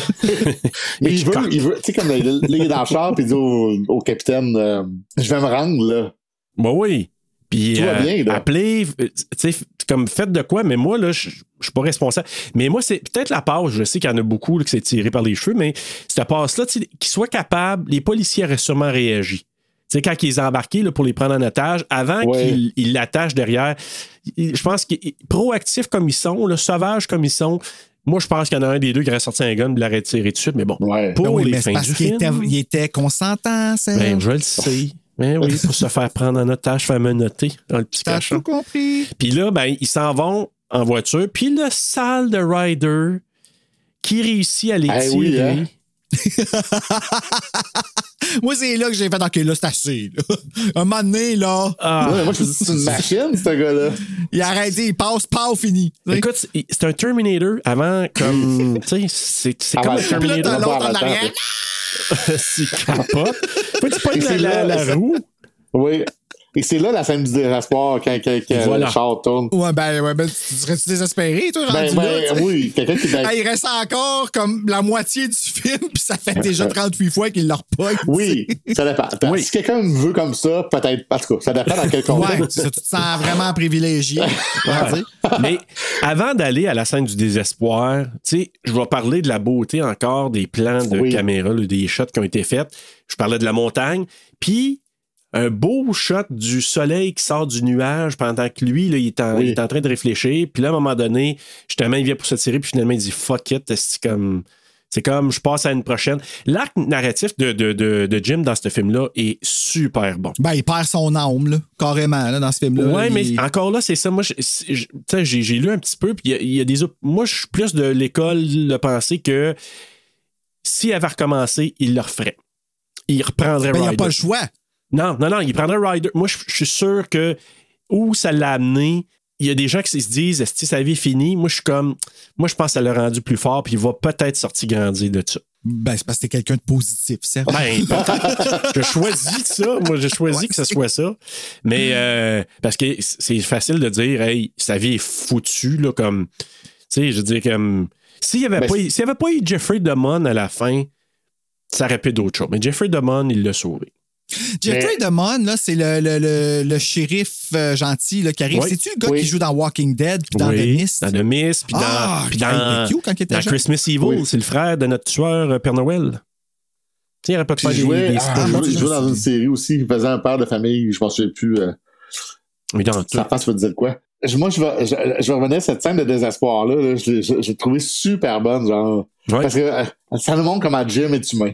Speaker 7: Mais il veut, il veut, tu sais, comme là, il est dans le char, puis il dit au, au capitaine, euh, je vais me rendre, là.
Speaker 1: Bah oui. Puis
Speaker 7: Tout
Speaker 1: euh,
Speaker 7: va bien, là.
Speaker 1: appelez, euh, tu sais, f- comme faites de quoi, mais moi, là, je je suis pas responsable. Mais moi, c'est peut-être la passe, je sais qu'il y en a beaucoup là, que c'est tiré par les cheveux, mais cette passe-là, tu sais, qu'ils soient capables, les policiers auraient sûrement réagi. Tu sais, quand ils les ont embarqués là, pour les prendre en otage, avant
Speaker 7: Ouais.
Speaker 1: qu'ils ils l'attachent derrière, ils- je pense que proactifs comme ils sont, là, sauvages comme ils sont, moi, je pense qu'il y en a un des deux qui aurait sorti un gun et l'aurait tiré tout de suite, mais bon,
Speaker 7: Ouais.
Speaker 1: pour
Speaker 2: Ben oui,
Speaker 1: Oh, les
Speaker 2: mais
Speaker 1: fins
Speaker 2: c'est parce
Speaker 1: du
Speaker 2: qu'il
Speaker 1: film...
Speaker 2: était, il était consentant, Serge.
Speaker 7: Mhm.
Speaker 1: Ben, je le sais. Ben oui, pour se faire prendre en otage, faire menotter dans le petit
Speaker 2: T'as
Speaker 1: cachot.
Speaker 2: tout compris.
Speaker 1: Puis là, ben, ils s'en vont en voiture. Puis le sale de Ryder qui réussit à les
Speaker 7: Eh
Speaker 1: tirer.
Speaker 7: oui, hein?
Speaker 2: Moi, c'est là que j'ai fait, OK, là, c'est assez. là. Un moment donné, là,
Speaker 1: Ah.
Speaker 7: Ouais, mais moi, je me dis, c'est une machine, ce gars-là.
Speaker 2: il a arrêté, il passe, pas fini. Tu sais?
Speaker 1: Ben, Écoute, c'est- c'est un Terminator avant comme. tu sais, c'est- c'est
Speaker 7: Avant
Speaker 1: comme un
Speaker 7: le temps.
Speaker 2: Puis là, t'as
Speaker 1: Terminator.
Speaker 2: l'autre en
Speaker 7: Attends,
Speaker 2: arrière.
Speaker 1: C'est capote. Faut que tu pognes
Speaker 7: C'est
Speaker 1: la, la-
Speaker 7: là,
Speaker 1: la roue.
Speaker 7: Oui. Et c'est là la scène du désespoir, quand, quand, quand
Speaker 1: Voilà.
Speaker 7: le char tourne.
Speaker 2: Ouais, ben, ouais, ben, tu serais-tu désespéré, toi,
Speaker 7: Ben,
Speaker 2: rendu là, tu sais?
Speaker 7: ben, oui, quelqu'un qui est dans-
Speaker 2: Ah, il reste encore comme la moitié du film, puis ça fait déjà 38 fois qu'il leur pogne.
Speaker 7: Oui, ça dépend. Attends,
Speaker 1: Oui.
Speaker 7: Si quelqu'un me veut comme ça, peut-être. En tout cas, ça dépend dans quel
Speaker 2: Ouais,
Speaker 7: contexte.
Speaker 2: c'est ça, tu te sens vraiment privilégié.
Speaker 1: Ouais. Mais avant d'aller à la scène du désespoir, tu sais, je vais parler de la beauté encore des plans de
Speaker 7: Oui.
Speaker 1: caméra, là, des shots qui ont été faits. Je parlais de la montagne. Puis, un beau shot du soleil qui sort du nuage pendant que lui, là, il, est en,
Speaker 7: Oui.
Speaker 1: il est en train de réfléchir. Puis là, à un moment donné, justement, il vient pour se tirer. Puis finalement, il dit fuck it. C'est comme. C'est comme je passe à une prochaine. L'arc narratif de, de, de, de Jim dans ce film-là est super bon.
Speaker 2: Ben, il perd son âme, là, carrément, là, dans ce film-là.
Speaker 1: Ouais,
Speaker 2: Il-
Speaker 1: mais encore là, c'est ça. Moi, je- c'est- je- tu sais, j'ai j'ai lu un petit peu, puis il y a- il y, a des. op- Moi, je suis plus de l'école de penser que s'il avait recommencé, il le referait. Il reprendrait
Speaker 2: Ben, il n'y a
Speaker 1: Ryder.
Speaker 2: pas le choix.
Speaker 1: Non, non, non, il prendrait Ryder. Moi, je je suis sûr que où ça l'a amené, il y a des gens qui se disent est-ce que sa vie est finie Moi, je suis comme. Moi, je pense que ça l'a rendu plus fort, puis il va peut-être sortir grandir de ça.
Speaker 2: Ben, c'est parce que t'es quelqu'un de positif, Serge.
Speaker 1: Ben, peut-être. je choisis ça. Moi, j'ai choisi
Speaker 2: Ouais.
Speaker 1: que ce soit ça. Mais euh, parce que c'est facile de dire, hey, sa vie est foutue, là, comme. Tu sais, je veux dire, comme. S'il n'y avait,
Speaker 7: Ben,
Speaker 1: pas eu- s'il y avait pas eu Jeffrey Damon à la fin, ça aurait pu d'autres choses. Mais Jeffrey Damon, il l'a sauvé.
Speaker 2: Jeffrey Damon, là, c'est le, le, le, le shérif euh, gentil là, qui arrive.
Speaker 1: Oui.
Speaker 2: C'est-tu le gars
Speaker 7: Oui.
Speaker 2: qui joue dans Walking Dead puis dans
Speaker 1: Oui,
Speaker 2: The Mist?
Speaker 1: Dans The Mist, puis dans,
Speaker 2: Ah,
Speaker 1: puis
Speaker 2: il
Speaker 1: dans,
Speaker 2: était cute quand il était
Speaker 1: dans
Speaker 2: jeune.
Speaker 1: Christmas Evil,
Speaker 7: Oui.
Speaker 1: c'est le frère de notre tueur euh, Père Noël. Tu sais, il aurait pas pu faire
Speaker 7: Puis il
Speaker 1: des,
Speaker 7: jouait,
Speaker 1: des
Speaker 7: ah,
Speaker 1: spoilers.
Speaker 7: il jouait-
Speaker 2: je
Speaker 7: il jouait dans
Speaker 2: sais.
Speaker 7: une série aussi, il faisait un père de famille, je m'en souviens plus. euh,
Speaker 1: Mais dans tout.
Speaker 7: Sa face veut dire quoi? Je- Moi, je vais, je, je vais revenir à cette scène de désespoir-là. là. je l'ai je- je l'ai trouvée super bonne, genre.
Speaker 1: Ouais.
Speaker 7: Parce que euh, ça nous montre comment Jim est humain.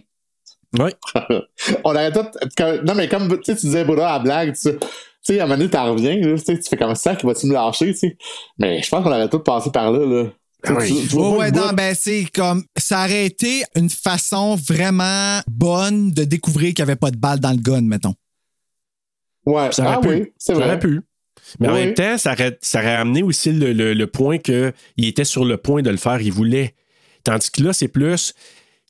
Speaker 1: Ouais.
Speaker 7: On arrête tout. quand- Non, mais comme tu sais, tu disais, Bouddha, à la blague, tu sais, Tu sais, à un moment donné, t'en reviens, là, tu sais, tu fais comme ça, qu'il va-tu me lâcher, tu sais. Mais je pense qu'on aurait tous passé par là, là.
Speaker 2: Ah oui. Tu, tu vois ouais, ouais, non, ben, c'est comme, ça aurait été une façon vraiment bonne de découvrir qu'il n'y avait pas de balle dans le gun, mettons.
Speaker 7: Ouais,
Speaker 1: ça aurait
Speaker 7: ah
Speaker 1: pu.
Speaker 7: oui, c'est
Speaker 1: Ça
Speaker 7: vrai.
Speaker 1: aurait pu. Mais en
Speaker 7: Oui.
Speaker 1: même temps, ça aurait, ça aurait amené aussi le, le- le point qu'il était sur le point de le faire, il voulait. Tandis que là, c'est plus.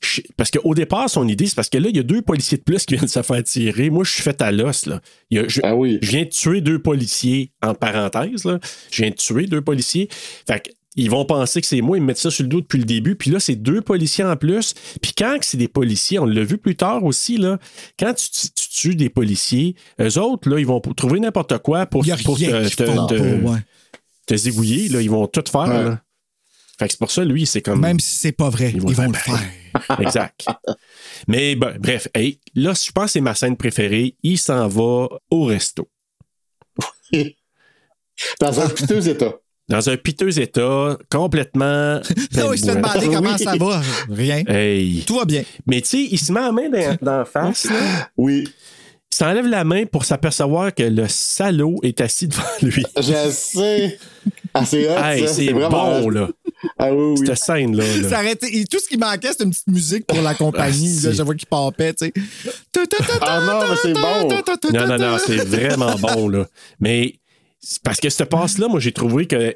Speaker 1: je- Parce qu'au départ, son idée, c'est parce que là, il y a deux policiers de plus qui viennent se faire tirer. Moi, je suis fait à l'os. Là. Il y a-
Speaker 7: Ah
Speaker 1: je, je viens de tuer deux policiers, en parenthèse. Là. Je viens de tuer deux policiers. Fait que, ils vont penser que c'est moi, ils me mettent ça sur le dos depuis le début. Puis là, c'est deux policiers en plus. Puis quand que c'est des policiers, on l'a vu plus tard aussi, là, quand tu, tu- tu tues des policiers, eux autres, là, ils vont p- trouver n'importe quoi pour,
Speaker 2: Il y a
Speaker 1: pour
Speaker 2: rien
Speaker 1: te,
Speaker 2: qu'ils
Speaker 1: te-
Speaker 2: font
Speaker 1: te-
Speaker 2: pas, ouais.
Speaker 1: te zigouiller, là, ils vont tout faire.
Speaker 2: Ouais.
Speaker 1: là. Fait que c'est pour ça, lui, c'est comme.
Speaker 2: Même si c'est pas vrai, ils vont, le faire.
Speaker 1: Exact. Mais ben, bref, hey, là, je pense que c'est ma scène préférée. Il s'en va au resto.
Speaker 7: Dans un piteux état.
Speaker 1: Dans un piteux état, complètement. plein
Speaker 2: Non,
Speaker 1: de
Speaker 2: il se fait
Speaker 1: bois. Euh,
Speaker 2: demander comment ça va. Rien.
Speaker 1: Hey.
Speaker 2: Tout va bien.
Speaker 1: Mais tu sais, il se met la main dans, dans la face. Là.
Speaker 7: Oui.
Speaker 1: Il s'enlève la main pour s'apercevoir que le salaud est assis devant lui.
Speaker 7: Je sais. Ah, c'est hot,
Speaker 1: Hey,
Speaker 7: ça.
Speaker 1: c'est
Speaker 7: vraiment
Speaker 1: bon,
Speaker 7: hot.
Speaker 1: là.
Speaker 7: Ah oui, oui.
Speaker 1: Cette scène-là. là.
Speaker 2: Ça aurait été- et tout ce qui manquait, c'était une petite musique pour la compagnie.
Speaker 1: Ah,
Speaker 2: là,
Speaker 1: si.
Speaker 2: je vois qu'il pompait, tu sais. Ta, ta, ta, ta,
Speaker 7: Ah non, mais c'est bon.
Speaker 2: ta, ta, ta,
Speaker 1: Non, non,
Speaker 2: ta.
Speaker 1: non, c'est vraiment bon, là. Mais c'est parce que cette passe-là, moi, j'ai trouvé que.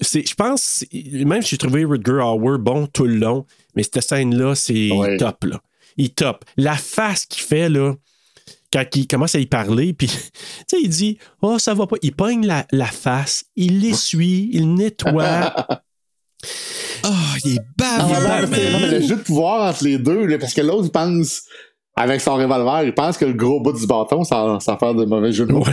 Speaker 1: c'est- Je pense, même j'ai trouvé Rutger Hauer bon tout le long, mais cette scène-là, c'est
Speaker 7: Ouais.
Speaker 1: top, là. Il top. La face qu'il fait, là, quand il commence à y parler, puis, tu sais, il dit Oh, ça va pas. Il pogne la, la face, il l'essuie, il nettoie.
Speaker 2: Ah, il est
Speaker 7: Ah,
Speaker 2: baveux.
Speaker 7: non, mais c'est- non, mais le jeu de pouvoir entre les deux, là, parce que l'autre, il pense, avec son revolver, il pense que le gros bout du bâton, sans, sans faire de mauvais jeu de mots.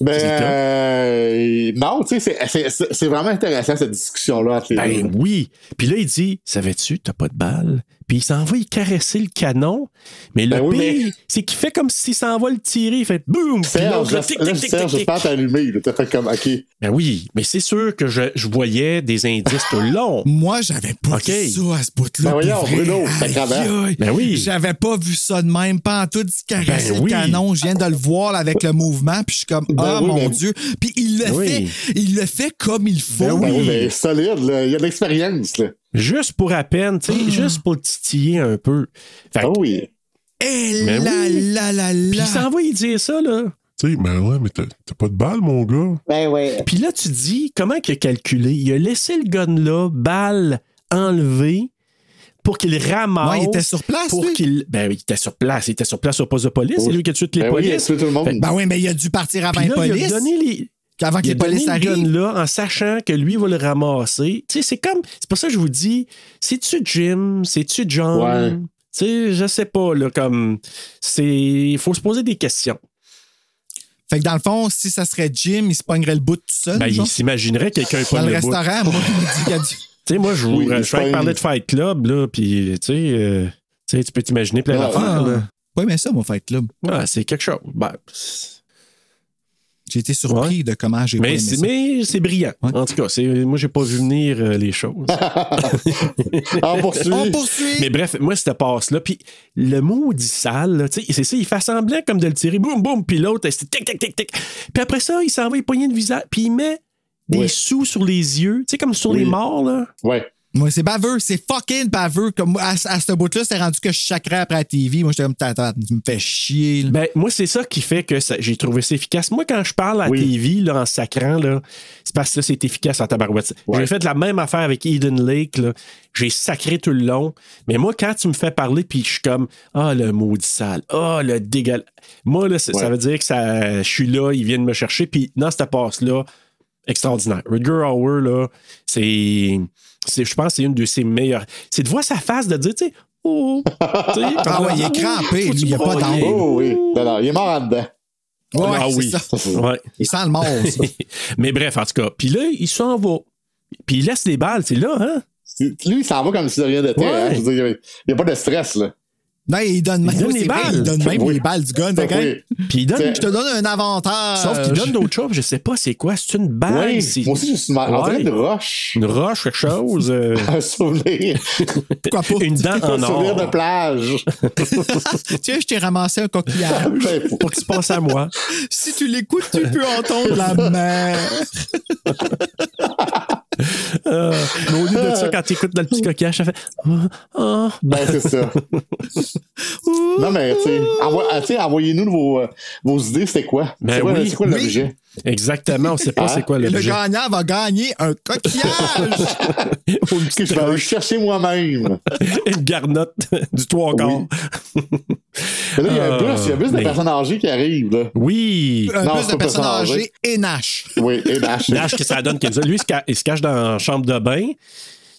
Speaker 7: Mais
Speaker 1: C'est top.
Speaker 7: euh, non, tu sais, c'est- c'est- c'est c'est vraiment intéressant cette discussion-là entre les deux.
Speaker 1: Ben oui. Puis là, il dit Savais-tu, t'as pas de balle Puis il s'en va, il caresser le canon. Mais le
Speaker 7: Ben oui,
Speaker 1: pire,
Speaker 7: mais-
Speaker 1: c'est qu'il fait comme s'il s'en va le tirer. Il fait boum Puis
Speaker 7: Serge,
Speaker 1: l'autre,
Speaker 7: là,
Speaker 1: là, tic,
Speaker 7: là,
Speaker 1: tic, tic,
Speaker 7: Serge,
Speaker 1: tic, tic.
Speaker 7: j'espère t'allumer. là. T'as fait comme, OK.
Speaker 1: Ben oui, mais c'est sûr que je, je voyais des indices tout le long.
Speaker 2: Moi, j'avais pas
Speaker 1: OK.
Speaker 2: vu ça à ce bout-là.
Speaker 7: Ben
Speaker 2: pour
Speaker 7: voyons,
Speaker 2: vrai.
Speaker 7: Bruno, sacrément.
Speaker 2: Aïe, aïe.
Speaker 1: Ben oui.
Speaker 2: J'avais pas vu ça de même, pas en tout du caresser
Speaker 1: Ben
Speaker 2: le
Speaker 1: oui.
Speaker 2: canon. Je viens de le voir là, avec le mouvement, puis je suis comme,
Speaker 7: Ben
Speaker 2: ah
Speaker 7: oui,
Speaker 2: mon
Speaker 7: mais-
Speaker 2: Dieu. Puis il le
Speaker 1: Ben oui.
Speaker 2: fait, il le fait comme il faut.
Speaker 7: Ben oui, mais solide, là. Il y a de l'expérience,
Speaker 1: Ben
Speaker 7: là.
Speaker 1: Juste pour à peine, tu sais, juste pour le titiller un peu. Fait que-
Speaker 8: Oh
Speaker 7: Ah oui.
Speaker 2: Eh
Speaker 1: Ben
Speaker 2: là,
Speaker 1: oui.
Speaker 2: là, là,
Speaker 1: Puis
Speaker 2: là.
Speaker 1: il s'en va, il dit ça, là.
Speaker 8: Tu sais, ben ouais, mais t'as t'as pas de balle, mon gars.
Speaker 13: Ben ouais.
Speaker 1: Puis là, tu dis, comment qu'il a calculé? Il a laissé le gun là, balle enlevée, pour qu'il ramasse.
Speaker 2: Ouais, il était sur place,
Speaker 1: Pour
Speaker 2: lui.
Speaker 1: qu'il. Ben, oui, il était sur place. Il était sur place au poste de police. C'est lui qui a tué toutes les
Speaker 7: Ben oui, il a
Speaker 1: polices.
Speaker 7: tué tout le monde.
Speaker 1: Fait-
Speaker 2: Ben oui, mais il a dû partir avant
Speaker 1: Puis
Speaker 2: les
Speaker 1: là, il a
Speaker 2: polices.
Speaker 1: donné les.
Speaker 2: Avant que
Speaker 1: il a
Speaker 2: les
Speaker 1: donné
Speaker 2: polices
Speaker 1: le
Speaker 2: arrivent.
Speaker 1: gun là en sachant que lui va le ramasser. Tu sais, c'est comme. C'est pour ça que je vous dis, c'est-tu Jim? C'est-tu John?
Speaker 7: Ouais.
Speaker 1: Tu sais, je sais pas, là, comme. C'est. Il faut se poser des questions.
Speaker 2: Fait que dans le fond, si ça serait Jim, il se pognerait le bout tout seul.
Speaker 1: Ben, il
Speaker 2: genre.
Speaker 1: s'imaginerait quelqu'un
Speaker 2: dans
Speaker 1: pogne
Speaker 2: le
Speaker 1: le bout.
Speaker 2: restaurant, moi, il me dit qu'il y a du-
Speaker 1: Tu sais, moi, je
Speaker 7: Oui,
Speaker 1: vous je
Speaker 7: il
Speaker 1: suis
Speaker 7: fait-
Speaker 1: parler de Fight Club, là, puis, tu sais, euh, tu sais, tu peux t'imaginer plein
Speaker 7: Ouais.
Speaker 1: d'affaires, là.
Speaker 2: Oui, mais ça, mon fait, là.
Speaker 1: Ouais, c'est quelque chose. Ben, c'est-
Speaker 2: J'ai été surpris de comment j'ai pas
Speaker 1: mais
Speaker 2: aimé
Speaker 1: c'est
Speaker 2: ça.
Speaker 1: mais c'est brillant. En tout cas, c'est- moi, j'ai pas vu venir euh, les choses.
Speaker 7: Ah, On poursuit.
Speaker 2: On poursuit.
Speaker 1: mais bref, moi, cette passe-là, puis le maudit sale, là, tu sais, c'est ça, il fait semblant comme de le tirer, boum, boum, puis l'autre, c'est tic, tic, tic, tic. Puis après ça, il s'en va, il poignait le visage, puis il met des
Speaker 7: Oui.
Speaker 1: sous sur les yeux, tu sais, comme sur les
Speaker 7: Oui.
Speaker 1: morts, là.
Speaker 7: Ouais.
Speaker 2: Moi, c'est baveux. C'est fucking baveux. Comme, à, à ce bout-là, c'est rendu que je chacrais après la TV. Moi, j'étais comme, t'attends, tu me fais chier.
Speaker 7: Mmh.
Speaker 2: là.
Speaker 1: Ben, moi, c'est ça qui fait que ça- j'ai trouvé ça efficace. Moi, quand je parle à
Speaker 7: Oui.
Speaker 1: TV, là, en sacrant, là, c'est parce que là, c'est efficace en tabarouette.
Speaker 7: Ouais.
Speaker 1: J'ai fait la même affaire avec Eden Lake. là. J'ai sacré tout le long. Mais moi, quand tu me fais parler, puis je suis comme Ah, le maudit sale. Ah, le dégueulasse. Moi, là, c'est-
Speaker 7: Ouais.
Speaker 1: ça veut dire que ça, je suis là, ils viennent me chercher. Puis dans cette passe-là, extraordinaire. Rutger Hauer, là, c'est. c'est- Je pense que c'est une de ses meilleures. C'est de voir sa face, de dire, tu sais, oh. tu sais,
Speaker 2: Ah ouais, il est crampé,
Speaker 1: Faut-tu
Speaker 2: lui, il a
Speaker 1: me
Speaker 2: pas
Speaker 1: broyer?
Speaker 2: d'âme.
Speaker 7: Oh oui. Non, non, il est mort en dedans.
Speaker 2: Ouais,
Speaker 1: ah
Speaker 2: c'est
Speaker 1: oui.
Speaker 2: ça.
Speaker 1: Ouais.
Speaker 2: Il sent le mort, ça.
Speaker 1: Mais bref, en tout cas. Puis là, il s'en va. Puis il laisse les balles, c'est là, hein?
Speaker 7: Lui, il s'en va comme si de rien n'était.
Speaker 1: Ouais.
Speaker 7: hein. Je veux dire, il n'y a pas de stress, là.
Speaker 2: Non, il donne même,
Speaker 1: Il donne
Speaker 2: oui,
Speaker 1: les
Speaker 2: c'est vrai,
Speaker 1: balles.
Speaker 2: il donne même
Speaker 1: Oui.
Speaker 2: les balles du gun.
Speaker 1: Oui.
Speaker 2: fait que,
Speaker 1: Puis il donne-
Speaker 7: Ben,
Speaker 2: Je te donne un avantage.
Speaker 1: Sauf qu'il donne d'autres choses, je sais pas c'est quoi. C'est une balle.
Speaker 7: Oui,
Speaker 1: c'est-
Speaker 7: euh, moi aussi, je suis en train
Speaker 1: Ouais.
Speaker 7: de roche.
Speaker 1: Une roche, quelque chose. euh,
Speaker 7: Un souvenir.
Speaker 2: Pourquoi pas?
Speaker 1: une dent
Speaker 7: un
Speaker 1: en
Speaker 7: souvenir de
Speaker 1: or.
Speaker 7: plage.
Speaker 2: Tiens, je t'ai ramassé un coquillage.
Speaker 7: Ben,
Speaker 1: Pour qu'il se passe à moi.
Speaker 2: si tu l'écoutes, tu peux entendre la mer.
Speaker 1: Euh, mais au lieu de ça, quand tu écoutes dans le petit coquillage, ça fait. Ah, ah.
Speaker 7: Ben, c'est ça. non, mais, tu sais, envoie- euh, tu sais, envoyez-nous vos, euh, vos idées, c'est quoi?
Speaker 1: Ben
Speaker 7: c'est quoi,
Speaker 1: oui.
Speaker 7: c'est quoi
Speaker 1: Oui.
Speaker 7: l'objet?
Speaker 1: Exactement, on sait pas
Speaker 7: Ah.
Speaker 1: c'est quoi
Speaker 2: Et le
Speaker 1: l'objet.
Speaker 2: gagnant va gagner un coquillage.
Speaker 1: Ou une
Speaker 7: Que
Speaker 1: petite
Speaker 7: je vais aller chercher moi-même.
Speaker 1: une garnotte du trois quarts.
Speaker 7: Mais là, il y a un bus, il y a un bus de
Speaker 1: Euh, mais-
Speaker 7: personnes Euh, âgées qui arrivent, là.
Speaker 1: Oui.
Speaker 2: un
Speaker 7: Non,
Speaker 2: plus
Speaker 7: c'est
Speaker 2: de
Speaker 7: pas
Speaker 2: personnes
Speaker 7: ça,
Speaker 2: âgées et Nash.
Speaker 7: Oui, et Dash.
Speaker 1: Nash, que ça donne que ça. Lui, il se, ca- il se cache dans la chambre de bain. Tu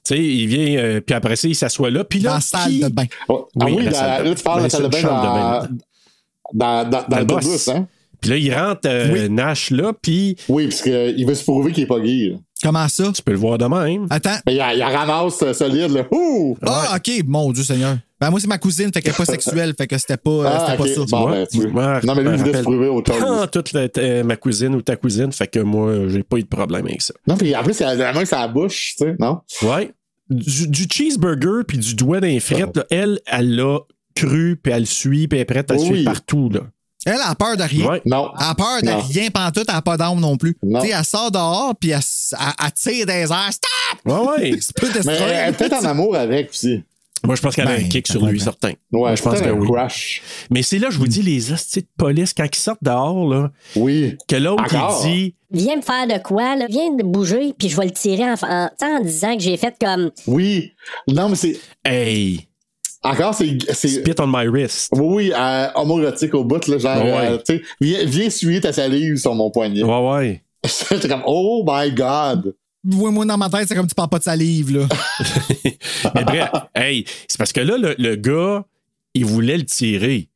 Speaker 1: sais, il vient, euh, puis après ça, il s'assoit là. Puis
Speaker 2: Dans
Speaker 1: là,
Speaker 2: la salle
Speaker 1: qui-
Speaker 2: de bain.
Speaker 7: Oh, ah
Speaker 1: Oui,
Speaker 7: oui,
Speaker 1: la
Speaker 7: dans-
Speaker 1: salle de-
Speaker 7: là, tu parles de la
Speaker 1: ben,
Speaker 7: salle de
Speaker 1: c'est
Speaker 7: bain
Speaker 1: une chambre
Speaker 7: dans, dans, dans, dans le
Speaker 1: boss.
Speaker 7: bus, hein?
Speaker 1: Puis là, il rentre euh,
Speaker 2: Oui.
Speaker 1: Nash là, puis
Speaker 7: Oui, parce qu'il veut se prouver qu'il est pas gay. là.
Speaker 2: Comment ça?
Speaker 1: tu peux le voir de même.
Speaker 2: Attends.
Speaker 7: Mais il, il ramasse euh, solide, là. Ouh!
Speaker 2: Ah, OK. Mon Dieu Seigneur. Ben, moi, c'est ma cousine, fait qu'elle n'est pas sexuelle, fait que c'était pas, euh,
Speaker 7: Ah,
Speaker 2: c'était pas
Speaker 7: ok.
Speaker 2: ça.
Speaker 7: Bon, ben, tu veux.
Speaker 1: Moi,
Speaker 7: Non, mais lui,
Speaker 1: je
Speaker 7: il
Speaker 1: me
Speaker 7: voulait se
Speaker 1: rappelle
Speaker 7: prouver autre
Speaker 2: Ah.
Speaker 1: Prends
Speaker 7: chose.
Speaker 1: toute la- euh, ma cousine ou ta cousine, fait que moi, j'ai pas eu de problème avec ça.
Speaker 7: Non, puis en plus, il a la main sur la bouche, tu sais, non?
Speaker 1: Ouais. Du, du cheeseburger puis du doigt d'un fret, là, elle, elle l'a cru, puis elle suit, puis elle est prête à
Speaker 7: Oui.
Speaker 1: suivre partout. Là.
Speaker 2: Elle a peur de rien.
Speaker 1: Ouais.
Speaker 7: Non.
Speaker 2: Elle a peur de
Speaker 7: Non.
Speaker 2: rien pantoute, elle n'a pas d'arme non plus.
Speaker 7: Non.
Speaker 2: Tu sais, elle sort dehors, puis elle, s- elle- elle tire des airs. Stop!
Speaker 1: Ouais, ouais.
Speaker 2: C'est pas
Speaker 7: Mais elle elle est peut-être en amour avec aussi.
Speaker 1: Moi, je pense qu'elle a
Speaker 2: Ben,
Speaker 1: un kick sur lui,
Speaker 2: ben.
Speaker 1: certain.
Speaker 7: Ouais,
Speaker 1: Moi, je pense que
Speaker 7: peut-être un
Speaker 1: oui.
Speaker 7: crush.
Speaker 1: Mais c'est là, je vous dis, les hosties de police, quand ils sortent dehors, là,
Speaker 7: Oui.
Speaker 1: que l'autre,
Speaker 7: Encore?
Speaker 1: il dit
Speaker 16: Viens me faire de quoi, là? Viens de bouger, puis je vais le tirer en, en, tu sais, en disant que j'ai fait comme.
Speaker 7: Oui. Non, mais c'est.
Speaker 1: Hey,
Speaker 7: Encore, c'est. c'est-
Speaker 1: spit on my wrist.
Speaker 7: Oui, oui, euh, homoérotique au bout, là, genre,
Speaker 1: Ouais.
Speaker 7: euh, tu sais, viens, viens suyer ta salive sur mon poignet.
Speaker 1: Ouais, ouais.
Speaker 7: J'étais comme, oh my god!
Speaker 2: Oui, moi, dans ma tête, c'est comme tu parles pas de salive,
Speaker 7: Ah
Speaker 2: là.
Speaker 1: Mais bref, hey, c'est parce que là, le, le gars, il voulait le tirer.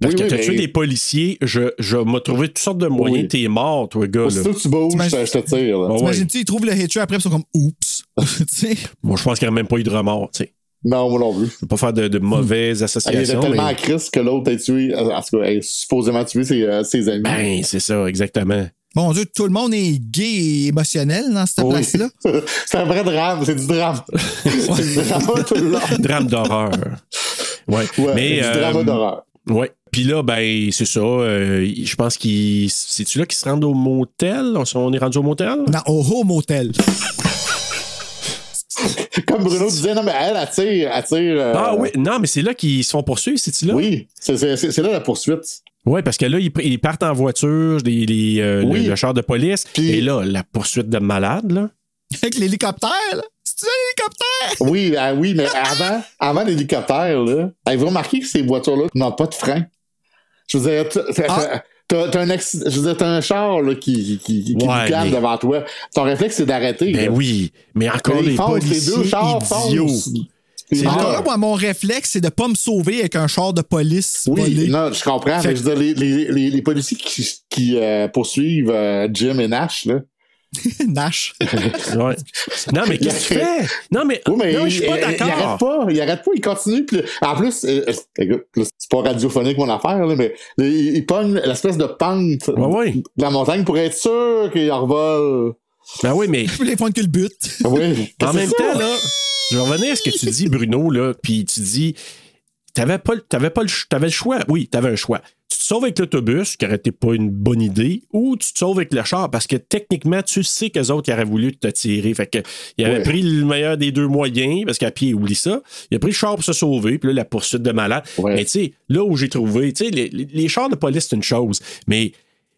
Speaker 1: Parce
Speaker 7: Oui,
Speaker 1: que
Speaker 7: oui,
Speaker 1: t'as
Speaker 7: mais-
Speaker 1: tué des policiers, je, je m'a trouvé toutes sortes de moyens,
Speaker 7: Oui.
Speaker 1: t'es mort, toi, gars. Là.
Speaker 7: Aussitôt que tu bouges, je te- je te tire, là.
Speaker 1: Ouais, ouais.
Speaker 2: T'imagines-tu, ils trouvent le hitcher après, puis ils sont comme, oups. tu sais,
Speaker 1: Moi, je pense qu'il n'y a même pas eu de remords, tu sais.
Speaker 7: Non, moi non plus.
Speaker 1: Je veux pas faire de, de mauvaises
Speaker 7: Hmm. Ah, Il était
Speaker 1: associations.
Speaker 7: tellement à
Speaker 1: mais-
Speaker 7: crise que l'autre a tué, euh, en tout cas, a supposément tué ses, euh, ses amis.
Speaker 1: Ben, c'est ça, exactement.
Speaker 2: mon Dieu, tout le monde est gay et émotionnel dans cette
Speaker 7: Oui.
Speaker 2: place-là.
Speaker 7: c'est un vrai drame, c'est du drame. c'est du drama tout le long.
Speaker 1: Drame d'horreur. Ouais.
Speaker 7: Ouais,
Speaker 1: mais,
Speaker 7: du
Speaker 1: euh,
Speaker 7: drama d'horreur.
Speaker 1: Ouais. Puis là, ben, c'est ça. euh, je pense qu'il. C'est-tu là qu'ils se rendent au motel? On, s- on est rendu au motel?
Speaker 2: Dans, au home hotel.
Speaker 7: Comme Bruno disait, non, mais elle attire. attire euh,
Speaker 1: Ah oui, non, mais c'est là qu'ils se font poursuivre, c'est-tu là?
Speaker 7: Oui, c'est- c'est c'est- c'est là la poursuite.
Speaker 1: Ouais, parce que là, ils, pr- ils partent en voiture, les- les, euh,
Speaker 7: Oui.
Speaker 1: le, le char de police.
Speaker 7: Puis-
Speaker 1: Et là, la poursuite de malade, là.
Speaker 2: Avec l'hélicoptère, là. C'est-tu l'hélicoptère?
Speaker 7: Oui, ah oui, mais avant, avant l'hélicoptère, là, avez-vous remarqué que ces voitures-là n'ont pas de frein? Je veux dire, t'as- t'as-
Speaker 2: Ah.
Speaker 7: t'as t'as un, accident- je veux dire, t'as un char là, qui, qui, qui, qui
Speaker 1: Ouais,
Speaker 7: boucane
Speaker 1: mais-
Speaker 7: devant toi. Ton réflexe, c'est d'arrêter.
Speaker 1: Ben
Speaker 7: là.
Speaker 1: oui, mais encore
Speaker 7: Mais ils
Speaker 1: les
Speaker 7: foncent,
Speaker 1: policiers
Speaker 7: foncent.
Speaker 1: idiots. C'est
Speaker 2: Encore
Speaker 1: Ah.
Speaker 2: là, moi, mon réflexe, c'est de pas me sauver avec un char de police
Speaker 7: Oui,
Speaker 2: volé.
Speaker 7: non, je comprends.
Speaker 2: Fait
Speaker 7: mais je veux dire, les, les, les, les policiers qui, qui euh, poursuivent euh, Jim et Nash, là.
Speaker 2: Nash.
Speaker 1: Ouais. Non, mais qu'est-ce que tu fais? Non, mais,
Speaker 7: Oui, mais
Speaker 1: non, je suis pas
Speaker 7: il- il- Il
Speaker 1: d'accord.
Speaker 7: arrête pas, il arrête pas, il continue. Puis, en plus, euh, euh, écoute, là, c'est pas radiophonique mon affaire, là, mais il, il pogne l'espèce de pente
Speaker 1: Ouais, ouais.
Speaker 7: de la montagne pour être sûr qu'il en revole. Ah
Speaker 1: Ben oui, mais
Speaker 2: Je peux les points que le but.
Speaker 7: Oui.
Speaker 1: En même temps, là, je vais revenir à ce que tu dis, Bruno, là, puis tu dis, t'avais pas, le- t'avais pas le, ch- t'avais le choix. Oui, t'avais un choix. Tu te sauves avec l'autobus, qui aurait été pas une bonne idée, ou tu te sauves avec le char, parce que techniquement, tu sais qu'eux autres, ils auraient voulu te tirer. Fait que, il avait
Speaker 7: Ouais.
Speaker 1: pris le meilleur des deux moyens, parce qu'à pied, oublie ça. Il a pris le char pour se sauver, puis là, la poursuite de malade.
Speaker 7: Ouais.
Speaker 1: Mais tu sais, là où j'ai trouvé, tu sais, les, les- les chars de police, c'est une chose, mais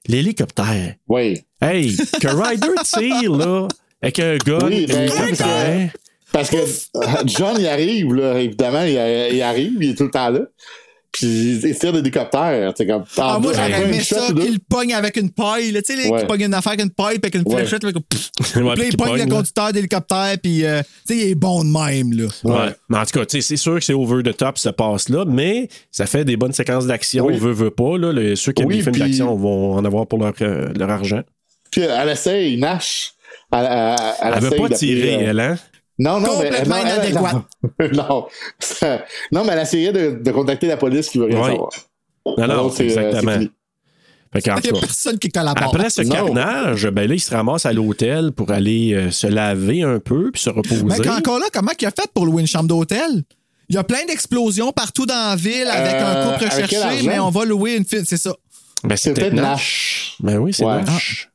Speaker 1: l'hélicoptère,
Speaker 7: Oui.
Speaker 1: hey, que Ryder tire, là, avec un gun,
Speaker 7: Oui, ben, parce que-
Speaker 1: hélicoptère.
Speaker 7: Parce que John, il arrive, là, évidemment, il, il arrive, il est tout le temps là. Puis il tire l'hélicoptère. C'est comme.
Speaker 2: Ah, moi, j'aurais
Speaker 7: un
Speaker 2: aimé
Speaker 7: shot
Speaker 2: ça
Speaker 7: ou deux.
Speaker 2: qu'il pogne avec une paille. là. Tu sais, les-
Speaker 7: Ouais.
Speaker 2: qu'il pogne une affaire avec une paille, puis avec une
Speaker 7: Ouais.
Speaker 2: fléchette. puis avec- pff.
Speaker 1: Ouais,
Speaker 2: Puis là,
Speaker 1: puis
Speaker 2: il
Speaker 1: qu'il
Speaker 2: pogne le
Speaker 1: pogne, là.
Speaker 2: conducteur d'hélicoptère, puis euh, tu sais, il est bon de même. Là.
Speaker 1: Ouais. Mais en tout cas, tu sais, c'est sûr que c'est over the top, ça passe là, mais ça fait des bonnes séquences d'action.
Speaker 7: Oui.
Speaker 1: Veut, veut pas. Là, Le- ceux qui aiment
Speaker 7: Oui,
Speaker 1: les films
Speaker 7: puis-
Speaker 1: d'action vont en avoir pour leur, euh, leur argent.
Speaker 7: Puis elle essaye, Nash. Elle, elle, elle
Speaker 1: Elle veut
Speaker 7: essaye
Speaker 1: pas
Speaker 7: d'appeler,
Speaker 1: tirer,
Speaker 7: euh,
Speaker 1: elle, hein?
Speaker 7: Non, non, mais,
Speaker 2: Complètement
Speaker 7: non, elle-
Speaker 2: inadéquate.
Speaker 7: non, non, Ça- non, mais elle essayait de, de contacter la police qui veut rien
Speaker 1: Ouais.
Speaker 7: savoir.
Speaker 1: Non, non,
Speaker 7: Alors, c'est, euh, c'est
Speaker 1: exactement.
Speaker 7: fini.
Speaker 1: Fait qu'en tout
Speaker 2: Il n'y a
Speaker 1: cas,
Speaker 2: personne qui collabore.
Speaker 1: après ce
Speaker 2: Non.
Speaker 1: carnage, ben là, il se ramasse à l'hôtel pour aller euh, se laver un peu puis se reposer.
Speaker 2: Mais quand- encore là, comment il a fait pour louer une chambre d'hôtel? Il y a plein d'explosions partout dans la ville avec
Speaker 7: Euh,
Speaker 2: un couple
Speaker 7: avec quel
Speaker 2: recherché,
Speaker 7: argent?
Speaker 2: mais on va louer une fille, c'est ça.
Speaker 1: Ben,
Speaker 7: C'est
Speaker 1: c'est peut-être
Speaker 7: peut-être
Speaker 1: Nash. Ben oui, c'est
Speaker 7: Ouais.
Speaker 2: Ah.
Speaker 1: Nash.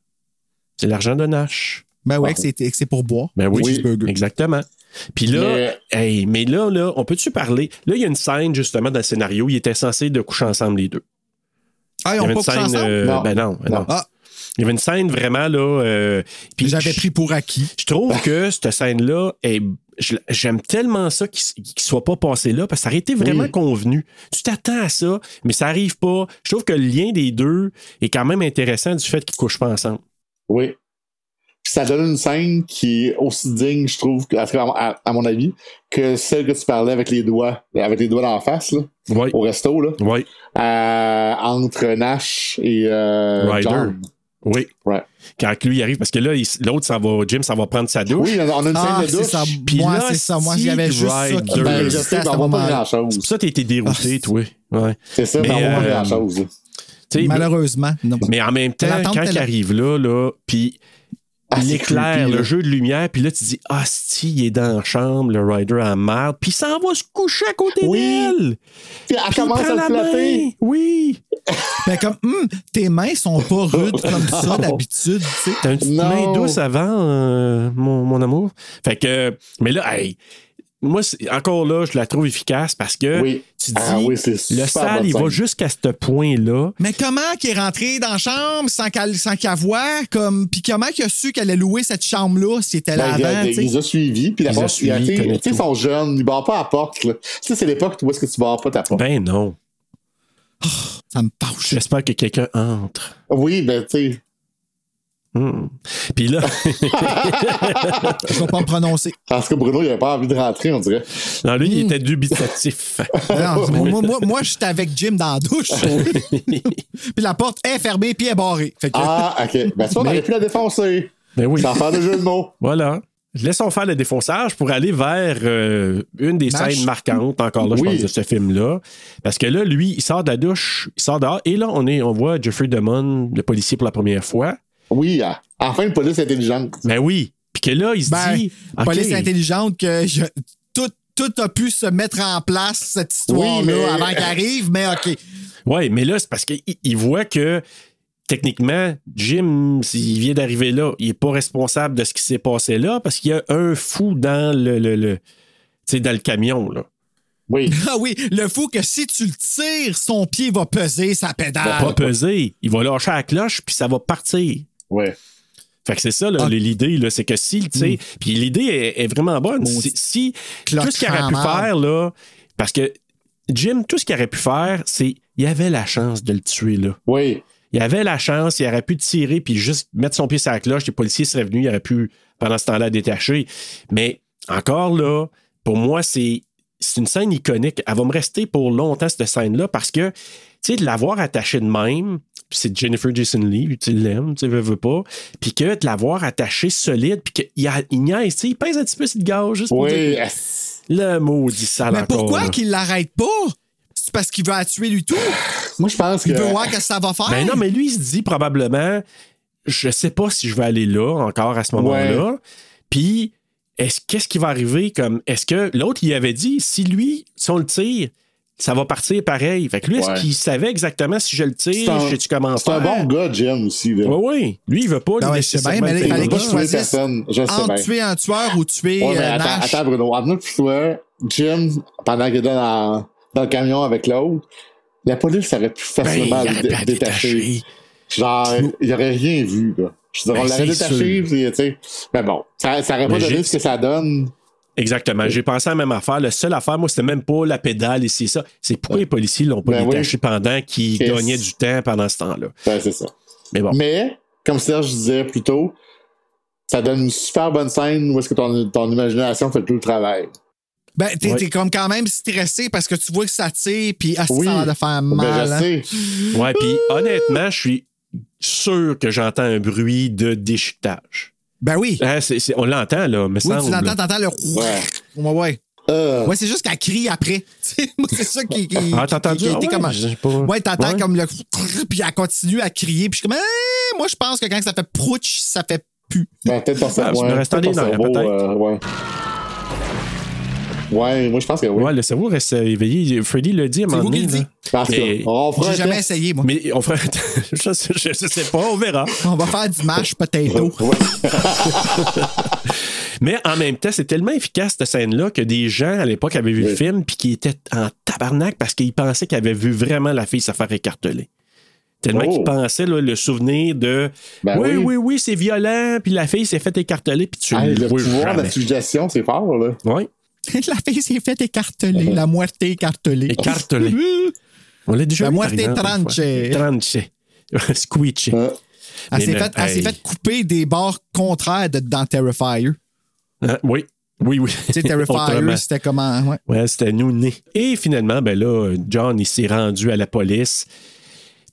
Speaker 1: C'est l'argent de Nash.
Speaker 2: Ben ouais,
Speaker 7: Ah.
Speaker 2: que c'est que c'est pour boire.
Speaker 1: Ben oui,
Speaker 7: Oui.
Speaker 2: Cheeseburger.
Speaker 1: exactement. Puis là,
Speaker 7: Mais-
Speaker 1: hey, mais là, là, on peut-tu parler? Là, il y a une scène justement dans le scénario, ils étaient censés de coucher ensemble les deux. Il
Speaker 2: Ah, ils
Speaker 1: y avait
Speaker 2: ont
Speaker 1: une
Speaker 2: pas couché
Speaker 1: scène.
Speaker 2: ensemble?
Speaker 1: euh,
Speaker 7: Non.
Speaker 1: Ben non, ben non.
Speaker 7: Non.
Speaker 2: Ah,
Speaker 1: Il y avait une scène vraiment là. euh, puis
Speaker 2: j'avais
Speaker 1: je-
Speaker 2: pris pour acquis.
Speaker 1: Je trouve que cette scène-là, est- je- j'aime tellement ça qu'il ne soit pas passé là, parce que ça aurait été vraiment
Speaker 7: Oui.
Speaker 1: convenu. Tu t'attends à ça, mais ça arrive pas. Je trouve que le lien des deux est quand même intéressant du fait qu'ils couchent pas ensemble.
Speaker 7: Oui. Puis ça donne une scène qui est aussi digne, je trouve, que- à, à- à mon avis, que celle que tu parlais avec les doigts, avec les doigts dans la face, là,
Speaker 1: Oui.
Speaker 7: au resto, là,
Speaker 1: Oui.
Speaker 7: euh, entre Nash et euh,
Speaker 1: Ryder.
Speaker 7: John.
Speaker 1: Oui.
Speaker 7: Ouais.
Speaker 1: Quand que lui il arrive, parce que là, il- l'autre, ça va, Jim, ça va prendre sa douche.
Speaker 7: Oui, on a une scène
Speaker 2: Ah,
Speaker 7: de
Speaker 2: c'est
Speaker 7: douche.
Speaker 2: ça.
Speaker 1: Puis
Speaker 2: Moi,
Speaker 1: là,
Speaker 2: c'est ça. Moi,
Speaker 1: si
Speaker 2: j'avais juste ça qui
Speaker 1: Ryder-
Speaker 7: Ben,
Speaker 2: me
Speaker 7: je
Speaker 2: restait
Speaker 7: sais,
Speaker 2: à ce
Speaker 7: t'en vois pas
Speaker 2: moment-là.
Speaker 1: C'est pour
Speaker 7: grand-chose.
Speaker 1: ça que t'as été dérouté,
Speaker 2: Ah,
Speaker 1: toi. Ouais.
Speaker 7: C'est ça,
Speaker 1: Mais,
Speaker 7: t'en vois pas
Speaker 1: euh,
Speaker 7: grand-chose.
Speaker 1: Tu sais,
Speaker 2: Malheureusement, non.
Speaker 1: Mais en même temps,
Speaker 2: L'attente,
Speaker 1: quand
Speaker 2: elle
Speaker 1: il
Speaker 2: a-
Speaker 1: arrive là, là, puis
Speaker 7: Ah, c'est
Speaker 1: l'éclair,
Speaker 7: creepy,
Speaker 1: le
Speaker 7: là.
Speaker 1: jeu de lumière, puis là, tu dis, ah, si, il est dans la chambre, le rider à merde, puis il s'en va se coucher à côté
Speaker 7: Oui.
Speaker 1: d'elle.
Speaker 7: Puis elle
Speaker 1: Puis il
Speaker 7: commence
Speaker 1: prend
Speaker 7: à le
Speaker 1: la main.
Speaker 7: flatter.
Speaker 1: Oui.
Speaker 2: Ben comme, Hum, tes mains sont pas rudes comme ça
Speaker 7: Non.
Speaker 2: d'habitude, tu sais.
Speaker 1: T'as une petite
Speaker 7: Non.
Speaker 1: main douce avant, euh, mon, mon amour. Fait que, mais là, hey, moi, c'est- encore là, je la trouve efficace parce que
Speaker 7: Oui.
Speaker 1: tu dis,
Speaker 7: Ah oui, c'est super
Speaker 1: le sale,
Speaker 7: bonne
Speaker 1: il va
Speaker 7: scène.
Speaker 1: jusqu'à ce point-là.
Speaker 2: Mais comment qu'il est rentré dans la chambre sans qu'elle sans qu'elle voie, comme puis comment qu'il a su qu'elle allait louer cette chambre là si était là
Speaker 7: Ben, il, a-
Speaker 2: avant, tu
Speaker 7: il les
Speaker 2: sais.
Speaker 7: a suivis, puis la
Speaker 1: Il les a
Speaker 7: porte, il a-
Speaker 1: suivis,
Speaker 7: tu sais,
Speaker 1: connaît
Speaker 7: tu sais, ils
Speaker 1: tout.
Speaker 7: sont jeunes, ils barrent pas la porte. là. Tu sais, c'est l'époque où est-ce que tu barres pas ta porte.
Speaker 1: Ben non.
Speaker 2: Ça me penche.
Speaker 1: J'espère que quelqu'un entre.
Speaker 7: Oui, ben, tu sais.
Speaker 1: Hmm. Puis là.
Speaker 2: Je vais pas me prononcer.
Speaker 7: En tout cas, Bruno, il avait pas envie de rentrer, on dirait.
Speaker 1: Non, lui, il était dubitatif.
Speaker 2: Hmm. Non, moi, moi, moi j'étais avec Jim dans la douche. puis la porte est fermée puis elle est barrée. Fait que,
Speaker 7: Ah, ok. Ben, tu vois, on aurait pu la défoncer.
Speaker 1: Mais Ben oui.
Speaker 7: Sans faire de jeu de mots.
Speaker 1: Voilà. Laissons faire le défonçage pour aller vers euh, une des
Speaker 2: Nash.
Speaker 1: scènes marquantes, encore là, je
Speaker 7: Oui.
Speaker 1: pense, de ce film-là. Parce que là, lui, il sort de la douche, il sort dehors, et là, on, est, on voit Jeffrey Demon, le policier, pour la première fois.
Speaker 7: Oui, ah. enfin, une police intelligente.
Speaker 1: Ben oui. Puis que là, il se
Speaker 2: ben,
Speaker 1: dit. OK.
Speaker 2: police intelligente que je- tout tout a pu se mettre en place cette histoire là
Speaker 7: Oui, mais-
Speaker 2: avant qu'elle arrive, mais OK.
Speaker 1: Ouais, mais là, c'est parce qu'il il voit que techniquement, Jim, s'il vient d'arriver là, il n'est pas responsable de ce qui s'est passé là parce qu'il y a un fou dans le, le, le- tu sais, dans le camion. Là.
Speaker 7: Oui.
Speaker 2: Ah oui, le fou que si tu le tires, son pied va peser sa
Speaker 1: Il va
Speaker 2: pédale.
Speaker 1: pas peser. Il va lâcher la cloche puis ça va partir.
Speaker 7: Ouais.
Speaker 1: Fait que c'est ça, là,
Speaker 2: Ah.
Speaker 1: l'idée, là, c'est que si, tu sais, puis l'idée est, est vraiment bonne.
Speaker 2: Maudit
Speaker 1: Si, si-
Speaker 2: cloche
Speaker 1: tout ce qu'il aurait pu
Speaker 2: cramable.
Speaker 1: faire, là, parce que Jim, tout ce qu'il aurait pu faire, c'est, il avait la chance de le tuer, là.
Speaker 7: Oui.
Speaker 1: Il avait la chance, il aurait pu tirer puis juste mettre son pied sur la cloche, les policiers seraient venus, il aurait pu, pendant ce temps-là, détacher. Mais encore là, pour moi, c'est c'est une scène iconique. Elle va me rester pour longtemps, cette scène-là, parce que, tu sais, de l'avoir attachée de même, puis c'est Jennifer Jason Lee, tu l'aimes, tu sais, veux, veux pas, puis que de l'avoir attachée solide, puis qu'il a- il niaise, tu sais, il pèse un petit peu sur le gaz, juste pour
Speaker 7: Oui.
Speaker 1: dire, le maudit sale
Speaker 2: Mais
Speaker 1: encore,
Speaker 2: pourquoi
Speaker 1: là.
Speaker 2: qu'il l'arrête pas? C'est parce qu'il veut la tuer lui tout.
Speaker 7: Moi, je pense que.
Speaker 2: Il veut voir qu'est-ce que ça va faire.
Speaker 1: Ben non, mais lui, il se dit probablement, je sais pas si je vais aller là encore à ce moment-là. Puis, est-ce qu'est-ce qui va arriver comme est-ce que l'autre il avait dit si lui, si on le tire, ça va partir pareil. Fait que lui, est-ce
Speaker 7: Ouais.
Speaker 1: qu'il savait exactement si je le
Speaker 7: C'est
Speaker 1: tire,
Speaker 7: un-
Speaker 1: je sais-tu comment
Speaker 7: C'est un
Speaker 1: faire?
Speaker 7: bon gars, Jim, aussi. Là.
Speaker 1: Oui, oui. Lui, il veut pas. lui,
Speaker 2: Non, mais je sais
Speaker 1: nécessairement
Speaker 2: bien, mais
Speaker 1: le
Speaker 2: il
Speaker 1: faire là.
Speaker 2: fallait qu'il
Speaker 7: tuer
Speaker 2: choisisse
Speaker 7: personne, je sais
Speaker 2: Entre
Speaker 7: bien.
Speaker 2: tuer un tueur ou tuer
Speaker 7: Ouais, mais
Speaker 2: euh,
Speaker 7: attends,
Speaker 2: Nash.
Speaker 7: attends, Bruno. Avant que tu sois, Jim, pendant qu'il est dans, dans le camion avec l'autre, la police aurait pu
Speaker 1: Ben, il
Speaker 7: facilement
Speaker 1: aurait
Speaker 7: le
Speaker 1: pu la
Speaker 7: dé- détacher.
Speaker 1: détacher.
Speaker 7: Genre, il aurait rien vu, là. Je veux dire,
Speaker 1: Ben,
Speaker 7: on l'aurait
Speaker 1: c'est
Speaker 7: détaché,
Speaker 1: sûr.
Speaker 7: puis, tu sais. Mais bon, ça, ça aurait
Speaker 1: Mais
Speaker 7: pas donné
Speaker 1: j'ai-
Speaker 7: ce que ça donne.
Speaker 1: Exactement. J'ai pensé à la même affaire. La seule affaire, moi, c'était même pas la pédale et c'est ça. C'est pourquoi les policiers l'ont pas
Speaker 7: Ben oui.
Speaker 1: détaché pendant qu'ils
Speaker 7: Qu'est-ce-
Speaker 1: gagnaient du temps pendant ce temps-là.
Speaker 7: Ben, c'est ça.
Speaker 1: Mais bon.
Speaker 7: Mais, comme Serge disait plus tôt, ça donne une super bonne scène où est-ce que ton, ton imagination fait tout le travail.
Speaker 2: Ben, t'es
Speaker 1: Ouais.
Speaker 2: t'es comme quand même stressé parce que tu vois que ça tire, puis ah,
Speaker 7: Oui.
Speaker 2: ça va faire mal. hein.
Speaker 7: Ben, je sais.
Speaker 1: Ouais, puis honnêtement, je suis sûr que j'entends un bruit de déchiquetage.
Speaker 2: Ben oui.
Speaker 1: Ah, c'est- c'est- on l'entend, là, mais
Speaker 2: Oui,
Speaker 1: ça.
Speaker 2: tu l'entends, t'entends le. Ouais, ouais.
Speaker 7: Euh,
Speaker 2: Ouais, c'est juste qu'elle crie après. Tu sais, moi, c'est ça qui. qui
Speaker 1: Ah, t'as entendu?
Speaker 2: qui a été
Speaker 1: Ah ouais,
Speaker 2: comme-
Speaker 1: j'ai pas-
Speaker 2: Ouais, t'entends
Speaker 1: Ouais.
Speaker 2: comme le. Puis elle continue à crier. Puis je suis comme. Eh, moi, je pense que quand ça fait prouch, ça fait pu.
Speaker 7: Ben, peut-être ton cerveau.
Speaker 1: Ah, je me
Speaker 7: ouais,
Speaker 1: reste en
Speaker 7: peut-être ton
Speaker 1: dedans,
Speaker 7: cerveau,
Speaker 1: peut-être.
Speaker 7: euh, ouais. Ouais, moi, je pense que oui.
Speaker 1: Ouais, le cerveau reste éveillé. Freddy le dit à un
Speaker 7: C'est
Speaker 1: moment
Speaker 7: vous qui
Speaker 1: donné.
Speaker 7: le dites.
Speaker 1: là.
Speaker 7: En tout cas,
Speaker 1: Mais-
Speaker 7: on fera J'ai un jamais test.
Speaker 2: essayé, moi.
Speaker 1: Mais on fera. je, sais- je sais pas, on verra.
Speaker 2: On va faire du mash potato.
Speaker 1: Mais en même temps, c'est tellement efficace cette scène-là que des gens à l'époque avaient vu le film puis qui étaient en tabarnak parce qu'ils pensaient qu'ils avaient vu vraiment la fille se faire écarteler. Tellement
Speaker 7: Oh.
Speaker 1: qu'ils pensaient là, le souvenir de
Speaker 7: Ben
Speaker 1: oui,
Speaker 7: oui.
Speaker 1: oui, oui, c'est violent, puis la fille s'est fait écarteler, puis tu
Speaker 7: Hey,
Speaker 1: le
Speaker 7: le
Speaker 1: vois
Speaker 7: pouvoir de
Speaker 1: jamais.
Speaker 7: la suggestion, c'est fort, là.
Speaker 1: Ouais.
Speaker 2: la fille s'est faite écarteler. La moitié écartelée.
Speaker 1: Écartelée. On l'a déjà
Speaker 2: La
Speaker 1: vu, par
Speaker 2: moitié
Speaker 1: exemple, une fois.
Speaker 2: tranchée.
Speaker 1: Tranchée. Squeechée.
Speaker 2: Elle
Speaker 1: Mais
Speaker 2: s'est
Speaker 1: même-
Speaker 2: faite elle s'est
Speaker 1: hey.
Speaker 2: faite couper des bords contraires de, dans Terrifier.
Speaker 1: Ah, oui. Oui, oui.
Speaker 2: Tu sais, Terrifier,
Speaker 1: Autrement.
Speaker 2: c'était comment. hein? Ouais.
Speaker 1: Ouais, c'était nous nés. Et finalement, ben là, John, il s'est rendu à la police.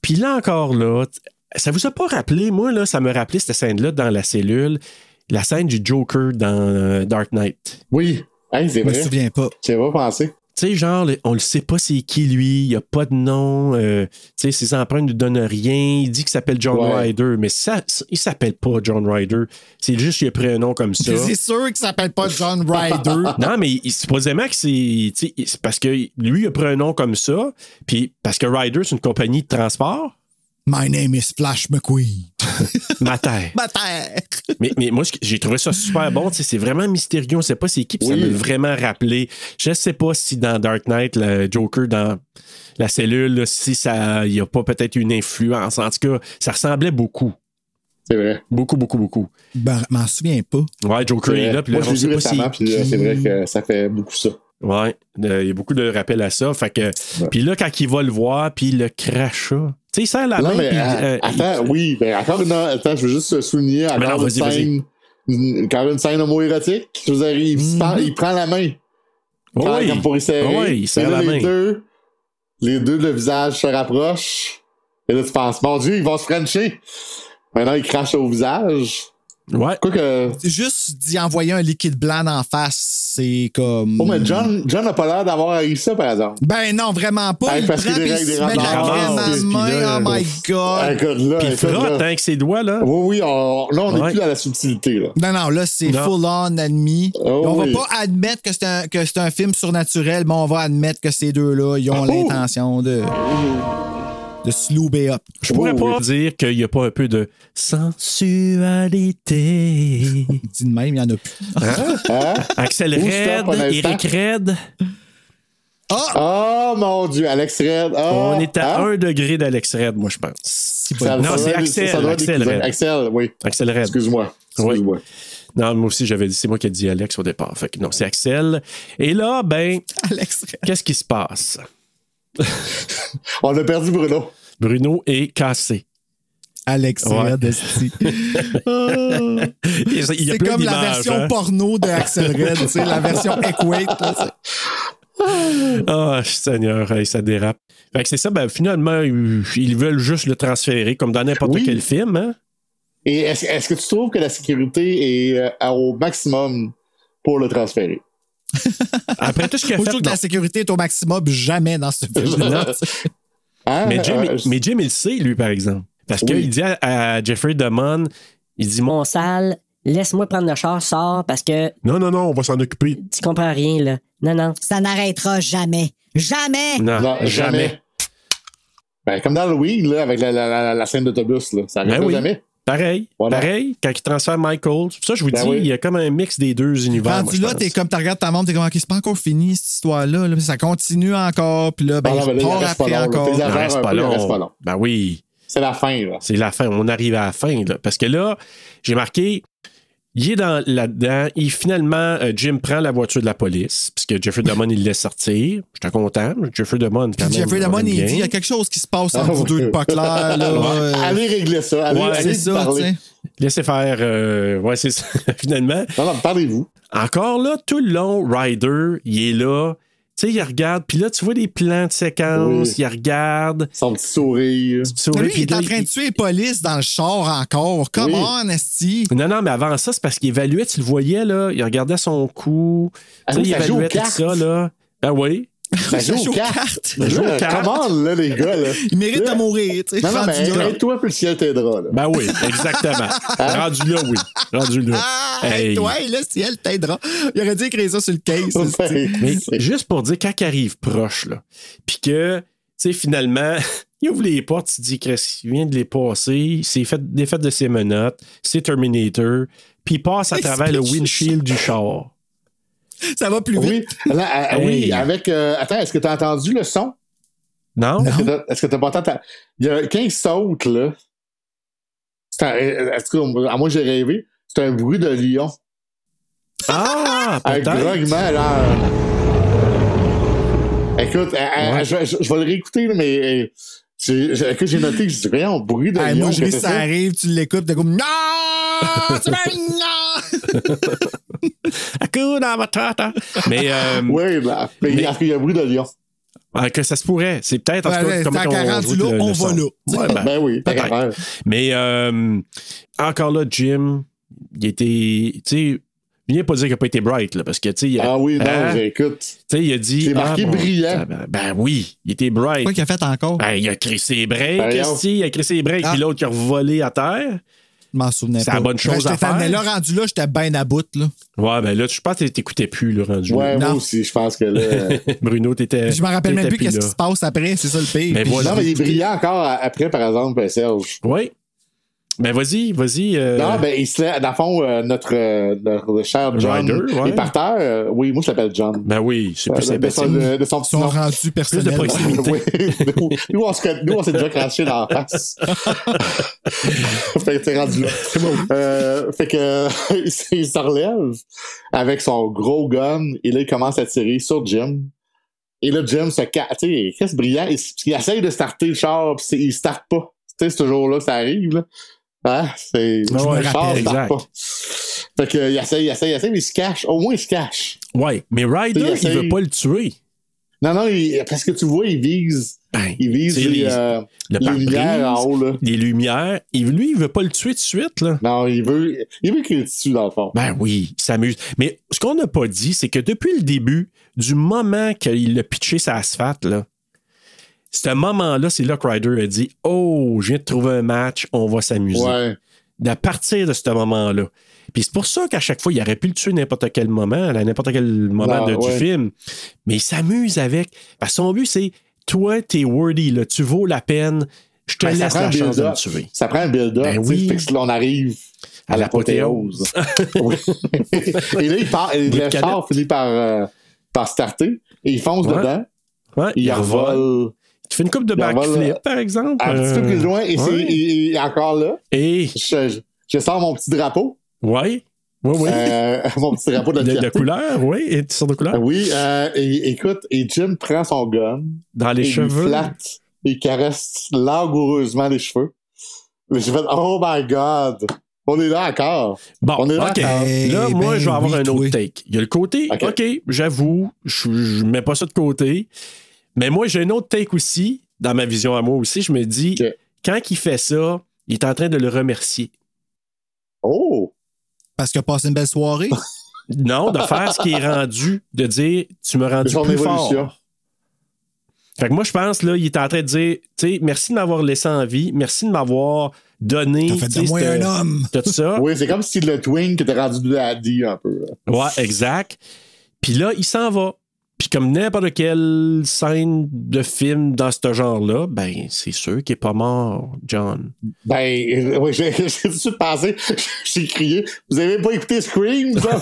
Speaker 1: Puis là encore, là, t- ça vous a pas rappelé, moi, là, ça me rappelait cette scène-là dans la cellule, la scène du Joker dans euh, Dark Knight.
Speaker 7: Oui. Hey, c'est
Speaker 2: Je me
Speaker 7: vrai.
Speaker 2: souviens pas.
Speaker 7: J'avais pas pensé.
Speaker 1: Tu sais, genre, le- on le sait pas c'est qui lui, il a pas de nom, euh, tu sais, ses empreintes ne donnent rien, il dit qu'il s'appelle John
Speaker 7: Ouais.
Speaker 1: Ryder, mais ça, c- il s'appelle pas John Ryder, c'est juste qu'il a pris un nom comme ça.
Speaker 2: C'est sûr qu'il s'appelle pas John Ryder.
Speaker 1: Non, mais il- supposément que c'est. tu sais, C'est parce que lui, il a pris un nom comme ça, puis parce que Ryder, c'est une compagnie de transport.
Speaker 2: My name is Flash McQueen.
Speaker 1: Ma terre.
Speaker 2: Ma terre.
Speaker 1: Mais, mais moi, ce que- j'ai trouvé ça super bon. tu sais, C'est vraiment mystérieux. On sait pas c'est qui, puis ça
Speaker 7: Oui.
Speaker 1: m'a vraiment rappelé. Je sais pas si dans Dark Knight, le Joker, dans la cellule, là, si ça il y a pas peut-être une influence. En tout cas, ça ressemblait beaucoup.
Speaker 7: C'est vrai.
Speaker 1: Beaucoup, beaucoup, beaucoup.
Speaker 2: Ben, je m'en souviens pas.
Speaker 1: Ouais, Joker
Speaker 7: C'est
Speaker 1: est
Speaker 7: vrai.
Speaker 1: là, puis là,
Speaker 7: Moi, je
Speaker 1: on
Speaker 7: l'ai
Speaker 1: sait
Speaker 7: vu
Speaker 1: pas si.
Speaker 7: récemment, puis euh, c'est vrai que ça fait beaucoup ça.
Speaker 1: Ouais, euh, il y a beaucoup de rappels à ça. Fait que, puis là, quand il va le voir, puis le crachat. Tu sais, il sert la
Speaker 7: Non,
Speaker 1: main.
Speaker 7: mais
Speaker 1: puis,
Speaker 7: euh,
Speaker 1: euh, il-
Speaker 7: attends, oui, ben, encore une attends, je veux juste souligner
Speaker 1: Mais non,
Speaker 7: encore une
Speaker 1: vas-y, vas-y.
Speaker 7: scène, une- encore une scène homoérotique. Je veux dire, il, se parle- il prend la main.
Speaker 1: Oh
Speaker 7: Quand-
Speaker 1: Mhm. oui.
Speaker 7: comme pour y serrer.
Speaker 1: Oh oui, il serre
Speaker 7: Et
Speaker 1: la
Speaker 7: là, les
Speaker 1: main.
Speaker 7: deux, les deux, le visage se rapproche. Et là, tu penses, mon Dieu, ils vont se frencher. Maintenant, ils crachent au visage.
Speaker 1: Ouais.
Speaker 7: Quoi que.
Speaker 2: Juste d'y envoyer un liquide blanc en face, c'est comme.
Speaker 7: Oh,
Speaker 1: Hmm.
Speaker 7: mais John, John n'a pas l'air d'avoir haï ça, par exemple.
Speaker 2: Ben non, vraiment pas.
Speaker 7: Hey,
Speaker 2: Il prend
Speaker 7: parce qu'il
Speaker 2: pis
Speaker 7: est
Speaker 2: il
Speaker 7: règle des
Speaker 2: se met la
Speaker 7: remords,
Speaker 2: crème à
Speaker 7: puis-
Speaker 1: puis là, euh,
Speaker 2: main. Oh my
Speaker 7: Ah,
Speaker 2: God.
Speaker 7: écoute, là,
Speaker 1: puis il
Speaker 7: écoute,
Speaker 1: frotte hein,
Speaker 7: là.
Speaker 1: avec ses doigts, là.
Speaker 7: Oui, oui, on, là, on n'est
Speaker 1: Ouais.
Speaker 7: plus à la subtilité, là.
Speaker 2: Non, non, là, c'est
Speaker 1: Non.
Speaker 2: full on admis.
Speaker 7: Oh
Speaker 2: on
Speaker 7: oui.
Speaker 2: va pas admettre que c'est un, que c'est un film surnaturel, mais on va admettre que ces deux-là, ils ont
Speaker 7: Oh.
Speaker 2: l'intention de. de se louber up.
Speaker 1: Je pourrais
Speaker 7: Oh,
Speaker 1: pas dire qu'il n'y a pas un peu de sensualité.
Speaker 2: Dit de même, il y en a plus.
Speaker 7: Hein?
Speaker 1: Axel
Speaker 7: Où stop,
Speaker 1: Red,
Speaker 7: un instant?
Speaker 1: Eric Red,
Speaker 7: Oh mon Dieu, Alex Red. ah,
Speaker 1: on est à
Speaker 7: hein?
Speaker 1: un degré d'Alex Red, moi, je pense.
Speaker 2: Si pas-
Speaker 7: Ça-
Speaker 1: Non,
Speaker 7: ça
Speaker 1: c'est
Speaker 7: doit-
Speaker 1: Axel,
Speaker 7: ça doit
Speaker 1: Axel
Speaker 7: être des cousins.
Speaker 1: Red.
Speaker 7: Axel, oui.
Speaker 1: Axel Red.
Speaker 7: Excuse-moi. Excuse-moi.
Speaker 1: Non, moi aussi, j'avais dit, c'est moi qui ai dit Alex au départ. Fait que non, c'est Axel. Et là, ben,
Speaker 2: Alex Red.
Speaker 1: qu'est-ce qui se passe?
Speaker 7: On a perdu Bruno.
Speaker 1: Bruno est cassé.
Speaker 2: Alex
Speaker 1: Ouais.
Speaker 2: Red, esti.
Speaker 7: Mmh.
Speaker 2: Ah.
Speaker 1: Il y a- il y a
Speaker 2: C'est
Speaker 1: plein
Speaker 2: comme la
Speaker 1: d'images,
Speaker 2: version
Speaker 1: hein.
Speaker 2: porno de Axel Red, tu sais, la version Equate. là, tu sais.
Speaker 1: Ah, Seigneur, hey, ça dérape. Fait que c'est ça, ben, finalement, ils ils veulent juste le transférer, comme dans n'importe
Speaker 7: Oui.
Speaker 1: quel film. Hein?
Speaker 7: Et est-ce est-ce que tu trouves que la sécurité est euh, au maximum pour le transférer?
Speaker 1: Après tout ce qu'il a
Speaker 2: Moi,
Speaker 1: fait,
Speaker 2: je trouve que
Speaker 1: non.
Speaker 2: la sécurité est au maximum jamais dans ce film.
Speaker 1: Non.
Speaker 7: Hein?
Speaker 1: Mais, Jim,
Speaker 7: Euh,
Speaker 1: il-
Speaker 7: je-
Speaker 1: mais Jim, il le sait, lui, par exemple. Parce qu'il
Speaker 7: Oui.
Speaker 1: dit à, à Jeffrey Damon, il dit
Speaker 11: Mon sale, laisse-moi prendre le char, sors, parce que
Speaker 1: Non, non, non, on va s'en occuper.
Speaker 11: tu comprends rien, là. Non, non.
Speaker 17: Ça n'arrêtera jamais. Jamais!
Speaker 1: Non,
Speaker 7: Non,
Speaker 1: Ah, jamais.
Speaker 7: Ben, comme dans Halloween, là, avec la, la- la- la scène d'autobus, là. ça n'arrive
Speaker 1: Ben oui.
Speaker 7: jamais.
Speaker 1: Pareil,
Speaker 7: Voilà.
Speaker 1: pareil, quand il transfère Michael. C'est pour ça que je vous
Speaker 7: Ben
Speaker 1: dis,
Speaker 7: oui.
Speaker 1: il y a comme un mix des deux univers. moi,
Speaker 2: Rendu
Speaker 1: je
Speaker 2: là,
Speaker 1: pense.
Speaker 2: t'es comme, tu regardes ta montre, t'es comme, OK, c'est pas encore fini cette histoire-là. là. Puis Ça continue encore, puis là, ben,
Speaker 7: Ah, non,
Speaker 2: il
Speaker 7: ben là, il
Speaker 2: repart
Speaker 7: reste pas
Speaker 2: après
Speaker 7: long, là.
Speaker 2: encore.
Speaker 7: T'es
Speaker 1: Il en
Speaker 7: avant
Speaker 1: reste
Speaker 7: un
Speaker 1: pas
Speaker 7: peu, il en
Speaker 1: long.
Speaker 7: reste pas long.
Speaker 1: Ben oui,
Speaker 7: C'est la fin, là.
Speaker 1: c'est la fin. On arrive à la fin. Là. Parce que là, j'ai marqué, il est dans, là-dedans. Et finalement, euh, Jim prend la voiture de la police, puisque Jeffrey Damon, il le laisse sortir. J'étais content. Jeffrey Damon, quand
Speaker 2: Puis
Speaker 1: même,
Speaker 2: Jeffrey Damon,
Speaker 1: on aime
Speaker 2: il
Speaker 1: bien.
Speaker 2: dit, il y a quelque chose qui se passe entre
Speaker 7: Ah,
Speaker 2: vous
Speaker 7: oui.
Speaker 2: deux de pas clair. Là, Euh,
Speaker 7: Allez régler ça. Allez,
Speaker 1: Ouais,
Speaker 7: allez
Speaker 2: c'est
Speaker 7: lui
Speaker 2: ça, tu
Speaker 7: parler.
Speaker 2: sais.
Speaker 1: Laissez faire. euh, ouais, c'est ça, finalement.
Speaker 7: Non, non, parlez-vous.
Speaker 1: Encore là, tout le long, Ryder, il est là. Tu sais, il regarde, puis là, tu vois des plans de séquence,
Speaker 7: Oui.
Speaker 1: il regarde.
Speaker 7: Son petit sourire.
Speaker 2: Lui, il est en train de tuer les polices dans le char encore. Come
Speaker 1: Oui.
Speaker 2: on, esti.
Speaker 1: Non, non, mais avant ça, c'est parce qu'il évaluait, tu le voyais, là. Il regardait son cou.
Speaker 7: Ah
Speaker 1: Tu sais,
Speaker 7: oui,
Speaker 1: il
Speaker 7: ça joue aux
Speaker 1: évaluait tout
Speaker 7: cartes.
Speaker 1: ça, là. Ben oui.
Speaker 7: Ça joue aux cartes. Ça joue aux cartes. Comment, là, les gars, là?
Speaker 2: Il mérite de mourir, tu sais.
Speaker 7: Non, non,
Speaker 2: rendu
Speaker 7: mais
Speaker 2: là.
Speaker 7: aide-toi, puis le ciel t'aidera, là.
Speaker 1: Ben oui, exactement.
Speaker 2: Hein?
Speaker 1: Rendu là, oui. Rendu là.
Speaker 2: Ah!
Speaker 1: Hey.
Speaker 2: Toi, là, si elle t'aidera. Il aurait dû écrire ça sur le case. esti.
Speaker 1: Mais juste pour dire, quand il arrive proche, là, puis que, tu sais, finalement, il ouvre les portes, il dit qu'il vient de les passer, c'est fait défaite de ses menottes, c'est Terminator, puis il passe à
Speaker 2: Il se
Speaker 1: travers le
Speaker 2: pitche.
Speaker 1: windshield du char.
Speaker 2: Ça va plus
Speaker 7: Oui,
Speaker 2: vite.
Speaker 7: Là, ah, ah,
Speaker 1: Hey.
Speaker 7: oui avec. euh, attends, est-ce que t'as entendu le son?
Speaker 1: Non?
Speaker 7: Est-ce que t'as- Est-ce que t'as pas entendu? Il y a, quand il saute, là, c'est un- est-ce que, à moi j'ai rêvé, c'est un bruit de lion.
Speaker 1: Ah,
Speaker 7: Un
Speaker 1: peut-être.
Speaker 7: grognement, là. Écoute, euh, euh, je, je- je vais le réécouter, là, mais euh, j'ai j'ai- écoute, j'ai noté que je dis, voyons, bruit de
Speaker 2: Hey, Ah,
Speaker 7: lion.
Speaker 2: moi, je
Speaker 7: Ah, qu'est-ce
Speaker 2: ris,
Speaker 7: que
Speaker 2: ça
Speaker 7: c'est?
Speaker 2: arrive, tu l'écoutes, t'es comme Non! Tu vas- non!
Speaker 1: Hakuna Matata. Mais euh,
Speaker 7: Oui, ben, mais,
Speaker 1: Mais-
Speaker 7: il y a un bruit de lion.
Speaker 1: ah, que ça se pourrait. C'est peut-être en
Speaker 2: Ouais,
Speaker 1: tout cas
Speaker 2: ouais,
Speaker 1: comment
Speaker 2: tant
Speaker 1: qu'on-
Speaker 2: qu'à
Speaker 1: on
Speaker 2: rendu
Speaker 1: joue
Speaker 2: là,
Speaker 1: le- le
Speaker 2: on va
Speaker 1: son.
Speaker 2: là.
Speaker 1: Ouais, ben,
Speaker 7: Ben, oui, t'as qu'à
Speaker 1: peut-être.
Speaker 7: faire.
Speaker 1: Mais euh, encore là, Jim, il était. Tu sais, viens pas dire qu'il n'a pas été bright, là, parce que, tu sais, il a-
Speaker 7: Ah oui, non,
Speaker 1: Hein?
Speaker 7: j'écoute.
Speaker 1: Tu sais, il a dit.
Speaker 7: C'est marqué
Speaker 1: ah, bon,
Speaker 7: brillant.
Speaker 1: Ben, ben oui, il était bright.
Speaker 2: Quoi qu'il a fait encore?
Speaker 1: Ben, il a crissé ses breaks,
Speaker 7: Ben,
Speaker 1: esti, il a crissé ses breaks,
Speaker 2: Ah.
Speaker 1: puis l'autre qui a volé à terre.
Speaker 2: Je m'en souvenais
Speaker 1: C'est
Speaker 2: pas.
Speaker 1: la bonne chose
Speaker 2: j'étais
Speaker 1: à faire.
Speaker 2: tanné. Ben, là, rendu là, j'étais bien à bout. Là.
Speaker 1: Ouais, ben là, tu- je pense que t'écoutais plus, le rendu.
Speaker 7: Ouais,
Speaker 1: là.
Speaker 7: moi
Speaker 2: Non.
Speaker 7: aussi, je pense que là. euh,
Speaker 1: Bruno, t'étais.
Speaker 2: Puis je me rappelle même
Speaker 1: t'étais
Speaker 2: plus qu'est-ce
Speaker 1: là.
Speaker 2: qui se passe après, c'est ça le pire.
Speaker 1: Mais
Speaker 2: Puis
Speaker 1: voilà.
Speaker 7: non, mais il est brillant encore à- après, par exemple, ben, Serge.
Speaker 1: Oui. Ben, vas-y, vas-y. euh,
Speaker 7: Non, ben, il se lève- dans le fond, euh, notre, euh, notre cher John
Speaker 1: Ryder, ouais.
Speaker 7: est par terre. euh, oui, moi, je l'appelle John.
Speaker 1: ben oui, c'est plus
Speaker 7: Euh, de,
Speaker 1: sympathique.
Speaker 7: son, de, de son
Speaker 2: Ils
Speaker 7: petit
Speaker 2: sont
Speaker 7: nom.
Speaker 2: rendus
Speaker 7: ben,
Speaker 2: personnels.
Speaker 1: proximité.
Speaker 7: Oui, nous, nous, on se conna- nous, on s'est déjà craché dans la face. fait que t'es rendu là. Euh, fait que il s- il se relève avec son gros gun et là, il commence à tirer sur Jim. Et là, Jim se ca- tu sais, Chris brillant, il, s- il essaye de starter le char, pis c'est- il starte pas. Tu sais, c'est toujours là que ça arrive, là. Hein? C'est.
Speaker 1: Ouais,
Speaker 7: le
Speaker 1: ouais,
Speaker 7: char
Speaker 1: exact.
Speaker 7: starte pas. Fait que, il essaye, il essaye, il essaye, mais il se cache. Au moins, il se cache.
Speaker 1: Ouais, mais Ryder,
Speaker 7: Il
Speaker 1: il,
Speaker 7: essaye.
Speaker 1: veut pas le tuer.
Speaker 7: Non, non, il- parce que tu vois, il vise.
Speaker 1: Ben,
Speaker 7: Il vise
Speaker 1: c'est
Speaker 7: les,
Speaker 1: les-
Speaker 7: euh,
Speaker 1: le
Speaker 7: les lumières en
Speaker 1: pare-brise,
Speaker 7: haut, là.
Speaker 1: les lumières. Il- lui, il veut pas le tuer de suite, là.
Speaker 7: Non, il veut, il veut qu'il le tue, dans le fond.
Speaker 1: Ben oui, il s'amuse. Mais ce qu'on n'a pas dit, c'est que depuis le début, du moment qu'il a pitché sa asphalte, là, ce moment-là, c'est là que Ryder a dit Oh, je viens de trouver un match, on va s'amuser.
Speaker 7: ouais.
Speaker 1: À partir de ce moment-là. Puis c'est pour ça qu'à chaque fois, il aurait pu le tuer n'importe quel moment, à n'importe quel moment
Speaker 7: Ah,
Speaker 1: de- du
Speaker 7: ouais.
Speaker 1: film. Mais il s'amuse avec. Parce que son but, c'est Toi, t'es worthy, là, tu vaux la peine, je te
Speaker 7: Ben,
Speaker 1: laisse la chance de
Speaker 7: build-up.
Speaker 1: me tuer.
Speaker 7: Ça prend un build-up.
Speaker 1: Ben
Speaker 7: tu sais,
Speaker 1: oui.
Speaker 7: Fait que là, on arrive à
Speaker 1: À
Speaker 7: l'apothéose. Oui. et là, il part, et
Speaker 1: Bout de
Speaker 7: le char
Speaker 1: canette.
Speaker 7: finit par, euh, par starter. Et il fonce
Speaker 1: Ouais.
Speaker 7: dedans.
Speaker 1: Ouais,
Speaker 7: Il, revole.
Speaker 1: Tu fais une coupe de
Speaker 7: il envole,
Speaker 1: backflip,
Speaker 7: euh,
Speaker 1: par exemple.
Speaker 7: Un petit peu
Speaker 1: euh,
Speaker 7: plus loin. Et c'est
Speaker 1: ouais.
Speaker 7: il- il est encore là.
Speaker 1: Et.
Speaker 7: Je, je- je sors mon petit drapeau.
Speaker 1: Oui. Oui, oui.
Speaker 7: Euh, mon petit drapeau de,
Speaker 1: de, de
Speaker 7: fierté.
Speaker 1: couleur, oui. Et tu sors de couleur.
Speaker 7: Oui. euh, et, écoute, et Jim prend son gun.
Speaker 1: Dans les
Speaker 7: et
Speaker 1: cheveux.
Speaker 7: Il flatte et caresse langoureusement les cheveux. Mais j'ai fait Oh my God! On est là encore.
Speaker 1: Bon,
Speaker 7: On est là
Speaker 1: OK.
Speaker 7: encore.
Speaker 2: Eh
Speaker 1: Là, moi,
Speaker 2: ben
Speaker 1: je vais avoir
Speaker 2: oui,
Speaker 1: un
Speaker 2: toi.
Speaker 1: autre take. Il y a le côté, OK,
Speaker 7: OK.
Speaker 1: j'avoue, je, je mets pas ça de côté. Mais moi, j'ai un autre take aussi, dans ma vision à moi aussi. Je me dis,
Speaker 7: OK.
Speaker 1: quand il fait ça, il est en train de le remercier. Ah,
Speaker 7: Oh!
Speaker 2: Parce que passé une belle soirée.
Speaker 1: Non, de faire ce qui est rendu, de dire, tu m'as rendu
Speaker 7: C'est son
Speaker 1: plus
Speaker 7: évolution.
Speaker 1: fort. Fait que moi, je pense, là, il est en train de dire, tu sais, merci de m'avoir laissé en vie, merci de m'avoir donné.
Speaker 2: T'as fait
Speaker 1: tu
Speaker 2: de
Speaker 1: sais,
Speaker 2: moi
Speaker 1: cette-
Speaker 2: un homme.
Speaker 1: Tout ça.
Speaker 7: Oui, c'est comme si le twin qui était rendu de la D un peu. là.
Speaker 1: Ouais, exact. Puis là, il s'en va. Puis comme n'importe quelle scène de film dans ce genre-là, ben, c'est sûr qu'il est pas mort, John.
Speaker 7: Ben, euh, oui, j'ai j'ai tout de suite pensé, j'ai crié, vous avez pas écouté Scream, ça?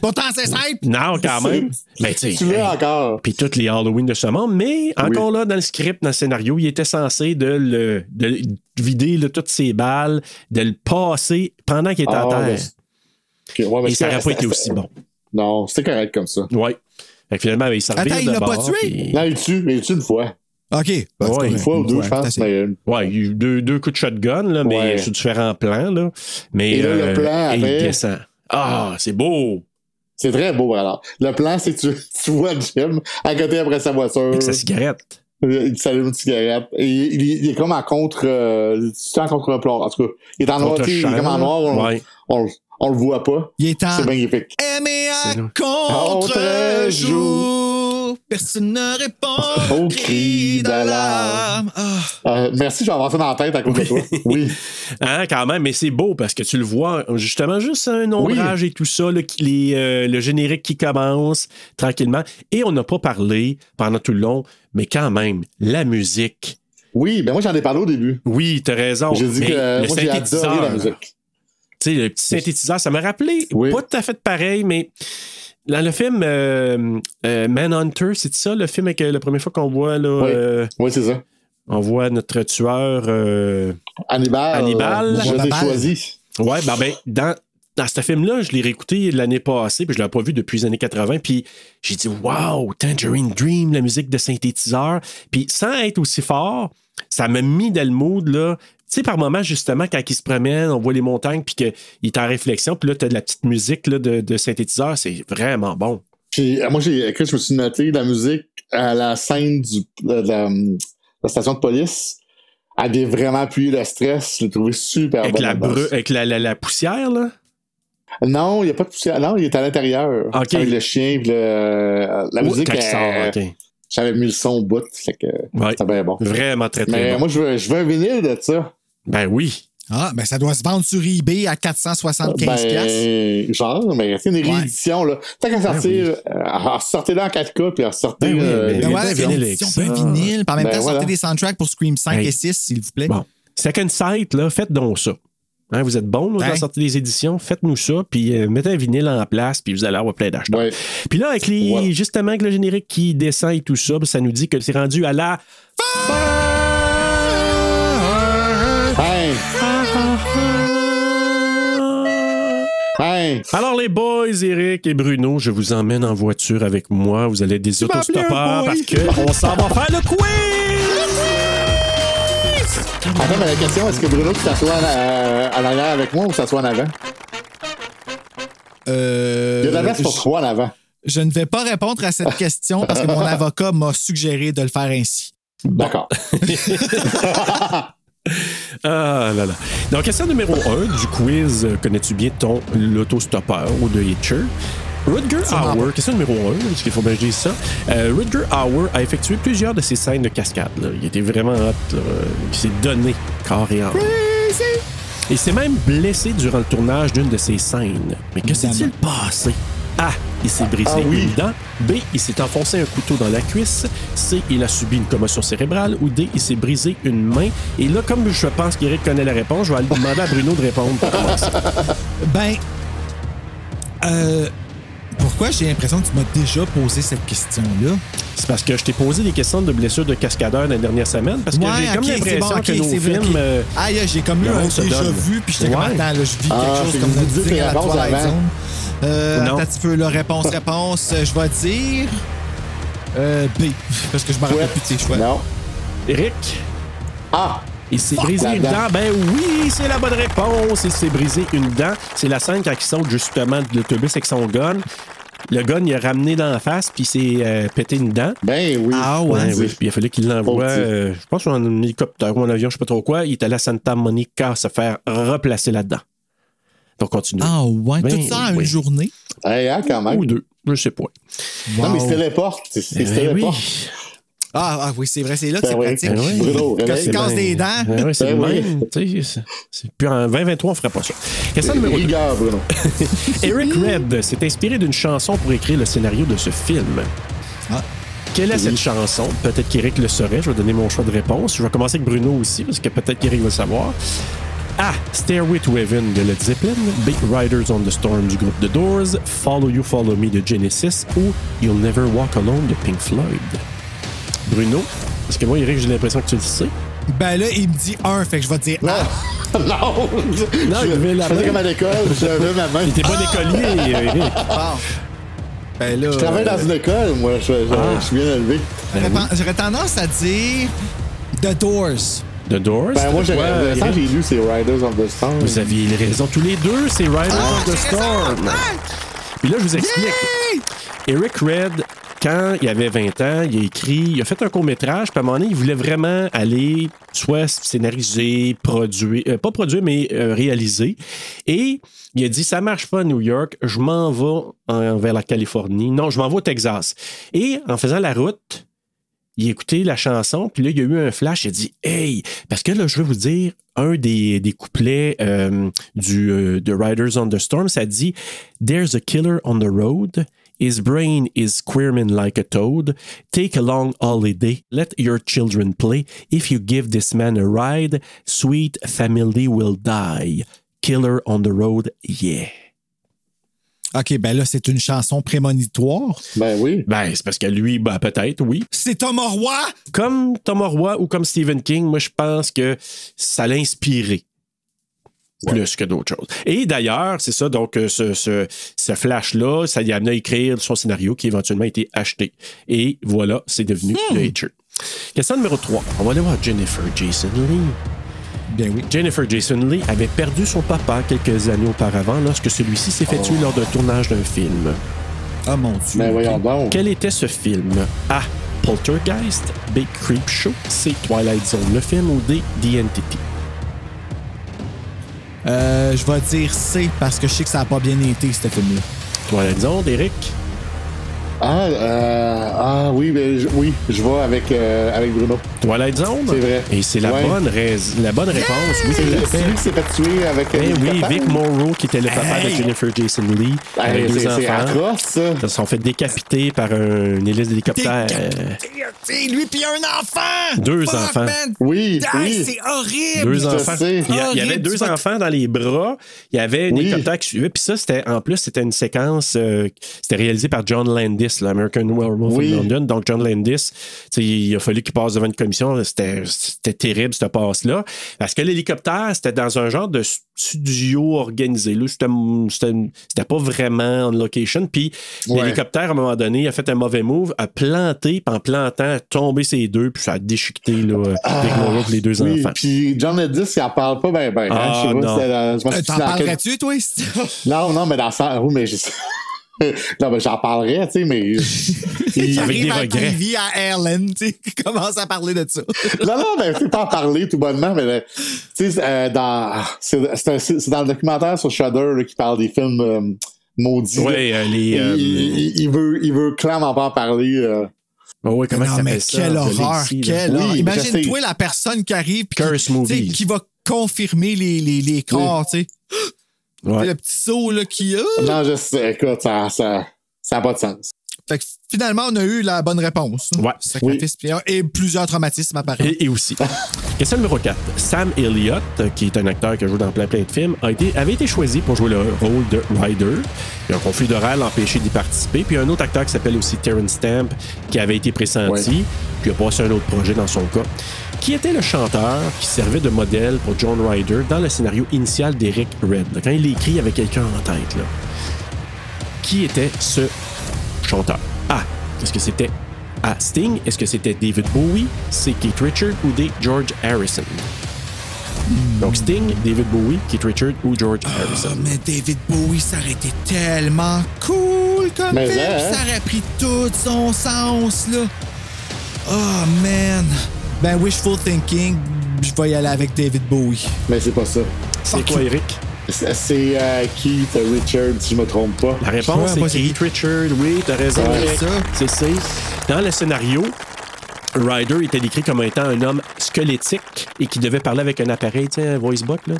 Speaker 2: Pourtant, c'est simple.
Speaker 1: Non, quand même. Mais tu
Speaker 7: tu l'as
Speaker 1: sais.
Speaker 7: encore.
Speaker 1: Puis toutes les Halloween de ce monde, mais encore là, dans le script, dans le scénario, il était censé de le de vider là, toutes ses balles, de le passer pendant qu'il était à
Speaker 7: Ah,
Speaker 1: terre.
Speaker 7: ben, Ok, ouais, mais
Speaker 1: Et ça
Speaker 7: c'est-
Speaker 1: n'aurait pas
Speaker 7: c'est-
Speaker 1: été aussi bon.
Speaker 7: Non, c'était correct comme ça.
Speaker 1: Ouais. Fait que finalement, ben, il s'en
Speaker 2: Attends,
Speaker 1: revire
Speaker 2: il
Speaker 1: de
Speaker 2: l'a pas
Speaker 1: bord,
Speaker 2: tué?
Speaker 1: puis-
Speaker 7: Non, il tue, il tue une fois.
Speaker 2: OK. Bah, c'est
Speaker 1: Ouais,
Speaker 7: Une
Speaker 2: correct.
Speaker 7: fois ou deux,
Speaker 2: Ouais,
Speaker 7: je
Speaker 2: c'est
Speaker 7: pense.
Speaker 2: assez.
Speaker 7: mais-
Speaker 1: Ouais, il y a eu deux, deux coups de shotgun, là, mais
Speaker 7: Ouais.
Speaker 1: sur différents plans. Là. Mais, euh,
Speaker 7: Et là, le plan
Speaker 1: et il
Speaker 7: après-
Speaker 1: descend. Ah, c'est beau!
Speaker 7: C'est très beau, alors. Le plan, c'est que tu, tu vois Jim à côté après sa voiture.
Speaker 1: Avec sa cigarette.
Speaker 7: Il s'allume une cigarette. Et il, il- il est comme en contre. Euh, c'est en contre plan. En tout cas, il est en noir.
Speaker 1: Contre
Speaker 7: tu sais, Il est
Speaker 1: champ,
Speaker 7: comme en noir. On,
Speaker 1: ouais.
Speaker 7: on, on le voit pas.
Speaker 2: Il est en
Speaker 7: C'est magnifique.
Speaker 2: Aimer à
Speaker 7: C'est nous.
Speaker 2: contre-jour. Personne ne répond
Speaker 7: Au cri d'alarme.
Speaker 2: Ah.
Speaker 7: Euh, merci, je vais avancer dans la tête à cause de toi. Oui.
Speaker 1: Hein, quand même, mais c'est beau parce que tu le vois justement juste un ombrage et tout ça, le, les, euh, le générique qui commence tranquillement. Et on n'a pas parlé pendant tout le long, mais quand même, la musique.
Speaker 7: Oui, ben moi j'en ai parlé au début.
Speaker 1: Oui, t'as raison.
Speaker 7: J'ai dit
Speaker 1: Oh, mais
Speaker 7: que euh,
Speaker 1: le
Speaker 7: moi j'ai adoré la
Speaker 1: synthétiseur,
Speaker 7: musique.
Speaker 1: Tu sais, le petit synthétiseur, ça m'a rappelé,
Speaker 7: Oui.
Speaker 1: pas tout à fait pareil, mais dans le film euh, euh, Manhunter, c'est ça le film avec euh, la première fois qu'on voit, là,
Speaker 7: Oui.
Speaker 1: euh,
Speaker 7: Oui, c'est ça.
Speaker 1: on voit notre tueur euh,
Speaker 7: Hannibal.
Speaker 1: Hannibal.
Speaker 7: euh, Je les ai
Speaker 1: Hannibal.
Speaker 7: choisis.
Speaker 1: Ouais, ben, ben, dans, dans ce film-là, je l'ai réécouté l'année passée, puis je l'ai pas vu depuis les années 80, puis j'ai dit Wow, Tangerine Dream, la musique de synthétiseur. Puis sans être aussi fort, ça m'a mis dans le mood, là. Tu sais, par moment, justement, quand il se promène, on voit les montagnes, puis qu'il est en réflexion, puis là, t'as de la petite musique là, de, de synthétiseur, c'est vraiment bon.
Speaker 7: Puis euh, moi, j'ai, écrit, je me suis noté la musique à la scène du, de, la, de la station de police. Elle avait vraiment appuyé le stress. Je l'ai trouvé super
Speaker 1: Avec,
Speaker 7: bonne
Speaker 1: la,
Speaker 7: ambiance.
Speaker 1: bru- avec la, la- la poussière, là.
Speaker 7: Non, il n'y a pas de poussière. Non, il est à l'intérieur.
Speaker 1: Ok.
Speaker 7: Avec le chien, puis le, euh, la
Speaker 1: Ouais,
Speaker 7: musique.
Speaker 1: quand il sort,
Speaker 7: euh,
Speaker 1: ok.
Speaker 7: J'avais mis le son au bout. Fait que
Speaker 1: Ouais.
Speaker 7: c'était bien bon.
Speaker 1: Vraiment très, très
Speaker 7: Mais
Speaker 1: bon.
Speaker 7: moi, je veux, je veux un vinyle de ça.
Speaker 1: Ben oui.
Speaker 2: Ah, ben ça doit se vendre sur
Speaker 7: Ah,
Speaker 2: eBay à 475 piastres.
Speaker 7: Ben, genre, mais c'est une réédition, là. Tant qu'à sortir, euh, ressortez-la en 4K, puis ressortez.
Speaker 1: Ben oui,
Speaker 7: euh,
Speaker 1: mais-
Speaker 7: les
Speaker 2: Ben
Speaker 1: vinyle
Speaker 2: ouais, faites une
Speaker 1: avec
Speaker 2: édition
Speaker 1: ça.
Speaker 2: ben vinyle. Puis en même
Speaker 7: Ben
Speaker 2: temps,
Speaker 7: voilà.
Speaker 2: sortez des soundtracks pour Scream 5
Speaker 1: Hey.
Speaker 2: et 6, s'il vous plaît.
Speaker 1: Bon. Second Sight, là, faites donc ça. Hein, vous êtes bon là,
Speaker 2: Hein?
Speaker 1: dans sortir des éditions, faites-nous ça, puis euh, mettez un vinyle en place, puis vous allez avoir plein d'acheteurs.
Speaker 7: Ouais.
Speaker 1: Puis là, avec les,
Speaker 7: Ouais.
Speaker 1: justement, avec le générique qui descend et tout ça, ben, ça nous dit que c'est rendu à la.
Speaker 7: Hey, hey.
Speaker 1: Ah! Alors, les boys, Eric et Bruno, je vous emmène en voiture avec moi. Vous allez être des
Speaker 2: m'as appelé un
Speaker 1: autostoppeurs
Speaker 2: boy.
Speaker 1: parce qu'on s'en va faire le quiz!
Speaker 7: Attends, mais la question, est-ce que Bruno, tu t'assois en, euh, en arrière avec moi ou t'assois en avant?
Speaker 2: Euh,
Speaker 7: Il y a de la place pour
Speaker 2: je-
Speaker 7: trois en avant.
Speaker 2: Euh, Je ne vais pas répondre à cette question parce que mon avocat m'a suggéré de le faire ainsi.
Speaker 7: D'accord.
Speaker 1: Ah là là. Donc, question numéro 1 du quiz euh, Connais-tu bien ton l'autostoppeur ou de Hitcher Rutger Hauer, question numéro 1, parce qu'il faut bien que je dise ça. Euh, Rutger Hauer a effectué plusieurs de ses scènes de cascade. là. Il était vraiment hot. là. Il s'est donné corps et âme. Il s'est même blessé durant le tournage d'une de ses scènes. Mais que s'est-il passé? A. Il s'est brisé
Speaker 7: Ah oui.
Speaker 1: une dent. B. Il s'est enfoncé un couteau dans la cuisse. C. Il a subi une commotion cérébrale. Ou D. Il s'est brisé une main. Et là, comme je pense qu'Éric connaît la réponse, je vais aller demander à Bruno de répondre pour commencer.
Speaker 2: Ben, euh, pourquoi j'ai l'impression que tu m'as déjà posé cette question-là?
Speaker 1: C'est parce que je t'ai posé des questions de blessures de cascadeurs dans la dernière semaine. Parce que j'ai comme
Speaker 2: ok, c'est
Speaker 1: l'impression
Speaker 2: bon,
Speaker 1: que
Speaker 2: ok,
Speaker 1: nos
Speaker 2: c'est vrai,
Speaker 1: films.
Speaker 2: ok.
Speaker 1: euh,
Speaker 2: Aïe, aïe, j'ai comme eu
Speaker 1: le
Speaker 2: un
Speaker 1: monde se
Speaker 2: déjà
Speaker 1: donne.
Speaker 2: vu, puis j'étais comme,
Speaker 1: Ouais.
Speaker 2: attends, là, je vis quelque
Speaker 7: Ah,
Speaker 2: chose
Speaker 7: fait
Speaker 2: comme
Speaker 7: que vous dites
Speaker 2: notre
Speaker 7: les
Speaker 2: à la
Speaker 7: réponses
Speaker 2: Twilight
Speaker 7: avant.
Speaker 2: Zone. Euh,
Speaker 1: Non.
Speaker 2: attends un petit peu, là, réponse, réponse, euh, je vais dire... Euh, B, parce que je me rappelle plus de tes choix.
Speaker 7: Non.
Speaker 1: Eric,
Speaker 7: Ah!
Speaker 1: Il s'est brisé
Speaker 7: la
Speaker 1: une
Speaker 7: dent.
Speaker 1: dent. Ben oui, c'est la bonne réponse. Il s'est brisé une dent. C'est la scène quand il saute justement de l'autobus avec son gun. Le gun, il a ramené dans la face, puis il s'est euh, pété une dent.
Speaker 7: Ben oui.
Speaker 2: Ah ouais.
Speaker 1: Ben oui, puis il a fallu qu'il l'envoie,
Speaker 7: Oh, Dieu.
Speaker 1: euh, je pense, en hélicoptère ou en avion, je sais pas trop quoi. Il est allé à Santa Monica se faire replacer là-dedans. Pour continuer.
Speaker 2: Ah ouais,
Speaker 1: Ben
Speaker 2: tout ça en
Speaker 1: oui.
Speaker 2: une journée?
Speaker 7: Hey, hein,
Speaker 2: Ah.
Speaker 7: quand même.
Speaker 1: Ou deux, je sais pas.
Speaker 7: Non, mais il se
Speaker 2: Wow.
Speaker 7: téléporte. Il se
Speaker 1: Ben
Speaker 2: Eh
Speaker 7: téléporte.
Speaker 1: oui.
Speaker 2: Ah, ah oui, c'est vrai, c'est là que
Speaker 7: Ben
Speaker 2: c'est
Speaker 7: oui.
Speaker 2: pratique.
Speaker 1: Ben oui.
Speaker 7: Bruno,
Speaker 2: Quand
Speaker 7: réveille.
Speaker 2: tu casses
Speaker 1: Ben,
Speaker 2: des dents,
Speaker 1: ben oui, c'est
Speaker 7: Ben
Speaker 1: le
Speaker 7: oui.
Speaker 1: même. tu sais, c'est- c'est- Puis en 2023, on ferait pas ça. Question numéro deux.
Speaker 7: Rigueur, Bruno.
Speaker 1: Eric Red s'est inspiré d'une chanson pour écrire le scénario de ce film.
Speaker 2: Ah.
Speaker 1: Quelle est cette chanson? Peut-être qu'Eric le saurait. Je vais donner mon choix de réponse. Je vais commencer avec Bruno aussi, parce que peut-être qu'Eric va le savoir. Ah, A. Stairway to Heaven de Led Zeppelin. B. Riders on the Storm du groupe The Doors. Follow You, Follow Me de Genesis. Ou You'll Never Walk Alone de Pink Floyd. Bruno, parce que moi, Eric, j'ai l'impression que tu le sais.
Speaker 2: ben là, il me dit un, fait que je vais dire
Speaker 7: Non.
Speaker 2: ah.
Speaker 7: non.
Speaker 1: il levait la
Speaker 7: je faisais
Speaker 1: main.
Speaker 7: comme à l'école. Je levais ma main.
Speaker 1: Il était bon écolier, Eric.
Speaker 2: Bon. Ben là,
Speaker 7: Je travaille dans une école, moi. Je, je-
Speaker 1: Ah.
Speaker 7: je suis bien élevé.
Speaker 2: j'aurais pen- j'aurais tendance à dire The Doors.
Speaker 1: The Doors.
Speaker 7: Ben, moi,
Speaker 1: c'était
Speaker 7: j'ai,
Speaker 1: quoi, Eric?
Speaker 7: quand j'ai lu, c'est Riders on the Storm.
Speaker 1: Vous aviez raison tous les deux, c'est Riders of the Storm. Puis là, je vous explique. Eric Red, quand il avait 20 ans, il a écrit, il a fait un court-métrage, puis à un moment donné, il voulait vraiment aller soit scénariser, produire, euh, pas produire, mais euh, réaliser. Et il a dit, ça marche pas à New York, je m'en vais en- vers la Californie. Non, je m'en vais au Texas. Et en faisant la route, il écoutait la chanson, puis là, il y a eu un flash, il a dit Hey! Parce que là, je vais vous dire, un des, des couplets euh, du, euh, de Riders on the Storm, ça dit There's a killer on the road. His brain is squirming like a toad. Take a long holiday. Let your children play. If you give this man a ride, sweet family will die. Killer on the road, yeah.
Speaker 2: OK, ben là, c'est une chanson prémonitoire.
Speaker 7: Ben oui.
Speaker 1: Ben, c'est parce que lui, ben, peut-être, oui.
Speaker 2: C'est Tom Roy!
Speaker 1: Comme Thomas Roy ou comme Stephen King, moi, je pense que ça l'a inspiré. Plus que d'autres choses. Et d'ailleurs, c'est ça, donc, euh, ce, ce- ce flash-là, ça lui a amené à écrire son scénario qui éventuellement a été acheté. Et voilà, c'est devenu The Hatcher. Question numéro 3. On va aller voir Jennifer Jason Lee.
Speaker 2: Bien oui.
Speaker 1: Jennifer Jason Lee avait perdu son papa quelques années auparavant lorsque celui-ci s'est fait tuer lors d'un tournage d'un film.
Speaker 2: Ah mon Dieu.
Speaker 7: Ben voyons donc.
Speaker 1: Quel était ce film? A. Poltergeist. B. Creepshow. C. Twilight Zone, le film. Ou D. The Entity.
Speaker 2: Euh, je vais dire C parce que je sais que ça n'a pas bien été, ce film-là.
Speaker 1: Twilight Zone, Eric.
Speaker 7: Ah, euh, ah oui, ben, je- oui, je vais avec, euh, avec Bruno.
Speaker 1: Twilight Zone.
Speaker 7: C'est vrai.
Speaker 1: Et c'est la,
Speaker 7: Ouais.
Speaker 1: bonne rais- la bonne réponse. Oui,
Speaker 7: C'est
Speaker 1: tout à
Speaker 7: lui-
Speaker 1: fait.
Speaker 7: c'est lui qui s'est fait tuer avec. euh,
Speaker 1: Eh
Speaker 7: le
Speaker 1: oui,
Speaker 7: papa.
Speaker 1: Vic Morrow, qui était le papa de
Speaker 7: Hey!
Speaker 1: Jennifer Jason Lee, avec
Speaker 7: Hey,
Speaker 1: deux
Speaker 7: Ben, c'est- c'est
Speaker 1: enfants.
Speaker 7: atroce, ça.
Speaker 1: Ils se sont fait décapiter par un- une hélice d'hélicoptère.
Speaker 2: C'est lui puis un enfant!
Speaker 1: Deux enfants.
Speaker 7: Oui,
Speaker 2: Ah,
Speaker 7: oui.
Speaker 2: c'est horrible!
Speaker 1: Deux
Speaker 7: Je
Speaker 1: enfants.
Speaker 7: sais.
Speaker 1: Il y, a- il y
Speaker 2: Horrible,
Speaker 1: avait
Speaker 2: tu
Speaker 1: deux
Speaker 2: vas-
Speaker 1: enfants dans les bras. Il y avait un
Speaker 7: Oui.
Speaker 1: hélicoptère qui suivait. Puis ça, c'était en plus, c'était une séquence. euh, c'était réalisé par John Landis, l'American Werewolf
Speaker 7: Oui.
Speaker 1: in London. Donc, John Landis, tu sais, il a fallu qu'il passe devant une commission. C'était c'était terrible, cette passe-là. Parce que l'hélicoptère, c'était dans un genre de studio organisé. là. C'était c'était- c'était pas vraiment en location. Puis
Speaker 7: Ouais.
Speaker 1: l'hélicoptère, à un moment donné, a fait un mauvais move, a planté, puis en plantant, a tombé ses deux, puis ça a déchiqueté là, Vic Morrow pour les deux
Speaker 7: Ah, Oui,
Speaker 1: enfants.
Speaker 7: Puis John Edis, il en parle pas, ben, ben. hein,
Speaker 1: Ah,
Speaker 7: je sais
Speaker 1: non.
Speaker 7: pas, c'est dans- je pense
Speaker 2: Euh,
Speaker 7: que
Speaker 2: T'en
Speaker 7: c'est dans quel-
Speaker 2: parlerais-tu, toi? si-
Speaker 7: Non, non, mais dans ça. Oui, mais je Non, mais j'en parlerais, tu sais, mais. Il-
Speaker 1: Avec
Speaker 2: Il arrive
Speaker 1: des
Speaker 2: à la
Speaker 1: regrets.
Speaker 2: TV à Erlen, tu sais, il commence à parler de ça.
Speaker 7: Non, non, mais c'est pas en parler tout bonnement, mais euh, tu sais, euh, dans. ah, C'est c'est un- c'est- c'est dans le documentaire sur Shudder là, qui parle des films euh, maudits. là.
Speaker 1: Ouais, euh, les.
Speaker 7: Il,
Speaker 1: euh,
Speaker 7: il- il veut, il veut clairement pas en parler. euh.
Speaker 1: oh ouais, comment ça
Speaker 2: non,
Speaker 1: s'appelle
Speaker 2: mais
Speaker 1: ça?
Speaker 2: quelle
Speaker 1: je l'ai
Speaker 2: horreur,
Speaker 1: ici, là.
Speaker 2: quelle
Speaker 7: Oui,
Speaker 2: horreur.
Speaker 7: mais
Speaker 2: Imagine-toi
Speaker 7: j'essaie.
Speaker 2: la personne qui arrive pis qui,
Speaker 1: Curse
Speaker 2: tu sais,
Speaker 1: Movies.
Speaker 2: qui va confirmer les, les, les corps, tu sais.
Speaker 1: Ouais.
Speaker 2: Le petit saut là, qui. euh,
Speaker 7: Non, je sais, écoute, ça, ça, ça a pas de sens.
Speaker 2: Fait que finalement, on a eu la bonne réponse.
Speaker 1: Ouais.
Speaker 2: Sacrifice puis- et plusieurs traumatismes apparents.
Speaker 1: Et, et aussi. Question numéro 4. Sam Elliott, qui est un acteur qui joue dans plein plein de films, a été, avait été choisi pour jouer le rôle de Ryder. Il y a un conflit d'oral empêché d'y participer. Puis un autre acteur qui s'appelle aussi Terrence Stamp, qui avait été pressenti, puis a passé un autre projet dans son cas. Qui était le chanteur qui servait de modèle pour John Ryder dans le scénario initial d'Eric Red, là, quand il l'écrit avec quelqu'un en tête. Là. Qui était ce chanteur? A. Ah, Est-ce que c'était A. Sting? Est-ce que c'était David Bowie? C'est Keith Richard ou D. George Harrison? Donc Sting, David Bowie, Keith Richard ou George
Speaker 2: Ah,
Speaker 1: Harrison.
Speaker 2: mais David Bowie, ça aurait été tellement cool comme
Speaker 7: Mais
Speaker 2: film.
Speaker 7: hein?
Speaker 2: Ça aurait pris tout son sens, là. Oh, man. Ben, Wishful Thinking, je vais y aller avec David Bowie.
Speaker 7: Mais c'est pas ça.
Speaker 1: C'est quoi, Eric?
Speaker 7: C'est- C'est euh, Keith Richards, si je me trompe pas.
Speaker 1: La réponse,
Speaker 2: Ouais, moi,
Speaker 1: c'est Keith Richard. Oui, t'as raison,
Speaker 7: Ouais,
Speaker 1: Eric.
Speaker 2: ça.
Speaker 1: C'est ça. Dans le scénario, Ryder était décrit comme étant un homme squelettique et qui devait parler avec un appareil, tu sais, un voice box, là.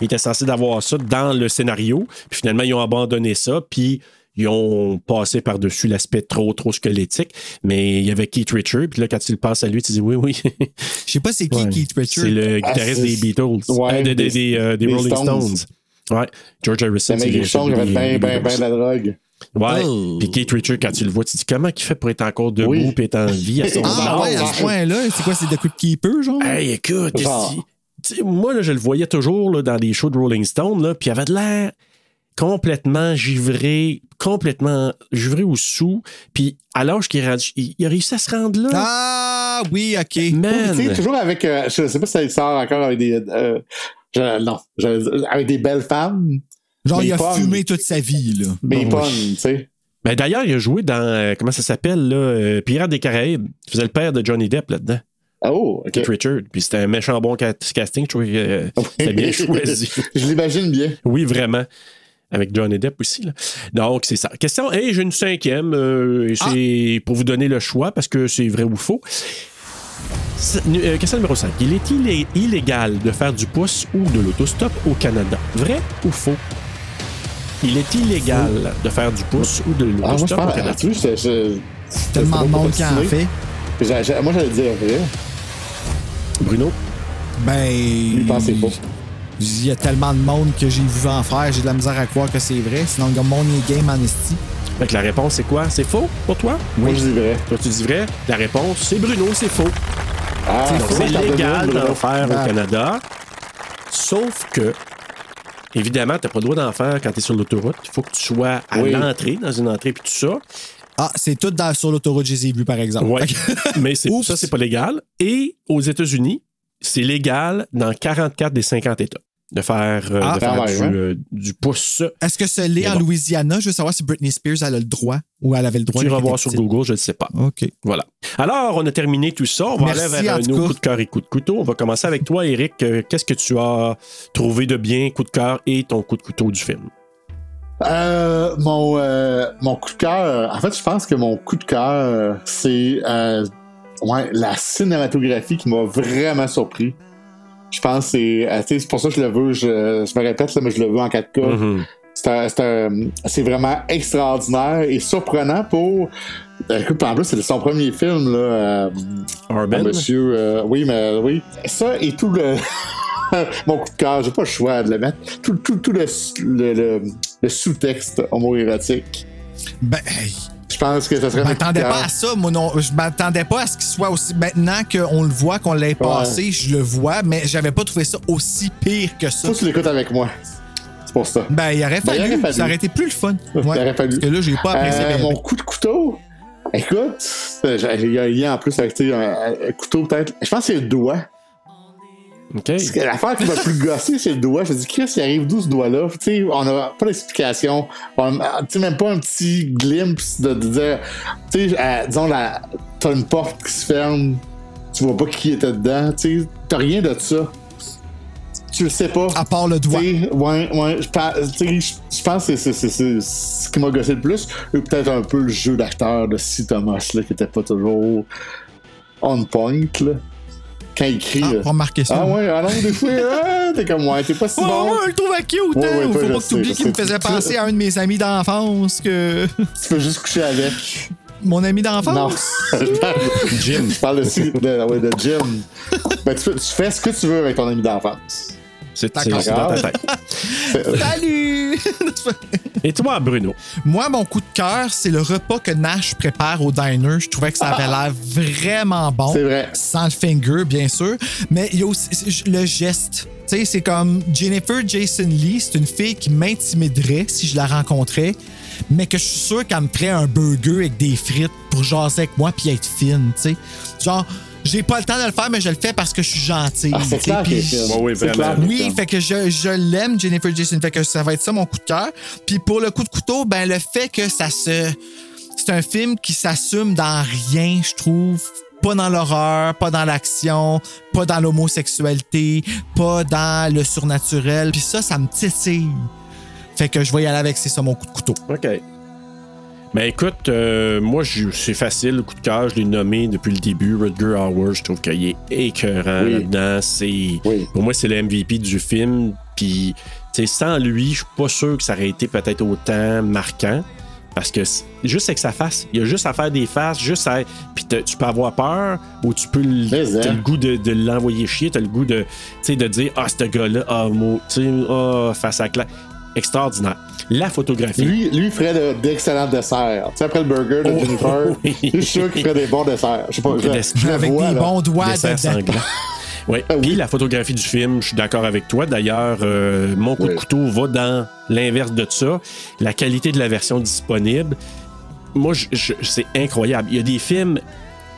Speaker 1: Il était censé d'avoir ça dans le scénario. Puis finalement, ils ont abandonné ça. Puis ils ont passé par-dessus l'aspect trop, trop squelettique. Mais il y avait Keith Richard. Puis là, quand tu le passes à lui, tu dis oui, oui.
Speaker 2: Je sais pas c'est qui
Speaker 1: Ouais.
Speaker 2: Keith Richard.
Speaker 1: C'est le guitariste
Speaker 7: Ah, c'est-
Speaker 1: des Beatles.
Speaker 7: Ouais,
Speaker 1: Euh, des, des-
Speaker 7: des-
Speaker 1: des, euh, des
Speaker 7: des
Speaker 1: Rolling Stones.
Speaker 7: Stones.
Speaker 1: Ouais. George Harrison.
Speaker 7: C'est
Speaker 1: c'est
Speaker 7: mec
Speaker 1: le-
Speaker 7: Richard, il avait
Speaker 1: les-
Speaker 7: bien,
Speaker 1: les
Speaker 7: bien, bien
Speaker 1: Beatles.
Speaker 7: ben, de la drogue.
Speaker 1: Ouais.
Speaker 2: Oh.
Speaker 1: Puis Keith Richard, quand tu le vois, tu te dis comment il fait pour être encore debout
Speaker 7: Oui.
Speaker 1: puis être en vie à son âge?
Speaker 2: Ah, ouais, à ce point-là, c'est quoi, c'est The Quick Keeper, genre?
Speaker 1: Hey, écoute,
Speaker 7: Genre.
Speaker 1: si- tu sais, moi, là, je le voyais toujours là, dans des shows de Rolling Stone, là, puis il avait de l'air complètement givré, complètement givré ou sous. Puis à l'âge qu'il est rendu, il, il a réussi à se rendre là.
Speaker 2: Ah, oui, OK.
Speaker 1: Man!
Speaker 7: Tu sais, toujours avec. euh, je sais pas si ça sort encore avec des. euh, je- non, je- avec des belles femmes.
Speaker 2: Genre,
Speaker 7: Mais
Speaker 2: il a
Speaker 7: pogne.
Speaker 2: fumé toute sa vie, là.
Speaker 7: Mais il
Speaker 2: Bon,
Speaker 7: pogne,
Speaker 2: oui.
Speaker 7: tu sais.
Speaker 1: Ben, D'ailleurs, il a joué dans, euh, comment ça s'appelle, là, euh, Pirates des Caraïbes. Il faisait le père de Johnny Depp là-dedans.
Speaker 7: Oh, ok.
Speaker 1: Keith Richard. Puis c'était un méchant bon ca- casting. Je trouvais que euh, c'était bien choisi.
Speaker 7: Je l'imagine bien.
Speaker 1: Oui, vraiment. Avec Johnny Depp aussi. Là. Donc, c'est ça. Question, hey, j'ai une cinquième. euh,
Speaker 7: Ah.
Speaker 1: et c'est pour vous donner le choix parce que c'est vrai ou faux. C'est- nu- euh, question numéro 5. Il est illé- illégal de faire du pouce ou de l'autostop au Canada. Vrai ou faux? Il est illégal de faire du pouce ou de
Speaker 7: Ah, moi, je
Speaker 1: l'autostop au
Speaker 7: pense.
Speaker 1: Canada.
Speaker 7: Tu sais, je- je-
Speaker 2: Tellement de
Speaker 7: pas
Speaker 2: monde qui en
Speaker 7: possible.
Speaker 2: fait.
Speaker 7: J'a- j'a- Moi, j'allais dire vrai.
Speaker 1: Bruno?
Speaker 2: Ben.
Speaker 7: Lui, il pensait pas.
Speaker 2: Il y a tellement de monde que j'ai vu en faire, j'ai de la misère à croire que c'est vrai. Sinon, le monde est game en esti.
Speaker 1: Fait que la réponse, c'est quoi? C'est faux pour toi?
Speaker 7: Moi, je dis vrai.
Speaker 1: Toi, tu dis vrai? La réponse, c'est Bruno, c'est faux.
Speaker 7: Ah,
Speaker 1: Donc,
Speaker 7: faut
Speaker 1: c'est
Speaker 7: que je t'en donne
Speaker 1: légal
Speaker 7: une,
Speaker 1: d'en
Speaker 7: Bruno.
Speaker 1: faire
Speaker 2: Ah.
Speaker 1: au Canada. Sauf que, évidemment, tu n'as pas le droit d'en faire quand tu es sur l'autoroute. Il faut que tu sois à
Speaker 7: Oui.
Speaker 1: l'entrée, dans une entrée, puis tout ça.
Speaker 2: Ah, c'est tout dans- sur l'autoroute, je les ai vus, par exemple.
Speaker 1: Ouais.
Speaker 2: Fait que-
Speaker 1: Mais c'est,
Speaker 2: Ah Oups.
Speaker 1: ça, c'est pas légal. Et aux États-Unis, c'est légal dans 44 des 50 États de faire, euh,
Speaker 2: Ah,
Speaker 1: de faire
Speaker 7: quand
Speaker 1: du,
Speaker 7: même, hein?
Speaker 1: euh, du pouce.
Speaker 2: Est-ce que ce l'est
Speaker 1: Mais
Speaker 2: en
Speaker 1: bon.
Speaker 2: Louisiana? Je veux savoir si Britney Spears, elle a le droit ou elle avait le droit.
Speaker 1: Tu
Speaker 2: quand
Speaker 1: iras
Speaker 2: elle
Speaker 1: voir
Speaker 2: était
Speaker 1: sur
Speaker 2: petite.
Speaker 1: Google, je ne sais pas.
Speaker 2: OK.
Speaker 1: Voilà. Alors, on a terminé tout ça. On va
Speaker 2: Merci,
Speaker 1: aller vers
Speaker 2: en
Speaker 1: euh,
Speaker 2: tout
Speaker 1: nos
Speaker 2: cas.
Speaker 1: coups de cœur et coups de couteau. On va commencer avec toi, Eric. Euh, Qu'est-ce que tu as trouvé de bien, coup de cœur et ton coup de couteau du film?
Speaker 7: Euh, mon, euh, mon coup de cœur, en fait, je pense que mon coup de cœur, c'est euh, ouais, la cinématographie qui m'a vraiment surpris. Je pense que c'est euh, tu sais, c'est pour ça que je le veux, je, je me répète, là, mais je le veux en 4K.
Speaker 2: Euh,
Speaker 1: Mhm.
Speaker 7: C'est un- c'est un- C'est vraiment extraordinaire et surprenant pour. Écoute, en plus, c'est son premier film, là. euh,
Speaker 2: Ben.
Speaker 1: Arben?
Speaker 7: Monsieur, euh, oui, mais oui. Ça et tout le. Mon coup de cœur, j'ai pas le choix de le mettre. Tout, tout, tout le, le, le- le sous-texte homoérotique.
Speaker 2: Ben, hey,
Speaker 7: Je pense que ça serait.
Speaker 2: je
Speaker 7: mon coup de
Speaker 2: m'attendais
Speaker 7: cœur.
Speaker 2: pas à ça, moi non. Je m'attendais pas à ce qu'il soit aussi. Maintenant qu'on le voit, qu'on l'ait passé, je le vois, mais j'avais pas trouvé ça aussi pire que ça.
Speaker 7: Faut que tu l'écoutes avec moi. C'est pour ça.
Speaker 2: Ben, il aurait
Speaker 7: Ben,
Speaker 2: fallu.
Speaker 7: il aurait fallu.
Speaker 2: Ça aurait été plus le fun. Ouais.
Speaker 7: Il aurait fallu.
Speaker 2: Parce que là, j'ai pas apprécié.
Speaker 7: Euh,
Speaker 2: ben, ben.
Speaker 7: mon coup de couteau. Écoute, j'ai- il y a un lien en plus avec tu sais, un, un couteau peut-être. Je pense que c'est le doigt.
Speaker 1: OK.
Speaker 7: Parce que L'affaire qui m'a plus gossé, c'est le doigt. Je me dis, qu'est-ce qui arrive d'où ce doigt-là? Tu sais, on n'a pas d'explication. On- ah, Tu sais, même pas un petit glimpse de, de dire, tu sais, euh, disons, la- t'as une porte qui se ferme, tu vois pas qui était dedans, tu sais, t'as rien de ça. Tu le sais pas.
Speaker 2: À part le doigt.
Speaker 7: Tu sais, ouais, ouais, je pense, tu sais, je- je pense que c'est- c'est- c'est c'est ce qui m'a gossé le plus. Et peut-être un peu le jeu d'acteur de C. Thomas, là, qui était pas toujours on point, là. Quand il crie.
Speaker 2: Ah,
Speaker 7: là.
Speaker 2: pas remarqué ça.
Speaker 7: Ah ouais, alors des fois, ah, t'es comme moi, t'es pas si
Speaker 2: Ouais,
Speaker 7: bon.
Speaker 2: ouais, on le trouve à cute, hein?
Speaker 7: Ouais, ouais,
Speaker 2: Faut
Speaker 7: toi, je
Speaker 2: pas que
Speaker 7: sais,
Speaker 2: tu oublies
Speaker 7: je
Speaker 2: qu'il me
Speaker 7: sais.
Speaker 2: faisait penser à un de mes amis d'enfance que.
Speaker 7: Tu peux juste coucher avec.
Speaker 2: Mon ami
Speaker 7: Non.
Speaker 2: d'enfance?
Speaker 7: je parle de Jim. Je parle de, de, ouais, de Jim. Ben, tu, peux- tu fais ce que tu veux avec ton ami d'enfance.
Speaker 1: C'est,
Speaker 2: D'accord.
Speaker 1: c'est dans ta tête.
Speaker 2: Salut!
Speaker 1: Et toi, Bruno?
Speaker 2: Moi, mon coup de cœur, c'est le repas que Nash prépare au diner. Je trouvais que ça avait l'air vraiment bon.
Speaker 7: Ah! C'est vrai.
Speaker 2: Sans le finger, bien sûr. Mais il y a aussi c'est- le geste. Tu sais, c'est comme Jennifer Jason Lee, c'est une fille qui m'intimiderait si je la rencontrais, mais que je suis sûr qu'elle me ferait un burger avec des frites pour jaser avec moi puis être fine, tu sais. Genre, j'ai pas le temps de le faire, mais je le fais parce que je suis gentille.
Speaker 7: Ah, c'est
Speaker 2: tu sais,
Speaker 7: clair
Speaker 2: puis
Speaker 7: qu'il est film.
Speaker 1: Ouais, oui,
Speaker 7: C'est
Speaker 1: vraiment.
Speaker 7: clair qu'il est
Speaker 2: oui,
Speaker 7: film.
Speaker 2: fait que je, je l'aime, Jennifer Jason. Fait que ça va être ça mon coup de cœur. Puis pour le coup de couteau, ben le fait que ça se. C'est un film qui s'assume dans rien, je trouve. Pas dans l'horreur, pas dans l'action, pas dans l'homosexualité, pas dans le surnaturel. Puis ça, ça me titille. Fait que je vais y aller avec c'est ça mon coup de couteau.
Speaker 1: OK. Ben écoute, euh, moi, je- c'est facile, le coup de cœur, je l'ai nommé depuis le début, Rutger Hauer, je trouve qu'il est écœurant
Speaker 7: Oui.
Speaker 1: là-dedans. C'est,
Speaker 7: Oui.
Speaker 1: Pour moi, c'est le MVP du film. Puis, tu sais, sans lui, je suis pas sûr que ça aurait été peut-être autant marquant. Parce que c'est- juste avec sa face, il y a juste à faire des faces, juste à. Puis te- tu peux avoir peur ou tu peux. le-
Speaker 7: Mais, hein.
Speaker 1: T'as le goût de, de l'envoyer chier, t'as le goût de, tu sais, de dire Ah, ce gars-là, ah, mot, tu sais, ah, face à claque. Extraordinaire. La photographie.
Speaker 7: Lui, lui ferait de- d'excellents desserts. Tu sais, après le burger de
Speaker 1: Oh,
Speaker 7: Jennifer,
Speaker 1: oui.
Speaker 7: je suis sûr qu'il ferait des bons desserts. Je sais pas, je,
Speaker 1: Des-
Speaker 7: je le
Speaker 2: Avec
Speaker 7: vois,
Speaker 2: des
Speaker 7: là.
Speaker 2: bons doigts
Speaker 1: dessert
Speaker 2: dedans.
Speaker 1: sanglant. Ouais.
Speaker 7: Ah oui.
Speaker 1: Puis la photographie du film, je suis d'accord avec toi. D'ailleurs, euh, mon coup de
Speaker 7: Oui.
Speaker 1: couteau va dans l'inverse de ça. La qualité de la version disponible, moi, je- je- c'est incroyable. Il y a des films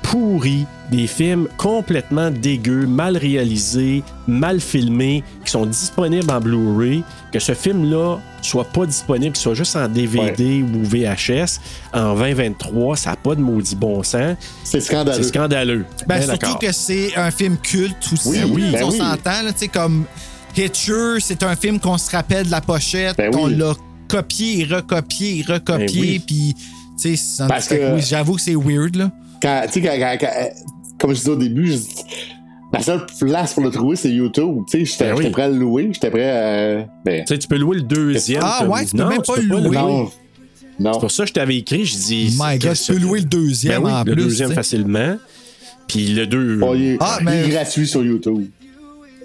Speaker 1: pourris, des films complètement dégueux, mal réalisés, mal filmés, qui sont disponibles en Blu-ray, que ce film-là soit pas disponible, qu'il soit juste en DVD ou VHS en 2023, ça n'a pas de maudit bon sens.
Speaker 7: C'est scandaleux.
Speaker 1: C'est scandaleux.
Speaker 2: Ben,
Speaker 1: Bien
Speaker 2: surtout
Speaker 1: d'accord.
Speaker 2: que c'est un film culte aussi.
Speaker 1: Oui, oui, ben
Speaker 2: on
Speaker 1: oui.
Speaker 2: s'entend, là, tu sais, comme Hitcher, c'est un film qu'on se rappelle de la pochette,
Speaker 7: Ben oui.
Speaker 2: on l'a copié et recopié et recopié,
Speaker 7: Ben oui.
Speaker 2: puis, tu sais, ça-
Speaker 7: Parce que-
Speaker 2: oui, j'avoue que c'est weird, là.
Speaker 7: Quand, tu sais, quand- quand- quand- comme je disais au début, je dis, la seule place pour le trouver, c'est YouTube. Tu sais, j'étais
Speaker 1: Ben oui.
Speaker 7: j'étais prêt à le louer, j'étais prêt à. Ben,
Speaker 1: Tu sais, tu peux louer le deuxième.
Speaker 2: Ah
Speaker 1: comme-
Speaker 2: ouais, tu peux
Speaker 1: Non,
Speaker 2: même pas le louer. Oh
Speaker 7: Non.
Speaker 1: C'est pour ça que je t'avais écrit, je dis.
Speaker 2: My God, tu peux louer le deuxième
Speaker 1: Ben oui,
Speaker 2: en
Speaker 1: le
Speaker 2: plus.
Speaker 1: deuxième
Speaker 2: tu sais.
Speaker 1: facilement. Puis le deux.
Speaker 7: oh, il, est,
Speaker 2: Ah,
Speaker 7: il est
Speaker 2: mais-
Speaker 7: gratuit sur YouTube.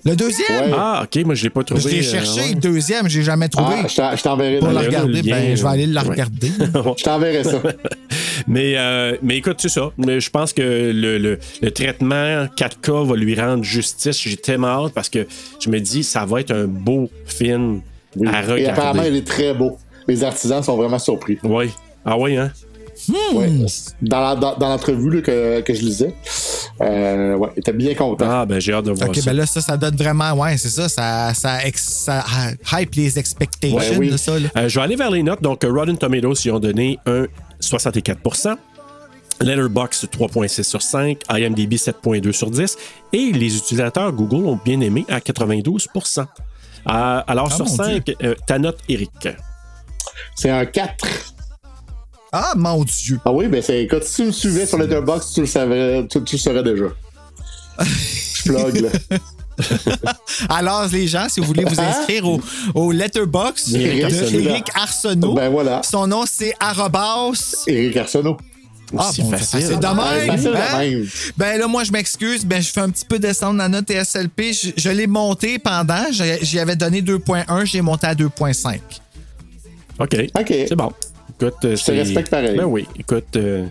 Speaker 2: Le deuxième?
Speaker 7: Ouais.
Speaker 1: Ah, ok, moi je l'ai pas trouvé.
Speaker 2: Je l'ai
Speaker 1: euh,
Speaker 2: cherché,
Speaker 1: ouais.
Speaker 2: le deuxième, j'ai jamais trouvé.
Speaker 7: Ah, je t'en- je t'enverrai
Speaker 2: pour
Speaker 7: le
Speaker 2: le
Speaker 1: le
Speaker 2: regarder,
Speaker 1: lien,
Speaker 2: ben, je vais aller le
Speaker 1: ouais.
Speaker 2: regarder.
Speaker 7: Je t'enverrai ça.
Speaker 1: Mais, euh, mais écoute, c'est ça. Mais je pense que le, le- le traitement 4K va lui rendre justice. J'ai tellement hâte parce que je me dis, ça va être un beau film
Speaker 7: Oui.
Speaker 1: à
Speaker 7: Et apparemment,
Speaker 1: regarder.
Speaker 7: il est très beau. Les artisans sont vraiment surpris.
Speaker 1: Oui. Ah oui, hein?
Speaker 7: Ouais.
Speaker 2: Hmm.
Speaker 7: Dans la- dans- dans l'entrevue là, que, que je lisais, euh, ouais, il était bien content.
Speaker 1: Ah, ben j'ai hâte de voir
Speaker 2: Ok,
Speaker 1: ça.
Speaker 2: ben là, ça, ça donne vraiment, ouais, c'est ça, ça, ça, ex- ça ah, hype les expectations
Speaker 7: Ouais, oui.
Speaker 2: de ça, là.
Speaker 1: Euh, je vais aller vers les notes. Donc, euh, Rotten Tomatoes, ils ont donné un 64 Letterboxd 3.6 sur 5, IMDb 7.2 sur 10 et les utilisateurs Google ont bien aimé à 92 Euh, Alors,
Speaker 2: Ah,
Speaker 1: sur
Speaker 2: mon
Speaker 1: 5, ta note, Eric.
Speaker 7: C'est un 4.
Speaker 2: Ah, mon Dieu.
Speaker 7: Ah oui, ben c'est écoute, si tu me suivais sur Letterboxd, tu le savais, tu, tu le saurais déjà. je plug là.
Speaker 2: Alors, les gens, si vous voulez vous
Speaker 7: Ah.
Speaker 2: inscrire au, au letterbox
Speaker 7: Éric
Speaker 2: de
Speaker 7: Arsenault.
Speaker 2: Eric Arsenault,
Speaker 7: Ben voilà.
Speaker 2: son nom, c'est arrobas.
Speaker 7: Eric Arsenault.
Speaker 2: Ah,
Speaker 1: Aussi
Speaker 2: bon,
Speaker 1: facile.
Speaker 2: c'est de
Speaker 7: Ouais,
Speaker 2: même,
Speaker 7: facile de
Speaker 2: hein?
Speaker 7: même.
Speaker 2: Ben là, moi, je m'excuse. Ben, je fais un petit peu descendre la note TSLP. Je, je l'ai monté pendant. J'ai- J'y avais donné 2.1, j'ai monté à 2.5.
Speaker 1: OK.
Speaker 7: OK.
Speaker 1: C'est bon. Écoute, euh,
Speaker 7: te
Speaker 1: c'est-
Speaker 7: respecte pareil.
Speaker 1: Ben oui, écoute. euh,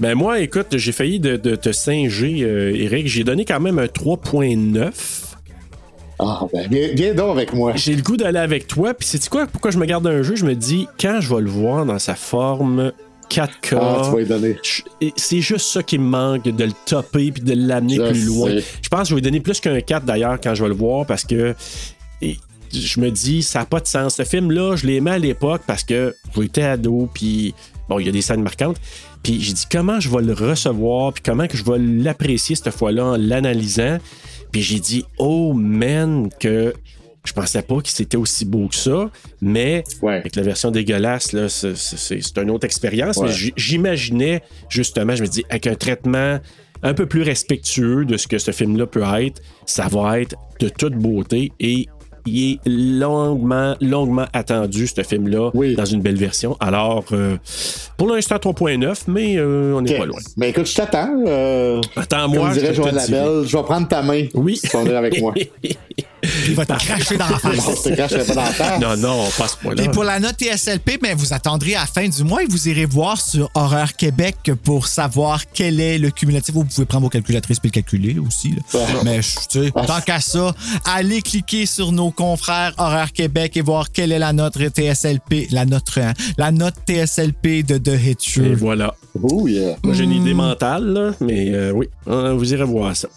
Speaker 1: Ben moi, écoute, j'ai failli de, de te singer, euh, Eric. J'ai donné quand même un 3.9.
Speaker 7: Ah ben viens, viens donc avec moi.
Speaker 1: J'ai le goût d'aller avec toi. Puis c'est quoi pourquoi je me garde un jeu Je me dis quand je vais le voir dans sa forme 4K.
Speaker 7: Ah, tu vas lui donner.
Speaker 1: je- et C'est juste ça qui me manque, de le topper puis de l'amener
Speaker 7: Je
Speaker 1: plus loin.
Speaker 7: sais.
Speaker 1: Je pense que je vais lui donner plus qu'un 4 d'ailleurs quand je vais le voir parce que et, je me dis, ça n'a pas de sens. Ce film-là, je l'aimais à l'époque parce que j'étais ado, puis bon, il y a des scènes marquantes. Puis j'ai dit, comment je vais le recevoir, puis comment que je vais l'apprécier cette fois-là en l'analysant. Puis j'ai dit, oh man, que je pensais pas que c'était aussi beau que ça, mais
Speaker 7: Ouais.
Speaker 1: avec la version dégueulasse, là, c'est- c'est c'est- c'est une autre expérience.
Speaker 7: Ouais.
Speaker 1: Mais j- j'imaginais, justement, je me dis, avec un traitement un peu plus respectueux de ce que ce film-là peut être, ça va être de toute beauté et il est longuement, longuement attendu, ce film-là,
Speaker 7: Oui.
Speaker 1: dans une belle version. Alors, euh, pour l'instant, 3.9, mais euh, on n'est
Speaker 7: Ok.
Speaker 1: pas loin.
Speaker 7: Ben écoute, je t'attends. euh,
Speaker 1: Attends-moi,
Speaker 7: comme
Speaker 1: je
Speaker 7: dirait
Speaker 1: te
Speaker 7: Joël
Speaker 1: le dirai.
Speaker 7: Labelle, je vais prendre ta main.
Speaker 1: Oui.
Speaker 7: Si tu vas venir avec moi.
Speaker 2: Il va te cracher dans la face.
Speaker 7: Bon, c'est quand je serai pas dans la face.
Speaker 1: Non, non, pas à ce point-là.
Speaker 2: Et pour la note TSLP, ben, vous attendrez à la fin du mois et vous irez voir sur Horreur Québec pour savoir quel est le cumulatif. Vous pouvez prendre vos calculatrices et le calculer aussi. là. Mais je- tu sais,
Speaker 1: Ah.
Speaker 2: tant qu'à ça, allez cliquer sur nos confrères Horreur Québec et voir quelle est la note TSLP, la note, hein, la note TSLP de The
Speaker 1: Et
Speaker 2: Hitcher.
Speaker 1: voilà.
Speaker 7: Oh yeah.
Speaker 1: Moi, j'ai une idée mentale, là, mais euh, oui, euh, vous irez voir ça.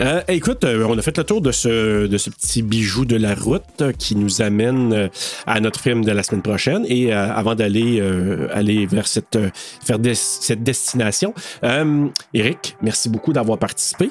Speaker 1: Euh, écoute, euh, on a fait le tour de ce, de ce petit bijou de la route euh, qui nous amène euh, à notre film de la semaine prochaine. Et euh, avant d'aller euh, aller vers cette, euh, faire des- cette destination, euh, Eric, merci beaucoup d'avoir participé.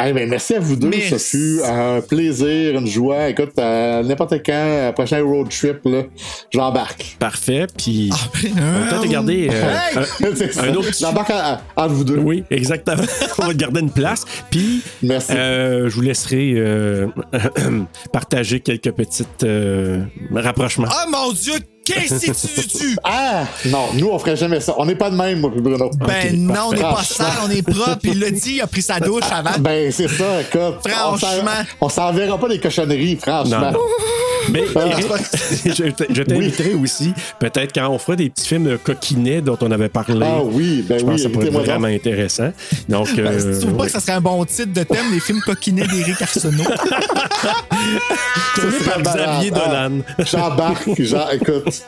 Speaker 7: Hey, ben, merci à vous deux.
Speaker 2: Merci.
Speaker 7: Ça fut un plaisir, une joie. Écoute, euh, n'importe quand, euh, prochain road trip, là, j'embarque.
Speaker 1: Parfait. Puis,
Speaker 2: Ah, ben,
Speaker 1: on va peut-être te garder. euh, un-
Speaker 7: C'est ça.
Speaker 1: Un autre petit-
Speaker 7: J'embarque en- entre vous deux.
Speaker 1: Oui, exactement. On va te garder une place. Puis,
Speaker 7: Merci.
Speaker 1: euh, je vous laisserai euh, partager quelques petites euh, rapprochements.
Speaker 2: Oh mon Dieu, qu'est-ce que tu tu?
Speaker 7: Ah! Non, nous, on ferait jamais ça. On n'est pas de même, moi, puis Bruno.
Speaker 2: Ben
Speaker 1: Ok,
Speaker 2: non, on n'est pas
Speaker 7: parfait.
Speaker 2: sale, on est propre. Il l'a dit, il a pris sa douche avant.
Speaker 7: Ben, c'est ça, écoute. On s'en-
Speaker 2: Franchement.
Speaker 7: On s'en verra pas des cochonneries, franchement.
Speaker 1: Non, non. Mais
Speaker 7: Ah.
Speaker 1: Eric, je t- je t'inviterai aussi, peut-être quand on fera des petits films de coquinets dont on avait parlé.
Speaker 7: Ah oui, ben
Speaker 1: je pense
Speaker 7: oui,
Speaker 1: que ça pourrait être
Speaker 7: invitez-moi
Speaker 1: vraiment
Speaker 7: donc.
Speaker 1: intéressant. Donc,
Speaker 2: Ben,
Speaker 1: euh,
Speaker 2: tu trouves pas
Speaker 1: oui.
Speaker 2: que ça serait un bon titre de thème, les films coquinets d'Éric Arsenault?
Speaker 1: Trouvé
Speaker 7: Ce serait
Speaker 1: euh, par
Speaker 7: malade.
Speaker 1: Xavier
Speaker 7: Ah,
Speaker 1: Dolan.
Speaker 7: J'embarque, j'en- écoute.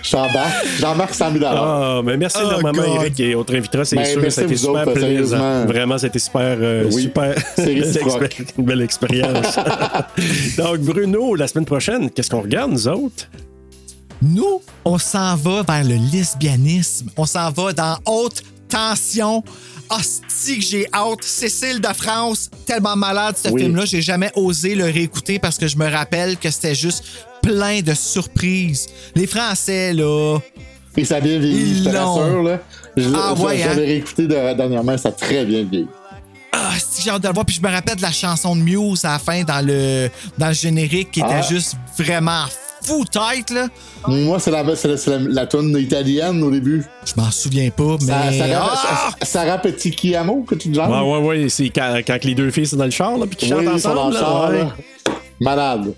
Speaker 7: Jean-Marc, Jean-Marc 100 000
Speaker 1: Ah, mais merci énormément,
Speaker 7: Oh, God.
Speaker 1: Eric, et on te réinvitera, c'est
Speaker 7: Ben,
Speaker 1: sûr.
Speaker 7: merci
Speaker 1: C'était
Speaker 7: vous
Speaker 1: super
Speaker 7: autres,
Speaker 1: plaisant.
Speaker 7: sérieusement.
Speaker 1: Vraiment, c'était super, euh,
Speaker 7: Oui,
Speaker 1: super.
Speaker 7: c'est
Speaker 1: belle
Speaker 7: réciproque.
Speaker 1: expé- Une belle expérience. Donc, Bruno, la semaine prochaine, qu'est-ce qu'on regarde, nous autres?
Speaker 2: Nous, on s'en va vers le lesbianisme. On s'en va dans haute tension. Hostie que j'ai hâte. Cécile de France, tellement malade ce
Speaker 7: Oui.
Speaker 2: film-là. J'ai jamais osé le réécouter parce que je me rappelle que c'était juste plein de surprises. Les Français, là.
Speaker 7: Et ça a bien vieilli,
Speaker 2: Ils
Speaker 7: je te
Speaker 2: l'ont.
Speaker 7: rassure. Là. Je,
Speaker 2: Ah,
Speaker 7: je-
Speaker 2: ouais,
Speaker 7: je l'avais
Speaker 2: hein?
Speaker 7: réécouté de- dernièrement, ça a très bien vieilli.
Speaker 2: Ah, si j'ai hâte de le voir. Puis je me rappelle de la chanson de Muse à la fin dans le, dans le générique qui
Speaker 7: Ah.
Speaker 2: était juste vraiment fou tête, là.
Speaker 7: Moi, c'est la, c'est la, c'est la, la toune italienne au début.
Speaker 2: Je m'en souviens pas, mais.
Speaker 7: Sarah, Sarah,
Speaker 2: Ah!
Speaker 7: Sarah Petit Chiamo, que tu te
Speaker 1: Ouais,
Speaker 7: genre.
Speaker 1: ouais, ouais. C'est quand, quand les deux filles sont dans le char, là, puis qu'ils
Speaker 7: Oui,
Speaker 1: chantent
Speaker 7: ils sont dans
Speaker 1: ensemble.
Speaker 7: le
Speaker 1: là,
Speaker 7: char,
Speaker 1: ouais.
Speaker 7: là. Malade.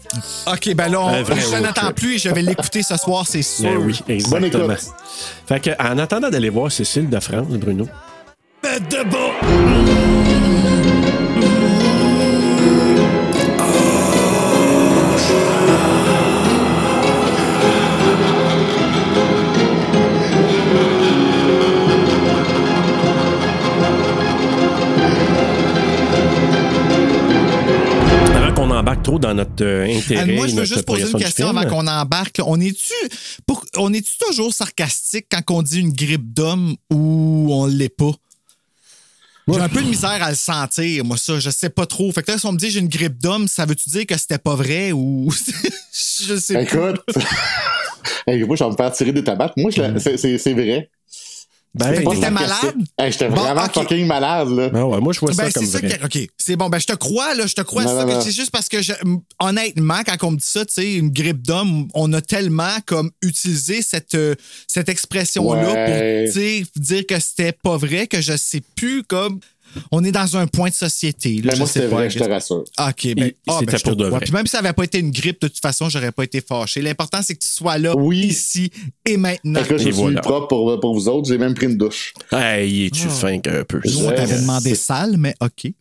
Speaker 2: OK, ben là, on-
Speaker 1: Un vrai
Speaker 2: je
Speaker 1: road
Speaker 2: n'en attends
Speaker 1: trip.
Speaker 2: plus. Je vais l'écouter ce soir, c'est sûr.
Speaker 1: Ben oui, exactement.
Speaker 7: écoute.
Speaker 1: Fait que, en attendant d'aller voir Cécile de France, Bruno.
Speaker 2: Tête de bas!
Speaker 1: Avant qu'on embarque trop dans notre euh, intérêt,
Speaker 2: Anne, Ah, moi, je veux
Speaker 1: notre
Speaker 2: juste poser une
Speaker 1: progression du
Speaker 2: question
Speaker 1: film.
Speaker 2: avant qu'on embarque. là. On est-tu pour- on est-tu toujours sarcastique quand on dit une grippe d'homme ou on l'est pas? J'ai un peu de misère à le sentir, moi, ça. Je sais pas trop. Fait que là, si on me dit j'ai une grippe d'homme, ça veut-tu dire que c'était pas vrai ou. je sais
Speaker 1: Ben,
Speaker 2: pas.
Speaker 7: Écoute. Hey, moi, je vais me faire tirer des tabacs. Moi, je la- c'est- c'est c'est vrai.
Speaker 1: Ben,
Speaker 7: C'est pas
Speaker 2: t'étais
Speaker 7: sarcastique.
Speaker 2: malade?
Speaker 7: Hey, J'étais
Speaker 2: Bon,
Speaker 7: vraiment
Speaker 2: ok.
Speaker 7: fucking malade, là.
Speaker 1: Ben ouais, moi, je vois
Speaker 2: Ben,
Speaker 1: ça
Speaker 2: c'est
Speaker 1: comme
Speaker 2: ça
Speaker 1: vrai.
Speaker 2: que- OK. C'est bon. Ben, je te crois, là. Je te crois.
Speaker 7: Non,
Speaker 2: C'est ça
Speaker 7: non,
Speaker 2: que
Speaker 7: non.
Speaker 2: c'est juste parce que, je- m- honnêtement, quand on me dit ça, tu sais, une grippe d'homme, on a tellement, comme, utilisé cette, euh, cette expression-là
Speaker 7: Ouais.
Speaker 2: pour, tu sais, dire que c'était pas vrai, que je sais plus, comme, on est dans un point de société. Là,
Speaker 7: Mais
Speaker 2: je
Speaker 7: Ben, moi,
Speaker 2: sais
Speaker 7: c'était
Speaker 2: pas,
Speaker 7: vrai, je te rassure.
Speaker 2: OK. Ben,
Speaker 1: Il-
Speaker 2: ah,
Speaker 1: c'était
Speaker 2: ben, je te
Speaker 1: pour de
Speaker 2: crois.
Speaker 1: vrai.
Speaker 2: Puis même si ça avait pas été une grippe, de toute façon, j'aurais pas été fâché. L'important, c'est que tu sois là, ici et maintenant.
Speaker 7: Fait que là, je
Speaker 1: Et
Speaker 7: me suis
Speaker 1: voilà.
Speaker 7: propre pour, pour vous autres. J'ai même pris une douche.
Speaker 1: Hey, es-tu
Speaker 2: Ah.
Speaker 1: fin un peu?
Speaker 2: Nous, on t'avait
Speaker 7: Ouais,
Speaker 2: demandé sale, mais OK.